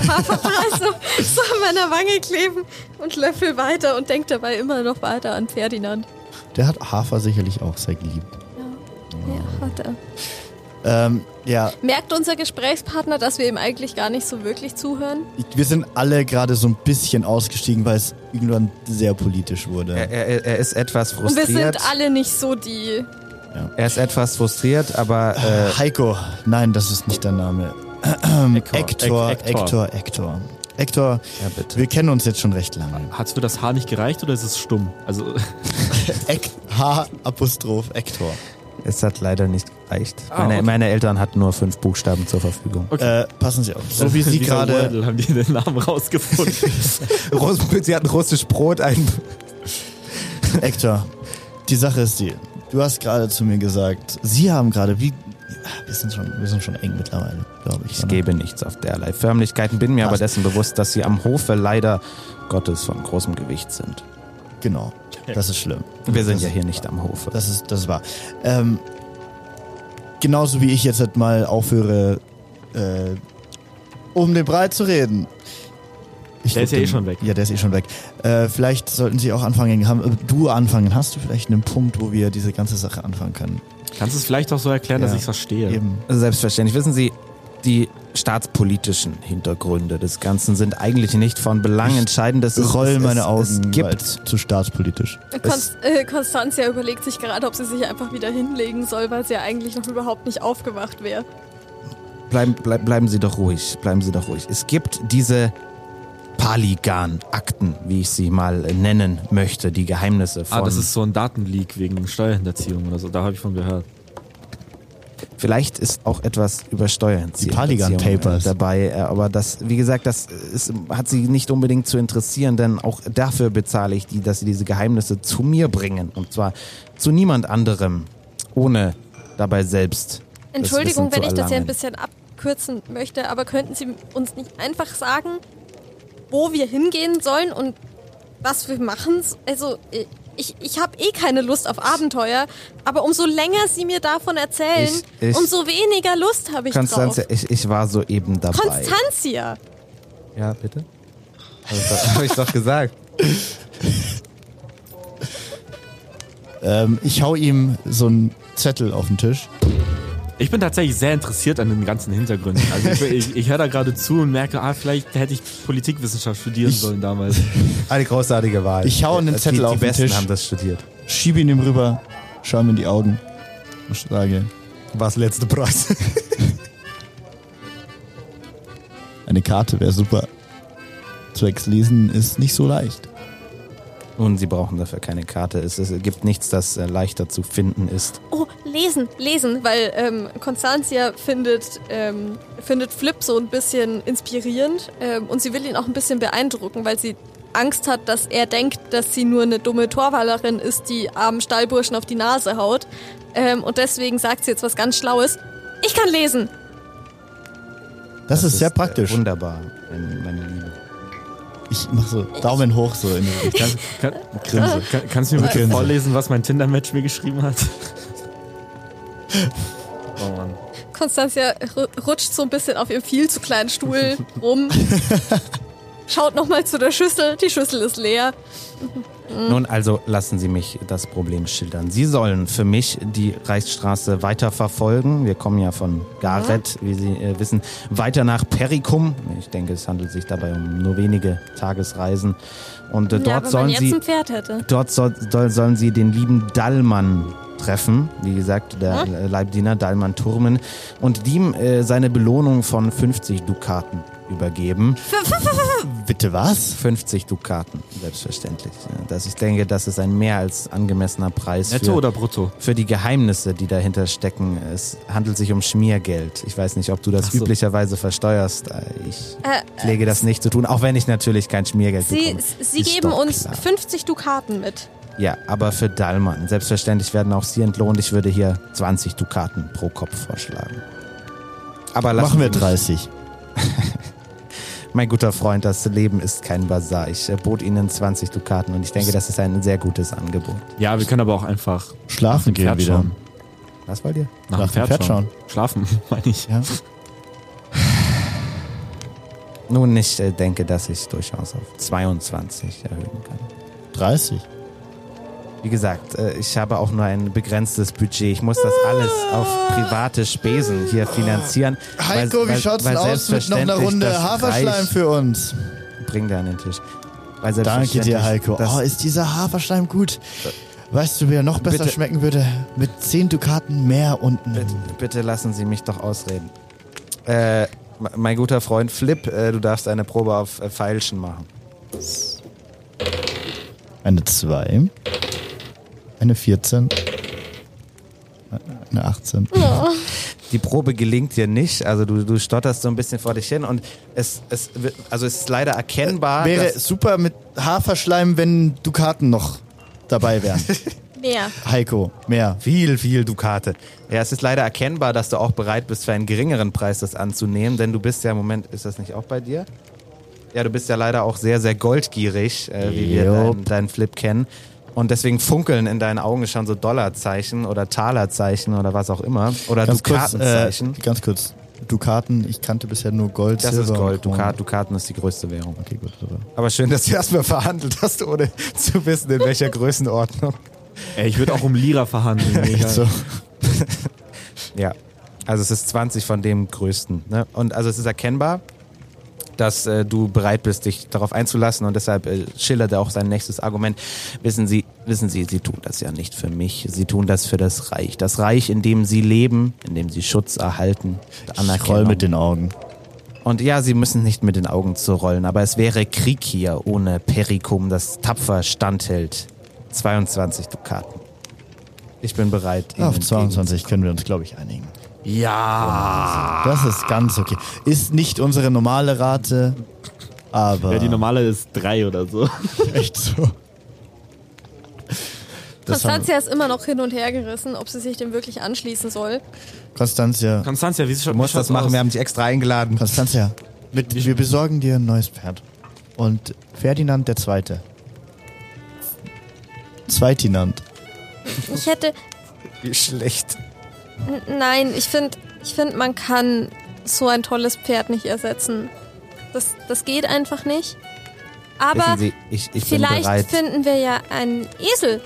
[SPEAKER 4] Haferbrei so, so an meiner Wange kleben und löffel weiter und denk dabei immer noch weiter an Ferdinand.
[SPEAKER 7] Der hat Hafer sicherlich auch sehr geliebt.
[SPEAKER 4] Ja, hat er.
[SPEAKER 2] Ähm, ja,
[SPEAKER 4] Merkt unser Gesprächspartner, dass wir ihm eigentlich gar nicht so wirklich zuhören?
[SPEAKER 2] ich- wir sind alle gerade so ein bisschen ausgestiegen, weil es irgendwann sehr politisch wurde.
[SPEAKER 3] Er, er, er ist etwas
[SPEAKER 4] Und wir
[SPEAKER 3] frustriert.
[SPEAKER 4] sind alle nicht so die. äh,
[SPEAKER 3] er ist etwas frustriert,
[SPEAKER 7] (laughs)
[SPEAKER 3] aber äh,
[SPEAKER 2] Heiko, nein, das ist nicht der Name. Ähm, Hector,
[SPEAKER 5] Ek- Hector.
[SPEAKER 2] Hector, Hector. Hector,
[SPEAKER 3] ja, bitte.
[SPEAKER 2] wir kennen uns jetzt schon recht lange.
[SPEAKER 5] Hat's für das Haar nicht gereicht oder ist es stumm? Also,
[SPEAKER 2] Ek- H-Apostroph Hector.
[SPEAKER 3] Es hat leider nicht gereicht.
[SPEAKER 5] Ah,
[SPEAKER 3] meine,
[SPEAKER 5] okay.
[SPEAKER 3] meine Eltern hatten nur fünf Buchstaben zur Verfügung.
[SPEAKER 2] Äh, passen Sie auf. So wie Sie
[SPEAKER 5] (laughs)
[SPEAKER 2] (laughs)
[SPEAKER 5] dieser
[SPEAKER 2] gerade
[SPEAKER 5] Wordle haben die den Namen rausgefunden.
[SPEAKER 3] Russ- Sie hatten russisch Brot, ein
[SPEAKER 2] Hector, die Sache ist die, du hast gerade zu mir gesagt, Sie haben gerade, wie, wir sind schon, wir sind schon eng mittlerweile, glaube ich.
[SPEAKER 3] Ich gebe nichts auf derlei Förmlichkeiten, bin mir aber dessen bewusst, dass sie am Hofe leider Gottes von großem Gewicht sind.
[SPEAKER 2] Genau, das ist schlimm.
[SPEAKER 3] Wir sind
[SPEAKER 2] Das-
[SPEAKER 3] ja hier nicht am Hofe.
[SPEAKER 2] Das ist, das war. Ähm, genauso wie ich jetzt halt mal aufhöre, äh, um den Brei zu reden. Ich
[SPEAKER 5] Der ist
[SPEAKER 2] guck
[SPEAKER 5] ja eh
[SPEAKER 2] den-
[SPEAKER 5] schon weg.
[SPEAKER 2] Ja, der ist eh schon weg. Äh, vielleicht sollten Sie auch anfangen. Haben, äh, du anfangen. Hast du vielleicht einen Punkt, wo wir diese ganze Sache anfangen können?
[SPEAKER 5] (laughs) Kannst du es vielleicht auch so erklären, dass
[SPEAKER 2] Ja.
[SPEAKER 5] ich es verstehe?
[SPEAKER 2] Eben.
[SPEAKER 3] Selbstverständlich. Wissen Sie, die staatspolitischen Hintergründe des Ganzen sind eigentlich nicht von Belang
[SPEAKER 2] Ich
[SPEAKER 3] entscheidend. Es ist-
[SPEAKER 2] Ich roll
[SPEAKER 3] es,
[SPEAKER 2] meine Augen.
[SPEAKER 3] Es
[SPEAKER 2] weil
[SPEAKER 3] gibt
[SPEAKER 2] es zu staatspolitisch.
[SPEAKER 4] Konst äh, Constantia überlegt sich gerade, ob sie sich einfach wieder hinlegen soll, weil sie ja eigentlich noch überhaupt nicht aufgewacht wäre.
[SPEAKER 3] bleiben, bleib, bleiben Sie doch ruhig, bleiben Sie doch ruhig. Es gibt diese Paligan-Akten, wie ich sie mal äh, nennen möchte, die Geheimnisse von...
[SPEAKER 5] Ah, das ist so ein Datenleak wegen Steuerhinterziehung oder so. Da habe ich von gehört.
[SPEAKER 3] Vielleicht ist auch etwas über Steuern
[SPEAKER 2] Die Paligan Papers.
[SPEAKER 3] dabei, äh, aber das, wie gesagt, das ist, hat sie nicht unbedingt zu interessieren, denn auch dafür bezahle ich die, dass sie diese Geheimnisse zu mir bringen und zwar zu niemand anderem, ohne dabei selbst. das Wissen
[SPEAKER 4] Entschuldigung,
[SPEAKER 3] zu
[SPEAKER 4] wenn ich das hier
[SPEAKER 3] erlangen.
[SPEAKER 4] ein bisschen abkürzen möchte, aber könnten Sie uns nicht einfach sagen, wo wir hingehen sollen und was wir machen? Also, äh, ich, ich habe eh keine Lust auf Abenteuer, aber umso länger Sie mir davon erzählen,
[SPEAKER 3] Ich- ich-
[SPEAKER 4] umso weniger Lust habe ich
[SPEAKER 3] Konstanze,
[SPEAKER 4] drauf.
[SPEAKER 3] ich, ich war soeben dabei.
[SPEAKER 4] Konstanzia!
[SPEAKER 3] Ja, bitte? Habe ich, doch- hab ich doch gesagt.
[SPEAKER 2] Ähm, ich hau ihm so einen Zettel auf den Tisch.
[SPEAKER 5] Ich bin tatsächlich sehr interessiert an den ganzen Hintergründen. Also ich, ich, ich höre da gerade zu und merke, ah, vielleicht hätte ich Politikwissenschaft studieren sollen damals.
[SPEAKER 3] Eine großartige Wahl.
[SPEAKER 2] Ich hau einen
[SPEAKER 3] Die-
[SPEAKER 2] Zettel
[SPEAKER 3] die,
[SPEAKER 2] auf den
[SPEAKER 3] Besten
[SPEAKER 2] Tisch.
[SPEAKER 3] haben das studiert.
[SPEAKER 2] Schiebe ihn ihm rüber. Schau ihm in die Augen. Und sage,
[SPEAKER 3] Was letzte (laughs) Preis?
[SPEAKER 2] eine Karte wäre super. Zwecks lesen ist nicht so leicht.
[SPEAKER 3] Nun, sie brauchen dafür keine Karte. Es, es gibt nichts, das äh, leichter zu finden ist.
[SPEAKER 4] Oh, lesen, lesen, weil ähm, Constantia findet, ähm, findet Flip so ein bisschen inspirierend ähm, und sie will ihn auch ein bisschen beeindrucken, weil sie Angst hat, dass er denkt, dass sie nur eine dumme Torwallerin ist, die armen Stallburschen auf die Nase haut. Ähm, und deswegen sagt sie jetzt was ganz Schlaues. Ich kann lesen.
[SPEAKER 2] Das, ist, sehr praktisch.
[SPEAKER 3] Äh, wunderbar, mein- meine Liebe.
[SPEAKER 2] ich mach so Daumen hoch so in die Richtung.
[SPEAKER 5] Kann, kann,
[SPEAKER 2] Grinse.
[SPEAKER 5] kann, kannst du mir bitte
[SPEAKER 2] Grinse.
[SPEAKER 5] vorlesen, was mein Tinder-Match mir geschrieben (laughs) hat? Oh Mann.
[SPEAKER 4] Constantia ru- rutscht so ein bisschen auf ihrem viel zu
[SPEAKER 3] (laughs)
[SPEAKER 4] kleinen Stuhl rum. Schaut nochmal zu der Schüssel. Die Schüssel ist leer.
[SPEAKER 3] Nun, also lassen Sie mich das Problem schildern. Sie sollen für mich die Reichsstraße weiter verfolgen. Wir kommen ja von Gareth,
[SPEAKER 4] Mhm.
[SPEAKER 3] wie Sie äh, wissen, weiter nach Pericum. Ich denke, es handelt sich dabei um nur wenige Tagesreisen. Und äh,
[SPEAKER 4] ja,
[SPEAKER 3] dort
[SPEAKER 4] wenn man
[SPEAKER 3] sollen
[SPEAKER 4] jetzt
[SPEAKER 3] Sie...
[SPEAKER 4] ein Pferd hätte.
[SPEAKER 3] Dort soll, soll, sollen sie den lieben Dallmann treffen. Wie gesagt, der
[SPEAKER 4] Hm?
[SPEAKER 3] äh, Leibdiener Dallmann Turmen. Und ihm äh, seine Belohnung von 50 Dukaten übergeben.
[SPEAKER 2] Bitte was?
[SPEAKER 3] 50 Dukaten, selbstverständlich. Ja, Das, ich denke, das ist ein mehr als angemessener Preis
[SPEAKER 5] Netto
[SPEAKER 3] für,
[SPEAKER 5] oder brutto?
[SPEAKER 3] für die Geheimnisse, die dahinter stecken. Es handelt sich um Schmiergeld. Ich weiß nicht, ob du das
[SPEAKER 5] Ach so.
[SPEAKER 3] üblicherweise versteuerst. Äh, Ich
[SPEAKER 4] Äh,
[SPEAKER 3] pflege das nicht zu tun, auch wenn ich natürlich kein Schmiergeld
[SPEAKER 4] Sie,
[SPEAKER 3] bekomme.
[SPEAKER 4] sie
[SPEAKER 3] Ist
[SPEAKER 4] geben
[SPEAKER 3] doch
[SPEAKER 4] uns
[SPEAKER 3] klar.
[SPEAKER 4] 50 Dukaten mit.
[SPEAKER 3] Ja, aber für Dallmann. Selbstverständlich werden auch Sie entlohnt. Ich würde hier 20 Dukaten pro Kopf vorschlagen. Aber lassen
[SPEAKER 2] (laughs) Machen wir
[SPEAKER 3] Sie mich-
[SPEAKER 2] 30.
[SPEAKER 3] Mein guter Freund, das Leben ist kein Bazar. Ich äh, bot Ihnen 20 Dukaten und ich denke, das ist ein sehr gutes Angebot.
[SPEAKER 5] Ja, wir können aber auch einfach
[SPEAKER 2] Schlafen gehen
[SPEAKER 5] Pferd
[SPEAKER 2] wieder.
[SPEAKER 5] schauen.
[SPEAKER 3] Was wollt ihr?
[SPEAKER 5] Nach, dem Pferd, schauen. Schlafen, (laughs) meine ich.
[SPEAKER 2] Ja.
[SPEAKER 3] Nun, ich äh, denke, dass ich durchaus auf 22 erhöhen kann.
[SPEAKER 2] 30.
[SPEAKER 3] Wie gesagt, äh, ich habe auch nur ein begrenztes Budget. Ich muss das alles auf private Spesen hier finanzieren.
[SPEAKER 2] Heiko, wie schaut's denn aus mit noch einer
[SPEAKER 3] selbstverständlich
[SPEAKER 2] Runde
[SPEAKER 3] das
[SPEAKER 2] Haferschleim
[SPEAKER 3] Reich-
[SPEAKER 2] für uns?
[SPEAKER 3] Bring dir an den Tisch.
[SPEAKER 2] Danke
[SPEAKER 3] Weil selbstverständlich
[SPEAKER 2] dir, Heiko.
[SPEAKER 3] das-
[SPEAKER 2] Oh, ist dieser Haferschleim gut? Weißt du, wie er noch besser
[SPEAKER 3] Bitte.
[SPEAKER 2] schmecken würde? Mit 10 Dukaten mehr unten.
[SPEAKER 3] Bitte, bitte lassen Sie mich doch ausreden. Äh, m- mein guter Freund Flip, äh, du darfst eine Probe auf äh, Feilschen machen.
[SPEAKER 2] Eine 2. Eine 14. Eine 18.
[SPEAKER 3] Die Probe gelingt dir nicht, also du, du stotterst so ein bisschen vor dich hin und es, es, wird- also es ist leider erkennbar,
[SPEAKER 2] Wäre
[SPEAKER 3] dass,
[SPEAKER 2] super mit Haferschleim, wenn Dukaten noch dabei
[SPEAKER 3] (laughs)
[SPEAKER 2] wären.
[SPEAKER 4] Mehr.
[SPEAKER 2] Heiko, mehr.
[SPEAKER 3] viel, viel Dukate. Ja, es ist leider erkennbar, dass du auch bereit bist, für einen geringeren Preis das anzunehmen, denn du bist ja, Moment, ist das nicht auch bei dir? Ja, du bist ja leider auch sehr, sehr goldgierig, äh, wie wir
[SPEAKER 2] Jupp.
[SPEAKER 3] deinen, deinen Flip kennen. Und deswegen funkeln in deinen Augen schon so Dollarzeichen oder Talerzeichen oder was auch immer. Oder
[SPEAKER 2] Ganz kurz, äh,
[SPEAKER 3] Dukatenzeichen.
[SPEAKER 2] ganz kurz. Dukaten, ich kannte bisher nur Gold,
[SPEAKER 3] das
[SPEAKER 2] Silber
[SPEAKER 3] ist Gold.
[SPEAKER 2] und Kronen.
[SPEAKER 3] Dukat, Dukaten ist die größte Währung.
[SPEAKER 2] Okay, gut. Silber.
[SPEAKER 3] Aber schön, dass du erstmal verhandelt hast, ohne zu wissen,
[SPEAKER 2] (laughs)
[SPEAKER 3] in welcher Größenordnung.
[SPEAKER 5] Ey, ich würde auch um Lira (laughs) verhandeln. Michael.
[SPEAKER 2] So.
[SPEAKER 3] Ja. Also es ist 20 von dem größten. Ne? Und also es ist erkennbar, dass äh, du bereit bist, dich darauf einzulassen und deshalb äh, schildert er auch sein nächstes Argument. Wissen Sie, wissen Sie, Sie tun das ja nicht für mich. Sie tun das für das Reich. Das Reich, in dem Sie leben, in dem Sie Schutz erhalten,
[SPEAKER 2] Ich roll
[SPEAKER 3] Anerkennung.
[SPEAKER 2] mit den Augen.
[SPEAKER 3] Und ja, sie müssen nicht mit den Augen zu rollen, aber es wäre Krieg hier ohne Perikum, das tapfer standhält. 22 Dukaten. Ich bin bereit.
[SPEAKER 2] Auf
[SPEAKER 3] Ihnen
[SPEAKER 2] 22 können wir uns, glaube ich, einigen.
[SPEAKER 3] Ah.
[SPEAKER 5] Ja.
[SPEAKER 2] Das ist ganz okay. Ist nicht unsere normale Rate, aber
[SPEAKER 5] Ja, die normale ist drei oder so.
[SPEAKER 2] (laughs) echt so. Das haben,
[SPEAKER 4] Constantia ist immer noch hin und her gerissen, ob sie sich dem wirklich anschließen soll.
[SPEAKER 2] Constantia,
[SPEAKER 5] Konstanzia, wie ist schon
[SPEAKER 3] Du musst das machen, wir haben dich extra eingeladen.
[SPEAKER 2] Constantia, mit, wir besorgen dir ein neues Pferd. Und Ferdinand der Zweite. Zweitinand.
[SPEAKER 4] Ich hätte.
[SPEAKER 3] Wie schlecht.
[SPEAKER 4] n- Nein, ich finde, ich find, man kann so ein tolles Pferd nicht ersetzen. Das, das geht einfach nicht. Aber
[SPEAKER 3] Wissen Sie, ich, ich bin bereit.
[SPEAKER 4] vielleicht finden wir ja einen Esel.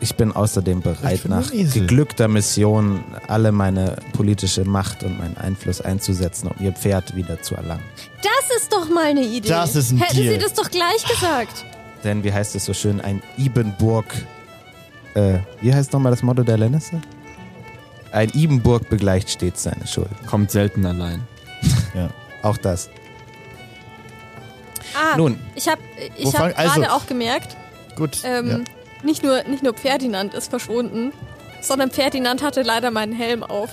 [SPEAKER 3] Ich bin außerdem
[SPEAKER 2] Vielleicht
[SPEAKER 3] bereit,
[SPEAKER 2] finden wir
[SPEAKER 3] nach
[SPEAKER 2] einen Esel.
[SPEAKER 3] geglückter Mission alle meine politische Macht und meinen Einfluss einzusetzen, um ihr Pferd wieder zu erlangen.
[SPEAKER 4] Das ist doch mal eine Idee.
[SPEAKER 2] Das ist ein
[SPEAKER 4] Hätten
[SPEAKER 2] Deal.
[SPEAKER 4] Sie das doch gleich gesagt.
[SPEAKER 3] Denn, wie heißt es so schön, ein Ibenburg. Äh, wie heißt nochmal das Motto der Lannister? Ein Ibenburg begleicht stets seine Schuld.
[SPEAKER 5] Kommt selten allein.
[SPEAKER 3] Auch das.
[SPEAKER 4] Ah,
[SPEAKER 3] Nun,
[SPEAKER 4] ich habe
[SPEAKER 2] Wo
[SPEAKER 4] ich
[SPEAKER 2] fang-
[SPEAKER 4] hab
[SPEAKER 2] also-
[SPEAKER 4] gerade auch gemerkt,
[SPEAKER 2] Gut.
[SPEAKER 4] ähm,
[SPEAKER 2] ja.
[SPEAKER 4] nicht, nur, nicht nur Ferdinand ist verschwunden, sondern Ferdinand hatte leider meinen
[SPEAKER 2] (laughs)
[SPEAKER 4] Helm auf.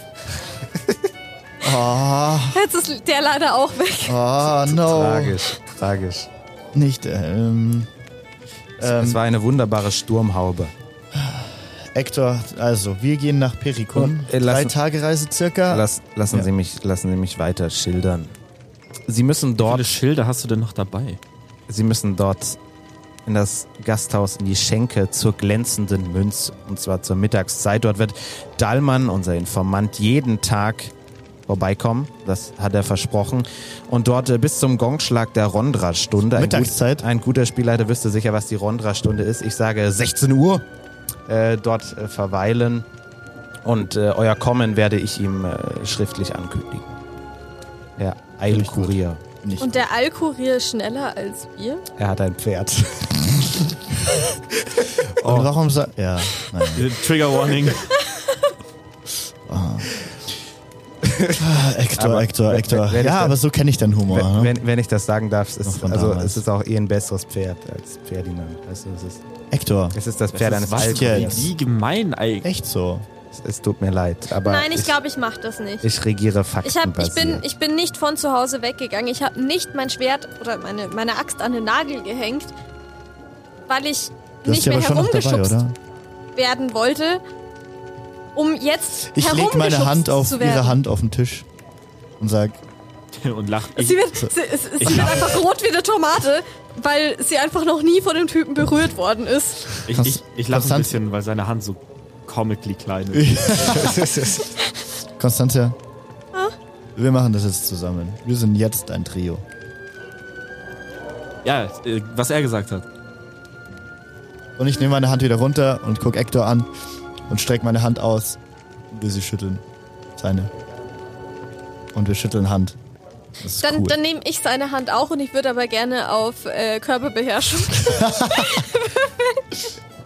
[SPEAKER 2] Ah.
[SPEAKER 4] Jetzt ist der leider auch weg.
[SPEAKER 2] Oh, no.
[SPEAKER 3] tragisch, tragisch.
[SPEAKER 2] Nicht, ähm,
[SPEAKER 3] Es, es war eine wunderbare Sturmhaube.
[SPEAKER 2] Hector, also, wir gehen nach Pericum.
[SPEAKER 3] Und, äh, lass-
[SPEAKER 2] Drei Tage Reise circa.
[SPEAKER 3] Lass, lassen,
[SPEAKER 2] Ja.
[SPEAKER 3] Sie mich, lassen Sie mich weiter schildern. Sie müssen
[SPEAKER 5] Wie
[SPEAKER 3] dort
[SPEAKER 5] viele Schilder hast du denn noch dabei?
[SPEAKER 3] Sie müssen dort in das Gasthaus, in die Schenke zur glänzenden Münz, und zwar zur Mittagszeit. Dort wird Dallmann, unser Informant, jeden Tag vorbeikommen. Das hat er versprochen. Und dort äh, bis zum Gongschlag der Rondra-Stunde. Ein
[SPEAKER 2] Mittagszeit?
[SPEAKER 3] Gut, ein guter Spielleiter wüsste sicher, was die Rondra-Stunde ist. Ich sage 16 Uhr. Äh, dort äh, verweilen. Und äh, euer Kommen werde ich ihm äh, schriftlich ankündigen. Ja,
[SPEAKER 2] ich gut.
[SPEAKER 3] Eilkurier.
[SPEAKER 2] Nicht.
[SPEAKER 4] Und der Alkurier ist schneller als wir?
[SPEAKER 3] Er hat ein Pferd.
[SPEAKER 2] Und warum sa- Ja, nein.
[SPEAKER 8] Äh,
[SPEAKER 5] Trigger Warning.
[SPEAKER 2] Hector,
[SPEAKER 3] Aber
[SPEAKER 2] Hector,
[SPEAKER 3] wenn-
[SPEAKER 2] Hector.
[SPEAKER 3] wenn- wenn ich
[SPEAKER 2] Ja,
[SPEAKER 3] da-
[SPEAKER 2] aber so kenne ich deinen Humor.
[SPEAKER 3] Wenn,
[SPEAKER 2] ne?
[SPEAKER 3] wenn, wenn ich das sagen darf, es ist,
[SPEAKER 2] von
[SPEAKER 3] also,
[SPEAKER 2] damals.
[SPEAKER 3] es ist auch eh ein besseres Pferd als Ferdinand. Weißt du, es, ist,
[SPEAKER 2] Hector,
[SPEAKER 3] es ist das Pferd eines
[SPEAKER 5] was?
[SPEAKER 3] Altkuriers.
[SPEAKER 5] Wie gemein eigentlich.
[SPEAKER 2] echt so.
[SPEAKER 3] Es, es tut mir leid, aber
[SPEAKER 4] Nein, ich
[SPEAKER 3] ich,
[SPEAKER 4] glaube, ich mache das nicht.
[SPEAKER 3] ich regiere Fakten.
[SPEAKER 4] Ich, hab, ich, bin, ich bin nicht von zu Hause weggegangen. Ich habe nicht mein Schwert oder meine, meine Axt an den Nagel gehängt, weil ich
[SPEAKER 2] Du hast
[SPEAKER 4] nicht
[SPEAKER 2] ja
[SPEAKER 4] mehr
[SPEAKER 2] aber schon noch dabei,
[SPEAKER 4] herumgeschubst
[SPEAKER 2] oder?
[SPEAKER 4] werden wollte, um jetzt
[SPEAKER 2] Ich lege meine
[SPEAKER 4] herumgeschubst
[SPEAKER 2] Hand auf
[SPEAKER 4] zu werden.
[SPEAKER 2] ihre Hand auf den Tisch und sag,
[SPEAKER 5] Und lacht.
[SPEAKER 4] Sie wird, sie, sie, sie wird einfach rot wie eine Tomate, weil sie einfach noch nie von dem Typen berührt worden ist.
[SPEAKER 5] Ich,
[SPEAKER 2] Konst-
[SPEAKER 5] ich, ich lache ein
[SPEAKER 2] Konstanz-
[SPEAKER 5] bisschen, weil seine Hand so comically klein ist.
[SPEAKER 2] Konstantia,
[SPEAKER 4] Ah?
[SPEAKER 2] wir machen das jetzt zusammen. Wir sind jetzt ein Trio.
[SPEAKER 5] ja, äh, was er gesagt hat.
[SPEAKER 2] Und ich nehme meine Hand wieder runter und gucke Hector an und strecke meine Hand aus und will sie schütteln. Seine. Und wir schütteln Hand. Das ist
[SPEAKER 4] Dann,
[SPEAKER 2] cool.
[SPEAKER 4] dann nehme ich seine Hand auch und ich würde aber gerne auf äh, Körperbeherrschung.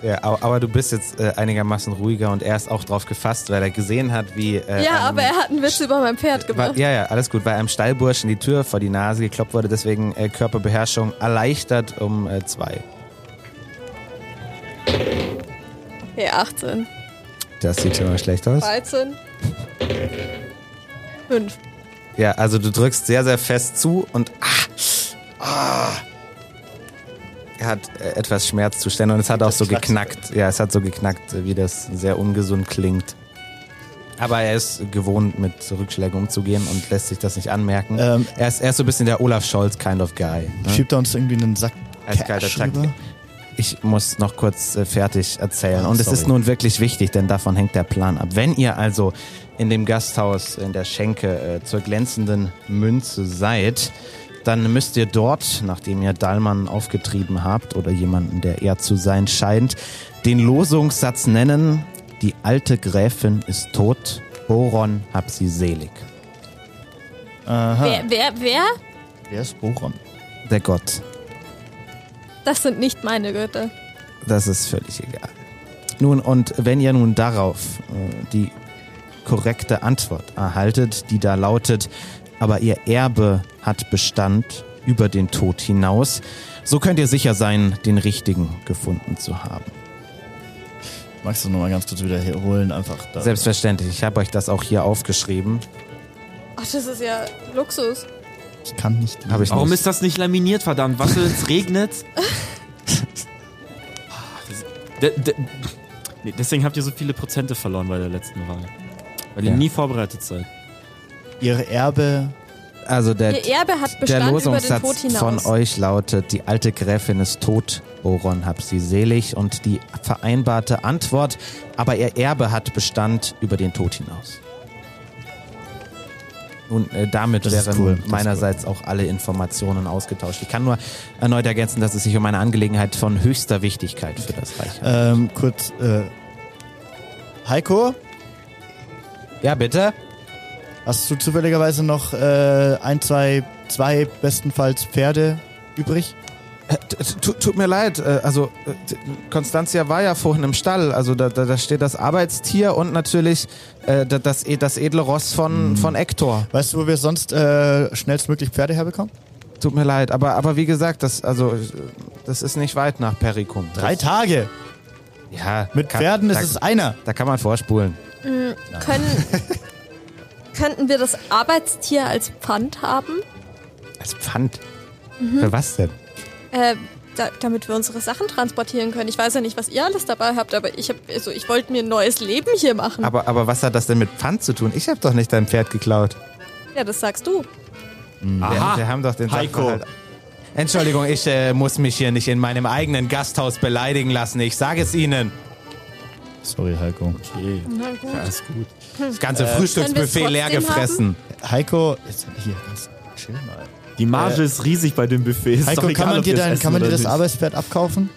[SPEAKER 3] Ja, aber, aber du bist jetzt äh, einigermaßen ruhiger und er ist auch drauf gefasst, weil er gesehen hat, wie. Äh,
[SPEAKER 4] ja,
[SPEAKER 3] einem-
[SPEAKER 4] aber er hat einen Witz über mein Pferd
[SPEAKER 3] War,
[SPEAKER 4] gemacht.
[SPEAKER 3] ja, ja, alles gut. Bei einem Stallburschen die Tür vor die Nase gekloppt wurde, deswegen äh, Körperbeherrschung erleichtert um äh, zwei.
[SPEAKER 4] Okay, 18,
[SPEAKER 3] Das sieht schon mal schlecht aus.
[SPEAKER 4] 13, 5.
[SPEAKER 3] Ja, also du drückst sehr, sehr fest zu und ah, ah, er hat äh, etwas Schmerzzustände und es hat auch so geknackt. Ja, es hat so geknackt, äh, wie das sehr ungesund klingt. Aber er ist gewohnt, mit Rückschlägen umzugehen und lässt sich das nicht anmerken.
[SPEAKER 2] Ähm.
[SPEAKER 3] er, ist, er ist so ein bisschen der Olaf Scholz kind of guy. Ne?
[SPEAKER 2] Schiebt er uns irgendwie einen Sack
[SPEAKER 3] Als kalter
[SPEAKER 2] Cash
[SPEAKER 3] Taktik.
[SPEAKER 2] rüber?
[SPEAKER 3] Ich muss noch kurz äh, fertig erzählen.
[SPEAKER 2] Ah,
[SPEAKER 3] Und es
[SPEAKER 2] sorry.
[SPEAKER 3] ist nun wirklich wichtig, denn davon hängt der Plan ab. Wenn ihr also in dem Gasthaus in der Schenke äh, zur glänzenden Münze seid, dann müsst ihr dort, nachdem ihr Dallmann aufgetrieben habt oder jemanden, der er zu sein scheint, den Losungssatz nennen, die alte Gräfin ist tot, Boron hab sie selig.
[SPEAKER 2] Aha.
[SPEAKER 4] Wer, wer, wer?
[SPEAKER 2] Wer ist Boron?
[SPEAKER 3] Der Gott,
[SPEAKER 4] Das sind nicht meine Götter.
[SPEAKER 3] Das ist völlig egal. Nun, und wenn ihr nun darauf äh, die korrekte Antwort erhaltet, die da lautet, aber ihr Erbe hat Bestand über den Tod hinaus, so könnt ihr sicher sein, den richtigen gefunden zu haben.
[SPEAKER 2] Magst du nochmal ganz kurz wieder hier holen? Einfach da.
[SPEAKER 3] Selbstverständlich, ich habe euch das auch hier aufgeschrieben.
[SPEAKER 4] Ach, das ist ja Luxus.
[SPEAKER 2] Ich kann nicht.
[SPEAKER 3] Hab ich
[SPEAKER 5] Warum
[SPEAKER 3] nicht.
[SPEAKER 5] ist das nicht laminiert, verdammt? Was, wenn es regnet? D- d- nee, deswegen habt ihr so viele Prozente verloren bei der letzten Wahl. Weil
[SPEAKER 3] Ja.
[SPEAKER 5] ihr nie vorbereitet seid.
[SPEAKER 2] Ihre Erbe.
[SPEAKER 3] also der,
[SPEAKER 4] Ihr Erbe hat
[SPEAKER 3] der
[SPEAKER 4] Bestand über den Tod
[SPEAKER 3] Losungssatz von
[SPEAKER 4] hinaus.
[SPEAKER 3] euch lautet, die alte Gräfin ist tot, Oron hab sie selig und die vereinbarte Antwort, aber ihr Erbe hat Bestand über den Tod hinaus. Nun, äh, damit
[SPEAKER 2] Das ist
[SPEAKER 3] wären
[SPEAKER 2] cool, das ist
[SPEAKER 3] meinerseits auch alle Informationen ausgetauscht. Ich kann nur erneut ergänzen, dass es sich um eine Angelegenheit von höchster Wichtigkeit für das Reich handelt.
[SPEAKER 2] Ähm, kurz. Äh, Heiko,
[SPEAKER 3] Ja, bitte?
[SPEAKER 2] hast du zufälligerweise noch äh, ein, zwei, zwei bestenfalls Pferde übrig?
[SPEAKER 3] Äh, t- t- Tut mir leid, äh, also äh, t- Constantia war ja vorhin im Stall, also da, da, da steht das Arbeitstier und natürlich äh, da- das, e- das edle Ross von, von Ektor.
[SPEAKER 2] Weißt du, wo wir sonst äh, schnellstmöglich Pferde herbekommen?
[SPEAKER 3] Tut mir leid, aber, aber wie gesagt, das, also, äh, das ist nicht weit nach Pericum.
[SPEAKER 2] Drei Tage.
[SPEAKER 3] Das, ja,
[SPEAKER 2] Mit
[SPEAKER 3] kann-
[SPEAKER 2] Pferden
[SPEAKER 3] da,
[SPEAKER 2] ist es einer.
[SPEAKER 3] Da kann man vorspulen.
[SPEAKER 4] Können, könnten wir das Arbeitstier als Pfand haben,
[SPEAKER 3] Als Pfand. Für was denn?
[SPEAKER 4] äh, da, damit wir unsere Sachen transportieren können? Ich weiß ja nicht, was ihr alles dabei habt, aber ich, hab, also ich wollte mir ein neues Leben hier machen.
[SPEAKER 3] Aber, aber was hat das denn mit Pfand zu tun? Ich habe doch nicht dein Pferd geklaut.
[SPEAKER 4] ja, das sagst du.
[SPEAKER 3] Wir, wir haben doch den
[SPEAKER 9] Heiko.
[SPEAKER 3] Sachverhalt- Entschuldigung, ich äh, muss mich hier nicht in meinem eigenen Gasthaus beleidigen lassen. Ich sage es Ihnen.
[SPEAKER 2] Sorry, Heiko.
[SPEAKER 5] Okay.
[SPEAKER 4] Na gut.
[SPEAKER 5] Ja, ist gut.
[SPEAKER 3] Das ganze Frühstücksbuffet
[SPEAKER 4] Äh, Können wir es
[SPEAKER 3] leer
[SPEAKER 4] trotzdem
[SPEAKER 3] gefressen.
[SPEAKER 2] Heiko, jetzt hier ganz chill mal.
[SPEAKER 5] Die Marge ist riesig bei dem Buffet. Ist
[SPEAKER 2] Äh, Heiko,
[SPEAKER 5] doch egal,
[SPEAKER 2] kann man
[SPEAKER 5] ob
[SPEAKER 2] dir,
[SPEAKER 5] wir es
[SPEAKER 2] dein,
[SPEAKER 5] essen
[SPEAKER 2] kann man dir
[SPEAKER 5] oder
[SPEAKER 2] das
[SPEAKER 5] nicht.
[SPEAKER 2] Arbeitspferd abkaufen?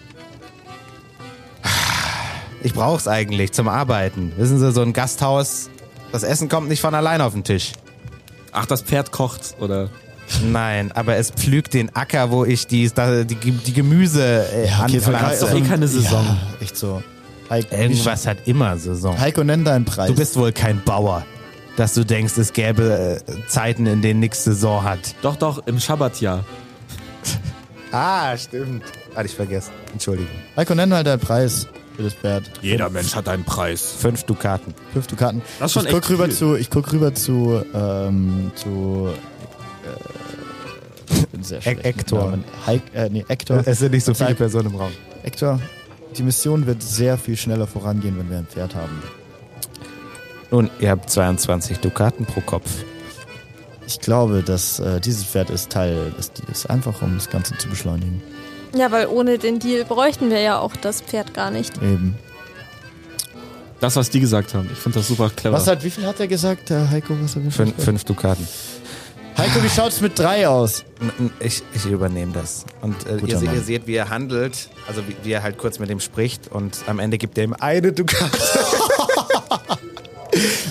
[SPEAKER 3] Ich brauche es eigentlich zum Arbeiten. Wissen Sie, so ein Gasthaus, das Essen kommt nicht von allein auf den Tisch.
[SPEAKER 5] Ach, das Pferd kocht, oder?
[SPEAKER 3] Nein, aber es pflügt den Acker, wo ich die, da- die, die Gemüse äh,
[SPEAKER 5] ist doch
[SPEAKER 3] anpflanze.
[SPEAKER 5] eh keine Saison.
[SPEAKER 2] Ja, echt so. Heiko,
[SPEAKER 3] Irgendwas hat immer Saison.
[SPEAKER 2] Heiko, nenn deinen Preis.
[SPEAKER 3] Du bist wohl kein Bauer, dass du denkst, es gäbe äh, Zeiten, in denen nix Saison hat.
[SPEAKER 5] Doch, doch, im Schabbatjahr.
[SPEAKER 3] Ah, stimmt. Hatte ich vergessen. Entschuldigung.
[SPEAKER 2] Heiko, nenn halt deinen Preis für das Pferd.
[SPEAKER 8] Jeder Mensch hat einen Preis.
[SPEAKER 3] Fünf Dukaten.
[SPEAKER 2] Fünf Dukaten.
[SPEAKER 5] Das ist schon
[SPEAKER 2] ich guck
[SPEAKER 5] echt
[SPEAKER 2] rüber
[SPEAKER 5] viel.
[SPEAKER 2] zu, ich guck rüber zu, ähm, zu. Äh, ich bin sehr schlecht mit
[SPEAKER 3] Hector.
[SPEAKER 2] Namen. Heik, äh, nee, Hector.
[SPEAKER 3] sind nicht so
[SPEAKER 2] viele
[SPEAKER 3] Personen im Raum.
[SPEAKER 2] Hector, die Mission wird sehr viel schneller vorangehen, wenn wir ein Pferd haben.
[SPEAKER 3] Nun, ihr habt 22 Dukaten pro Kopf.
[SPEAKER 2] Ich glaube, dass äh, dieses Pferd ist Teil des Deals, einfach um das Ganze zu beschleunigen.
[SPEAKER 4] Ja, weil ohne den Deal bräuchten wir ja auch das Pferd gar nicht.
[SPEAKER 2] Eben.
[SPEAKER 5] Das, was die gesagt haben. Ich finde das super clever.
[SPEAKER 2] äh, Was hat, wie viel hat er gesagt, der Heiko? Was hat er
[SPEAKER 3] Fünf, fünf Dukaten.
[SPEAKER 2] Heiko, wie schaut's mit drei aus?
[SPEAKER 3] Ich, ich übernehme das. Und äh, ihr,
[SPEAKER 2] Guter
[SPEAKER 3] se- ihr
[SPEAKER 2] Mann.
[SPEAKER 3] seht, wie er handelt, also wie, wie er halt kurz mit ihm spricht und am Ende gibt er ihm
[SPEAKER 2] (laughs)
[SPEAKER 3] eine Ducati.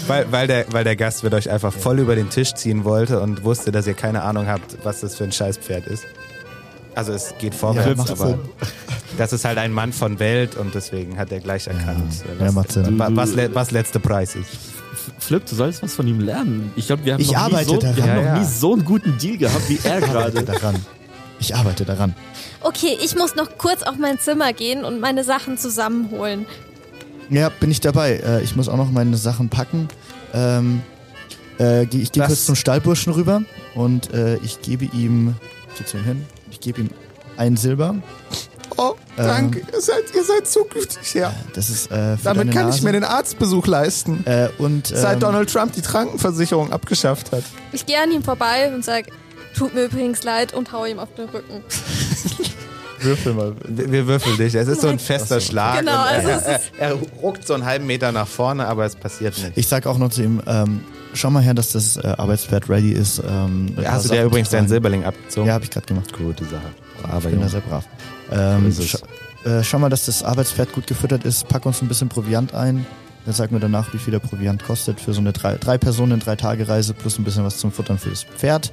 [SPEAKER 3] weil, weil, der, weil der Gast wird euch einfach voll über den Tisch ziehen wollte und wusste, dass ihr keine Ahnung habt, was das für ein Scheißpferd ist. Also es geht vorwärts,
[SPEAKER 2] macht
[SPEAKER 3] aber
[SPEAKER 2] Sinn.
[SPEAKER 3] das ist halt ein Mann von Welt und deswegen hat er gleich erkannt, äh,
[SPEAKER 2] ja, macht Sinn.
[SPEAKER 3] wa- was, le- was letzter Preis ist.
[SPEAKER 10] Flip, du solltest was von ihm lernen. Ich glaube, wir haben,
[SPEAKER 2] Ich
[SPEAKER 10] noch, nie
[SPEAKER 2] arbeite
[SPEAKER 10] so,
[SPEAKER 2] daran.
[SPEAKER 10] wir haben
[SPEAKER 3] Ja,
[SPEAKER 10] noch nie
[SPEAKER 3] ja.
[SPEAKER 10] so einen guten Deal gehabt wie
[SPEAKER 3] (laughs)
[SPEAKER 10] er gerade.
[SPEAKER 2] daran. Ich arbeite daran.
[SPEAKER 4] Okay, ich muss noch kurz auf mein Zimmer gehen und meine Sachen zusammenholen.
[SPEAKER 2] Ja, bin ich dabei. Äh, ich muss auch noch meine Sachen packen. Ähm, äh, geh- ich gehe
[SPEAKER 3] Das-
[SPEAKER 2] kurz zum Stallburschen rüber und äh, ich gebe ihm. Ich geh zu ihm hin. Ich gebe ihm ein Silber.
[SPEAKER 3] Oh,
[SPEAKER 2] danke.
[SPEAKER 3] ihr, seid, ihr seid zukünftig, ja.
[SPEAKER 2] Das ist Ähm. äh, für
[SPEAKER 3] Damit
[SPEAKER 2] deine
[SPEAKER 3] kann
[SPEAKER 2] Nase.
[SPEAKER 3] ich mir den Arztbesuch leisten.
[SPEAKER 2] äh, und ähm,
[SPEAKER 3] Seit Donald Trump die Krankenversicherung abgeschafft hat.
[SPEAKER 4] Ich gehe an ihm vorbei und sage, tut mir übrigens leid und hau ihm auf den Rücken. (laughs)
[SPEAKER 3] Würfel mal. Wir, wir würfeln dich. Es ist so ein fester Schlag.
[SPEAKER 4] Genau,
[SPEAKER 3] und
[SPEAKER 4] also
[SPEAKER 3] er,
[SPEAKER 4] es
[SPEAKER 3] er, er ruckt so einen halben Meter nach vorne, aber es passiert nicht.
[SPEAKER 2] ich sag auch noch zu ihm, ähm, schau mal her, dass das äh, Arbeitspferd ready ist. Ähm,
[SPEAKER 3] Hast du
[SPEAKER 2] Sachen
[SPEAKER 3] dir übrigens
[SPEAKER 2] zu
[SPEAKER 3] deinen
[SPEAKER 2] tragen.
[SPEAKER 3] Silberling abgezogen?
[SPEAKER 2] Ja, habe ich gerade gemacht.
[SPEAKER 3] Gute Sache.
[SPEAKER 2] Ich
[SPEAKER 3] Aber
[SPEAKER 2] bin da
[SPEAKER 3] Junge.
[SPEAKER 2] sehr brav. Ähm,
[SPEAKER 3] So ist es.
[SPEAKER 2] scha äh, schau mal, dass das Arbeitspferd gut gefüttert ist. Pack uns ein bisschen Proviant ein. Dann sag mir danach, wie viel der Proviant kostet für so eine drei, drei Personen, drei Tage Reise plus ein bisschen was zum Futtern für das Pferd.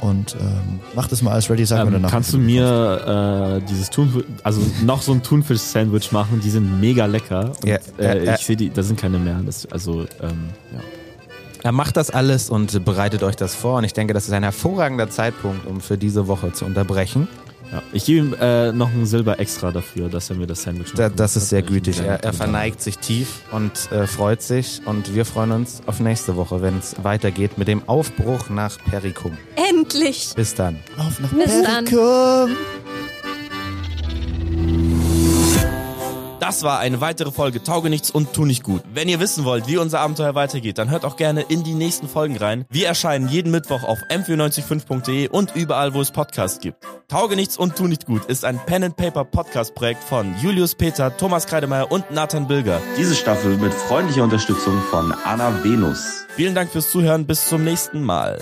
[SPEAKER 2] Und ähm, mach das mal alles ready, sag mir
[SPEAKER 10] Ähm,
[SPEAKER 2] danach.
[SPEAKER 10] kannst du mir äh, dieses Thunfisch, also noch so ein Thunfisch-Sandwich machen? Die sind mega lecker. Und,
[SPEAKER 3] Ja,
[SPEAKER 10] äh,
[SPEAKER 3] ja, ja.
[SPEAKER 10] ich sehe die, da sind keine mehr. Das, also, ähm, ja.
[SPEAKER 3] Er macht das alles und bereitet euch das vor. Und ich denke, das ist ein hervorragender Zeitpunkt, um für diese Woche zu unterbrechen.
[SPEAKER 10] Ja. Ich gebe ihm äh, noch ein Silber extra dafür, dass er mir das Sandwich
[SPEAKER 3] Da,
[SPEAKER 10] macht.
[SPEAKER 3] das ist sehr
[SPEAKER 10] Das ein
[SPEAKER 3] gütig.
[SPEAKER 10] kleiner
[SPEAKER 3] Er, er
[SPEAKER 10] Truthahn.
[SPEAKER 3] verneigt sich tief und äh, freut sich. Und wir freuen uns auf nächste Woche, wenn es weitergeht mit dem Aufbruch nach Pericum.
[SPEAKER 4] Endlich!
[SPEAKER 3] Bis dann.
[SPEAKER 2] Auf nach
[SPEAKER 4] Bis dann.
[SPEAKER 2] Perikum.
[SPEAKER 5] Das war eine weitere Folge Tauge nichts und tu nicht gut. Wenn ihr wissen wollt, wie unser Abenteuer weitergeht, dann hört auch gerne in die nächsten Folgen rein. Wir erscheinen jeden Mittwoch auf m495.de e und überall, wo es Podcasts gibt. Tauge nichts und tu nicht gut ist ein Pen and Paper Podcast Projekt von Julius Peter, Thomas Kreidemeier und Nathan Bilger.
[SPEAKER 11] Diese Staffel mit freundlicher Unterstützung von Anna Venus.
[SPEAKER 5] Vielen Dank fürs Zuhören, bis zum nächsten Mal.